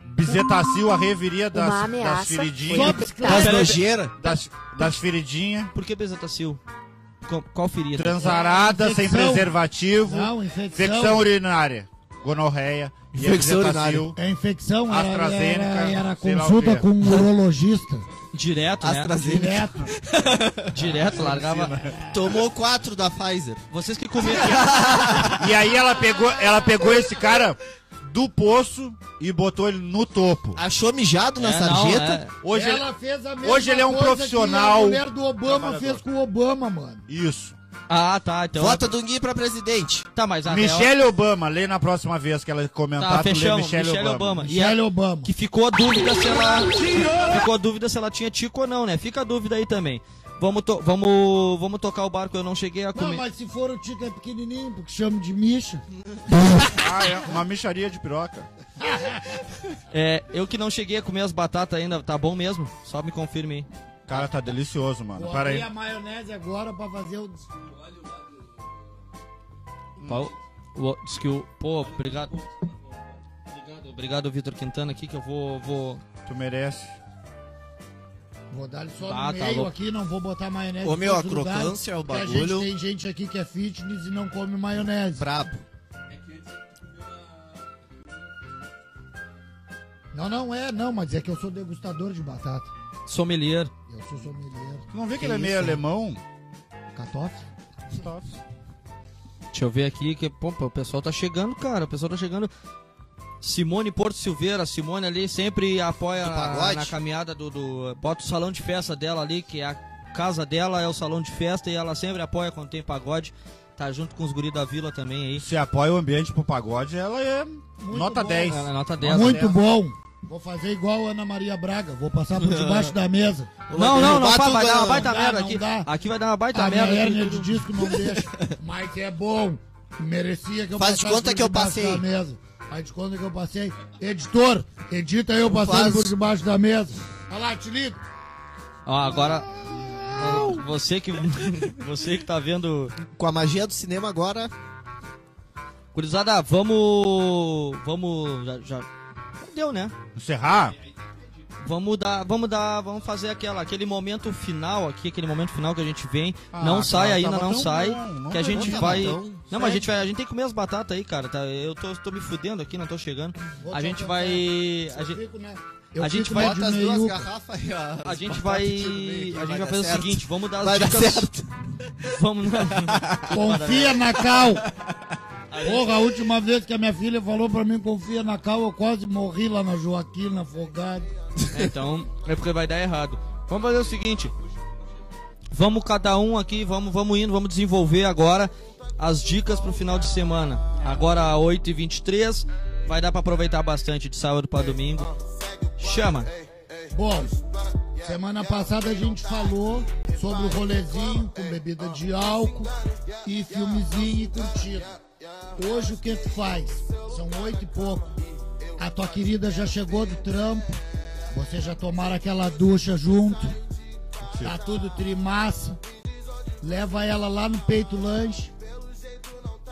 bizetacil, a reviria
Uma
das,
ameaça
das
Só
feridinhas.
Das
Peraí,
detectada.
nojeiras.
Das, das feridinhas,
Por que Bezetacil? Qual, qual ferida?
transarada, sem
Infecção.
preservativo,
Não, infecção.
infecção urinária, gonorreia, e a
Infecção
bizetacil.
É infecção, era,
AstraZeneca,
era, era
sei lá o
consulta
quê.
com um urologista.
Direto, né?
AstraZeneca.
Direto.
Direto, largava.
Tomou quatro da Pfizer.
Vocês que comeram.
E aí ela pegou, ela pegou esse cara do poço e botou ele no topo.
Achou mijado na
É, não,
sarjeta.
é.
Hoje ele-
Ela fez a mesma
hoje ele é um
coisa que
profissional
a mulher do Obama
trabalhador.
fez com o Obama, mano.
Isso.
Ah, tá. Então.
Vota do Gui pra presidente.
Tá, mas a real-
Michelle Obama, lê na próxima vez que ela comentar,
Tá,
tu lê
fechamos.
Michelle, Obama.
E a-
Michelle Obama.
Que ficou a dúvida se ela. Ficou a dúvida se ela tinha tico ou não, né? Fica a dúvida aí também. Vamos, to- vamos, vamos tocar o barco, eu não cheguei a
Não,
comer.
mas se for o Tico é pequenininho, porque chama de Misha.
Ah, é uma micharia de piroca.
É, eu que não cheguei a comer as batatas ainda, tá bom mesmo? Só me confirme aí.
Cara, tá delicioso, mano. Para
Botei a
aí.
maionese agora pra fazer o...
Qual- o- Diz que o. Pô, obrigado. Obrigado, obrigado, Vitor Quintana, aqui que eu vou. vou...
Tu merece.
Vou dar ele só
Tá,
no
tá
meio
louco.
aqui, não vou botar maionese.
Ô,
em
meu,
todos
a
os lugares,
crocância é o
porque a
bagulho.
gente tem gente aqui que é fitness e não come maionese.
Brabo.
Não, não é, não, mas é que eu sou degustador de batata.
Sommelier.
Eu sou sommelier.
Tu não vê que,
Que
ele é meio
isso,
alemão?
Catof?
Deixa eu ver aqui que. Pô, o pessoal tá chegando, cara. O pessoal tá chegando. Simone Porto Silveira, Simone ali sempre apoia
Do
na,
pagode?
na caminhada do, do- Bota o salão de festa dela ali, que é a casa dela, é o salão de festa, e ela sempre apoia quando tem pagode. Tá junto com os guri da vila também aí.
Se apoia o ambiente pro pagode, ela é nota
bom,
10.
Ela é nota 10.
Muito
dela.
bom. Vou fazer igual a Ana Maria Braga, vou passar por debaixo da mesa.
Não, não, não,
Bato
pá, vai
da-
dar uma baita
Não dá,
merda
não
aqui.
dá.
Aqui vai dar uma baita
a minha
tá merda. né?
hérnia
aqui.
de disco não deixa, mas é bom. Merecia que eu
Faz de
passasse
conta
por
que eu
debaixo
passei.
Da mesa. Faz de conta que eu passei. Editor, edita eu passando
faz.
por debaixo da mesa. Olha lá, te ligo.
Ó, agora. Você que. Você que tá vendo.
Com a magia do cinema agora.
Gurizada, vamos. Vamos. Já, já. já Deu, né?
Encerrar?
Vamos dar, vamos dar, vamos fazer aquela, aquele momento final aqui, aquele momento final que a gente vem.
Ah,
não
cara,
sai ainda,
tava
não
tão
sai.
bom, não
que a
tá
gente
bom,
vai.
tava tão
não, mas a gente vai, a gente tem que comer as batatas aí, cara. Tá? Eu tô, tô me fudendo aqui, não tô chegando.
Vou
A
te
gente
avisar.
vai, a
Eu
gente,
fico na- eu
a gente
fico
vai
na de
Bota as duas
meiuca.
garrafas e a.
a gente vai, a gente vai fazer o seguinte, vamos dar as
Vai dar
dicas,
certo.
vamos.
Confia na cal. Porra, a última vez que a minha filha falou pra mim confia na cal, eu quase morri lá na Joaquina, afogado.
Então, é porque vai dar errado. Vamos fazer o seguinte. Vamos cada um aqui, vamos, vamos indo, vamos desenvolver agora as dicas pro final de semana. Agora 8h23, vai dar pra aproveitar bastante de sábado pra domingo. Chama.
Bom, semana passada a gente falou sobre o rolezinho com bebida de álcool e filmezinho e curtida. Hoje o que tu faz? São oito e pouco. A tua querida já chegou do trampo, vocês já tomaram aquela ducha junto, tá tudo trimassa. Leva ela lá no peito lanche,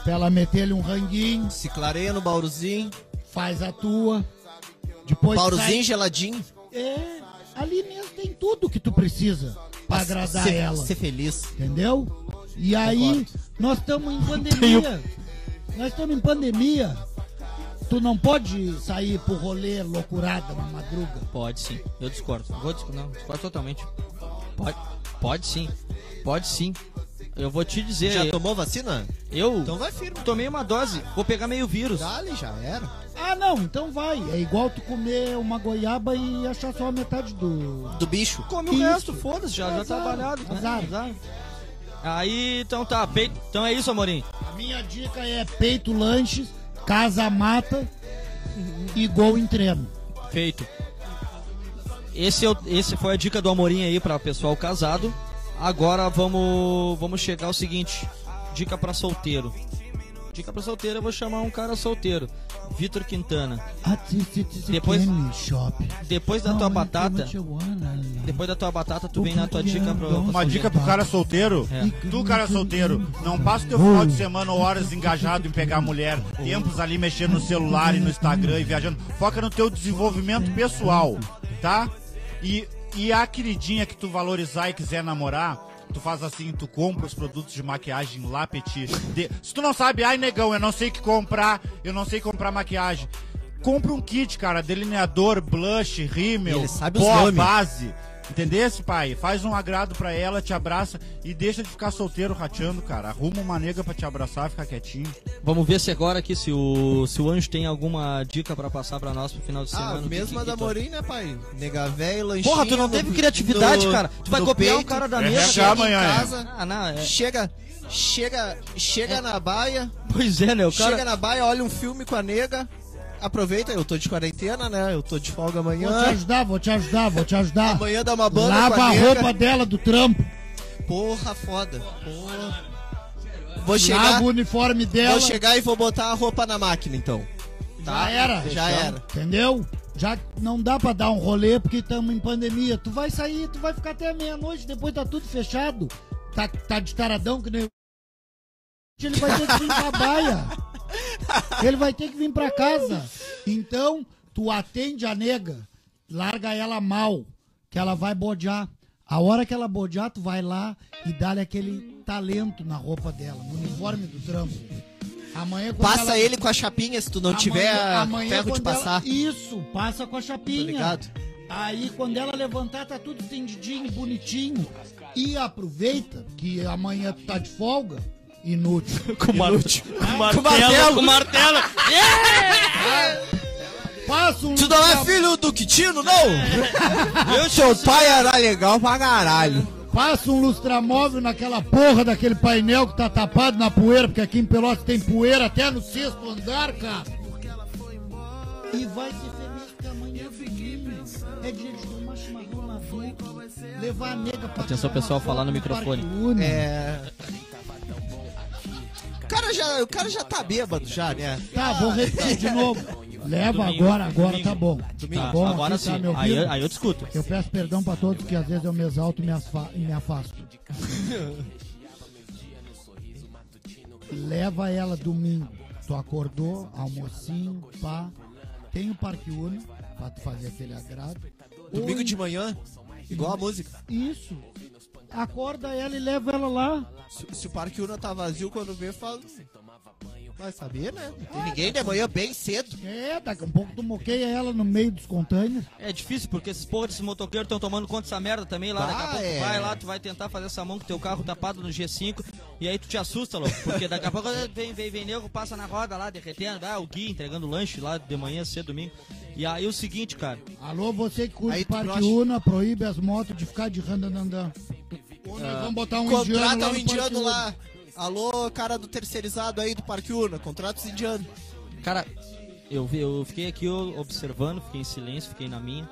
pra ela meter-lhe um ranguinho,
Se clareia no bauruzinho.
faz a tua. Depois sai
Bauruzinho geladinho.
é, ali mesmo tem tudo que tu precisa pra agradar
Ser-
ela,
Ser feliz.
entendeu? E aí, nós estamos em pandemia. Nós estamos em pandemia. Tu não pode sair pro rolê loucurada na madruga.
Pode sim, eu discordo. Vou dis- não, discordo totalmente. Pode, pode sim, pode sim. Eu vou te dizer,
Já tomou vacina?
eu
Então vai firme.
tomei uma dose, vou pegar meio vírus.
Dali, já era.
Ah, não, então vai. É igual tu comer uma goiaba e achar só a metade do.
Do bicho.
Come o
Isso.
resto, foda-se, já, já
Azar,
trabalhado. né?
azar.
Azar. Aí, então tá, peito. Então é isso, Amorim.
A minha dica é peito lanches, casa mata e gol em treino.
Feito. Esse, é o- esse foi a dica do Amorim aí pra pessoal casado. Agora vamos, vamos chegar ao seguinte: dica pra solteiro. Dica pra solteiro, eu vou chamar um cara solteiro, Vitor Quintana. Depois-
Depois shopping.
Depois da tua batata, depois da tua batata, tu vem na tua dica pra, pra
Uma
solteiro.
dica pro cara solteiro.
É.
Tu, cara solteiro, não passa o teu final de semana ou horas engajado em pegar mulher. Tempos ali mexendo no celular e no Instagram e viajando. Foca no teu desenvolvimento pessoal, tá? E, e a queridinha que tu valorizar e quiser namorar, tu faz assim, tu compra os produtos de maquiagem lá, Petit. De- Se tu não sabe, ai negão, eu não sei o que comprar, eu não sei comprar maquiagem. Compra um kit, cara, delineador, blush, rímel,
Ele sabe os
pó,
nomes.
base. Entendesse, pai? Faz um agrado pra ela, te abraça e deixa de ficar solteiro rateando, cara. Arruma uma nega pra te abraçar, ficar quietinho.
Vamos ver se agora aqui se o, se o Anjo tem alguma dica pra passar pra nós pro final de semana.
Ah,
o que
mesma
que-
da
que-
Morim, né, pai? Nega velho, lanchinho.
Porra, tu não teve
do-
criatividade,
do-
cara. Tu vai
do
copiar
peito.
o cara da
É,
mesa. cara.
chama
Chega em
amanhã, é.
casa,
Ah, não, é-
chega, chega, chega na baia,
Pois é, né? O cara.
chega na baia, olha um filme com a nega, aproveita, eu tô de quarentena, né, eu tô de folga amanhã,
Vou te ajudar, vou te ajudar, vou te ajudar.
amanhã dá uma banda com
Lava
a
a
nega,
roupa dela do trampo.
porra foda, porra. Vou chegar,
Lava o uniforme dela.
vou chegar e vou botar a roupa na máquina, então.
Já era.
Já era.
Entendeu? Já não dá pra dar um rolê porque estamos em pandemia. Tu vai sair, tu vai ficar até meia-noite, depois tá tudo fechado. Tá, tá de taradão que nem. Ele vai ter que vir pra baia. Ele vai ter que vir pra casa. Então, tu atende a nega, larga ela mal, que ela vai bodear. A hora que ela bodear, tu vai lá e dá-lhe aquele talento na roupa dela, no uniforme do trampo. Amanhã quando
Passa
ela-
ele com a chapinha se tu não
Amanhã-
tiver
amanhã
ferro de
quando ela-
passar.
Isso, passa com a chapinha.
Tô ligado.
Aí quando ela levantar, tá tudo tendidinho, bonitinho. E aproveita que amanhã tu tá de folga. Inútil.
Com mar- com martelo, com martelo.
Passa um.
Tu não é filho do Quitino, não? Meu seu pai era legal pra caralho.
Passa um lustramóvel naquela porra daquele painel que tá tapado na poeira, porque aqui em Pelotas tem poeira até no sexto andar, cara. E vai ser feliz porque amanhã é domingo. É dia de tomar chimarrão na frente, levar a nega pra
Atenção,
tirar
pessoal,
uma
falar no
foto Parque
microfone.
Uno.
É. O cara já, o cara já tá bêbado já, né?
Tá, vou repetir de novo. Leva agora, agora tá bom. Tá bom,
Ah, Agora
aqui tá
sim.
me
Aí,
ouvindo?
aí eu discuto.
Eu peço perdão pra todos que às vezes eu me exalto e me, asfa- e me afasto. Leva ela domingo. Tu acordou, almocinho, pá. Tem o Parque Uno pra tu fazer aquele agrado.
Domingo
Ou
de manhã, igual a música.
Isso. Acorda ela e leva ela lá.
Se, se o Parque Una tá vazio quando vê, fala. Vai saber, né? Não tem ninguém de manhã bem cedo.
É, daqui a pouco tu moqueia ela no meio dos containers.
É difícil porque esses porra desses motoqueiros estão tomando conta dessa merda também lá. Daqui a
Ah,
Bah,
pouco tu
é.
vai lá, tu vai tentar fazer essa mão com teu carro tapado no G5 e aí tu te assusta, louco. Porque daqui a pouco vem, vem, vem nego, passa na roda lá, derretendo, ah, o Gui entregando lanche lá de manhã, cedo, domingo. E aí o seguinte, cara,
Alô, você que
Aí
curte
tu
Parque
brocha.
Una, proíbe as motos de ficar de randanandã. Ou nós vamos botar um indiano
Contrata um
lá no Parque
indiano
Una.
lá. Alô, cara do terceirizado aí do Parque Una, contrata os indianos.
Cara, eu, vi- eu fiquei aqui o- observando, fiquei em silêncio, fiquei na minha,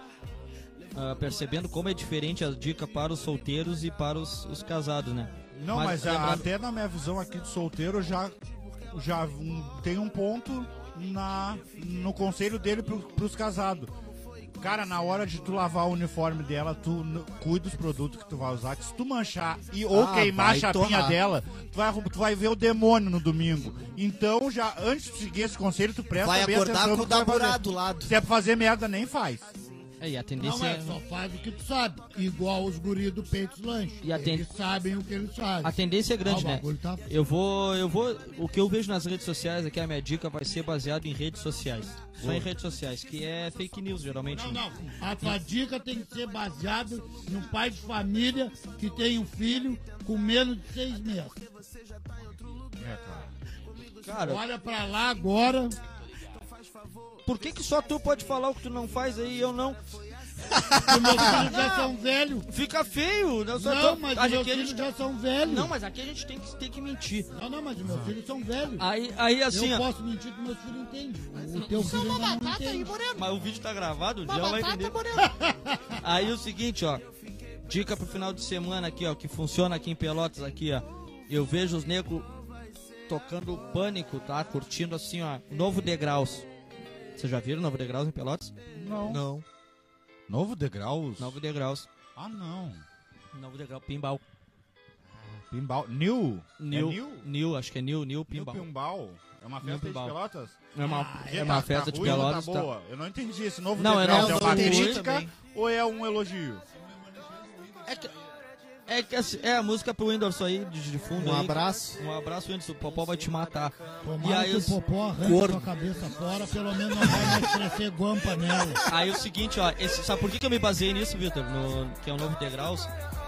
ah, percebendo como é diferente a dica para os solteiros e para os, os casados, né?
Não, mas, a-
lembrando-
até na minha visão aqui de solteiro, eu já, já hum, tem um ponto na, no conselho dele pro, pros casados. Cara, na hora de tu lavar o uniforme dela, tu n- cuida dos produtos que tu vai usar, que se tu manchar e ou
Ah,
queimar a
vai
chapinha
torrar.
dela, tu vai, arrum- tu vai ver o demônio no domingo. Então, já antes de seguir esse conselho, tu presta
Vai
bem
acordar
atenção
com
no
o
que tu vai fazer.
Daburá do lado.
Se é pra fazer merda, nem faz.
É, e a tendência
Não é,
é-
só faz o que tu sabe. Igual os guris do Peitos Lanche.
E atende-
Eles sabem o que eles sabem.
A tendência é grande,
Ah, o
né?
bagulho tá-
Eu vou, eu vou. O que eu vejo nas redes sociais aqui, a minha dica vai ser baseado em redes sociais. Só em redes sociais, que é fake news geralmente.
Não, não. A tua dica tem que ser baseada num pai de família que tem um filho com menos de seis meses.
Cara,
Olha pra lá agora.
por que, que só tu pode falar o que tu não faz aí e eu não?
Os meus filhos já são velhos.
Fica feio. Não, só
Não,
tô-
mas
a
os meus
gente- a
filhos
gente-
já são velhos.
Não, mas aqui a gente tem que, tem que mentir.
Não, não, mas os meus filhos são velhos.
Aí, aí assim,
eu
ó.
posso mentir que meus filhos entendem. O teu filho
Uma
ainda não
batata aí,
entende.
Moreno.
Mas o vídeo tá gravado, o
Uma
Diel vai
batata,
entender.
Moreno.
Aí é o seguinte, ó. Dica pro final de semana aqui, ó, que funciona aqui em Pelotas aqui, ó. Eu vejo os negros tocando pânico, tá? Curtindo assim, ó, Novo Degraus. Vocês já viram Novo Degraus em Pelotas?
Não.
Não.
Novo degraus?
Novo Degraus.
Ah, não.
Novo Degrau, Pimbal.
Pimbal. New?
New,
É new?
New, acho que é New, New
New
Pimbal.
Pimbal. É uma festa de
Pimbal.
pelotas?
É uma,
Porque
é uma
tá-
festa
tá
de
ruim ou
Pelotas,
Tá
tá?
boa. Eu não entendi esse novo
Não, eu
degrau.
não-
é uma
não entendi
crítica
também.
ou é um elogio?
É que, é que assim, é a música pro Whindersson aí de, de fundo.
Um
aí.
abraço.
Um abraço, Whindersson. O Popó vai te matar. E
Tomara
aí
que
os-
o popó arranque
Corno.
sua cabeça fora, pelo menos não vai mais crescer guampa nela.
Aí o seguinte, ó, esse, sabe por que, que eu me baseei nisso, Vitor? No- Que é o novo degraus?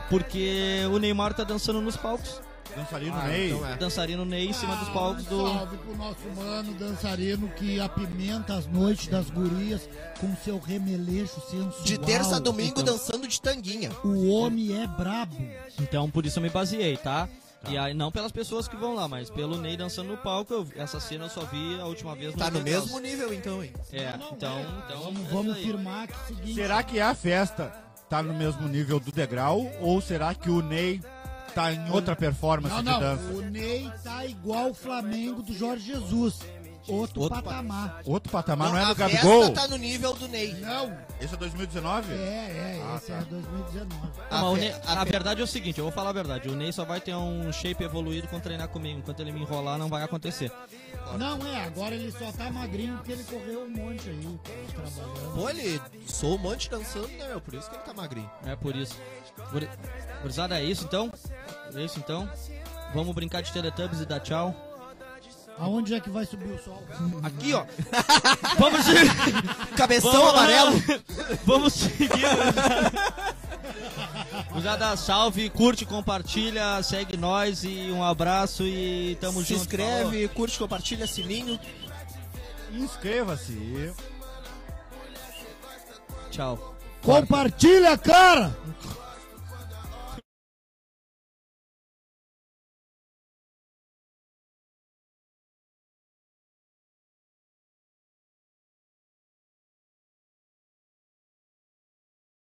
Porque o Neymar tá dançando nos palcos.
Dançarino
Ah,
Ney.
então é. Dançarino Ney em cima dos palcos do.
Ah, Salve pro nosso mano dançarino que apimenta as noites das gurias com seu remeleixo sensual.
De terça a domingo
então.
dançando de tanguinha.
O homem é brabo.
Então por isso eu me baseei, tá? E aí, não pelas pessoas que vão lá, mas pelo Ney dançando no palco, eu- essa cena eu só vi a última vez no
Tá no
Degraus.
mesmo nível então, hein?
É,
Não, não,
então.
é.
então
vamos,
é
vamos
isso aí.
firmar que é o seguinte.
Será que a festa tá no mesmo nível do degrau ou será que o Ney tá em outra performance
Não,
de
não.
dança?
O Ney tá igual o Flamengo do Jorge Jesus. Outro,
Outro
patamar.
Outro patamar não, é
a
do
festa
Gabigol?
tá no nível do Ney.
Não.
Esse é 2019?
É, é.
Ah,
esse
tá.
é 2019.
Não, mas o
A
Ney-
fe- a
a,
fe-
verdade é o seguinte, eu vou falar a verdade. O Ney só vai ter um shape evoluído quando treinar comigo. Enquanto ele me enrolar, não vai acontecer.
Não, é. Agora ele só tá magrinho porque ele correu um monte aí. Trabalhando.
Pô, ele sou um monte dançando, né, meu? Por isso que ele tá magrinho.
É por isso. Guri- Gurizada, é isso então? É isso então? Vamos brincar de Teletubbies e dar tchau.
Aonde é que vai subir o sol?
Aqui, ó. Vamos seguir.
Cabeção
Vamos lá.
amarelo.
Vamos seguir. gurizada. Gurizada, salve, curte, compartilha, segue nós e um abraço e tamo
Se
junto. falou.
inscreve, curte, compartilha, sininho.
Inscreva-se.
Tchau.
Compartilha, cara!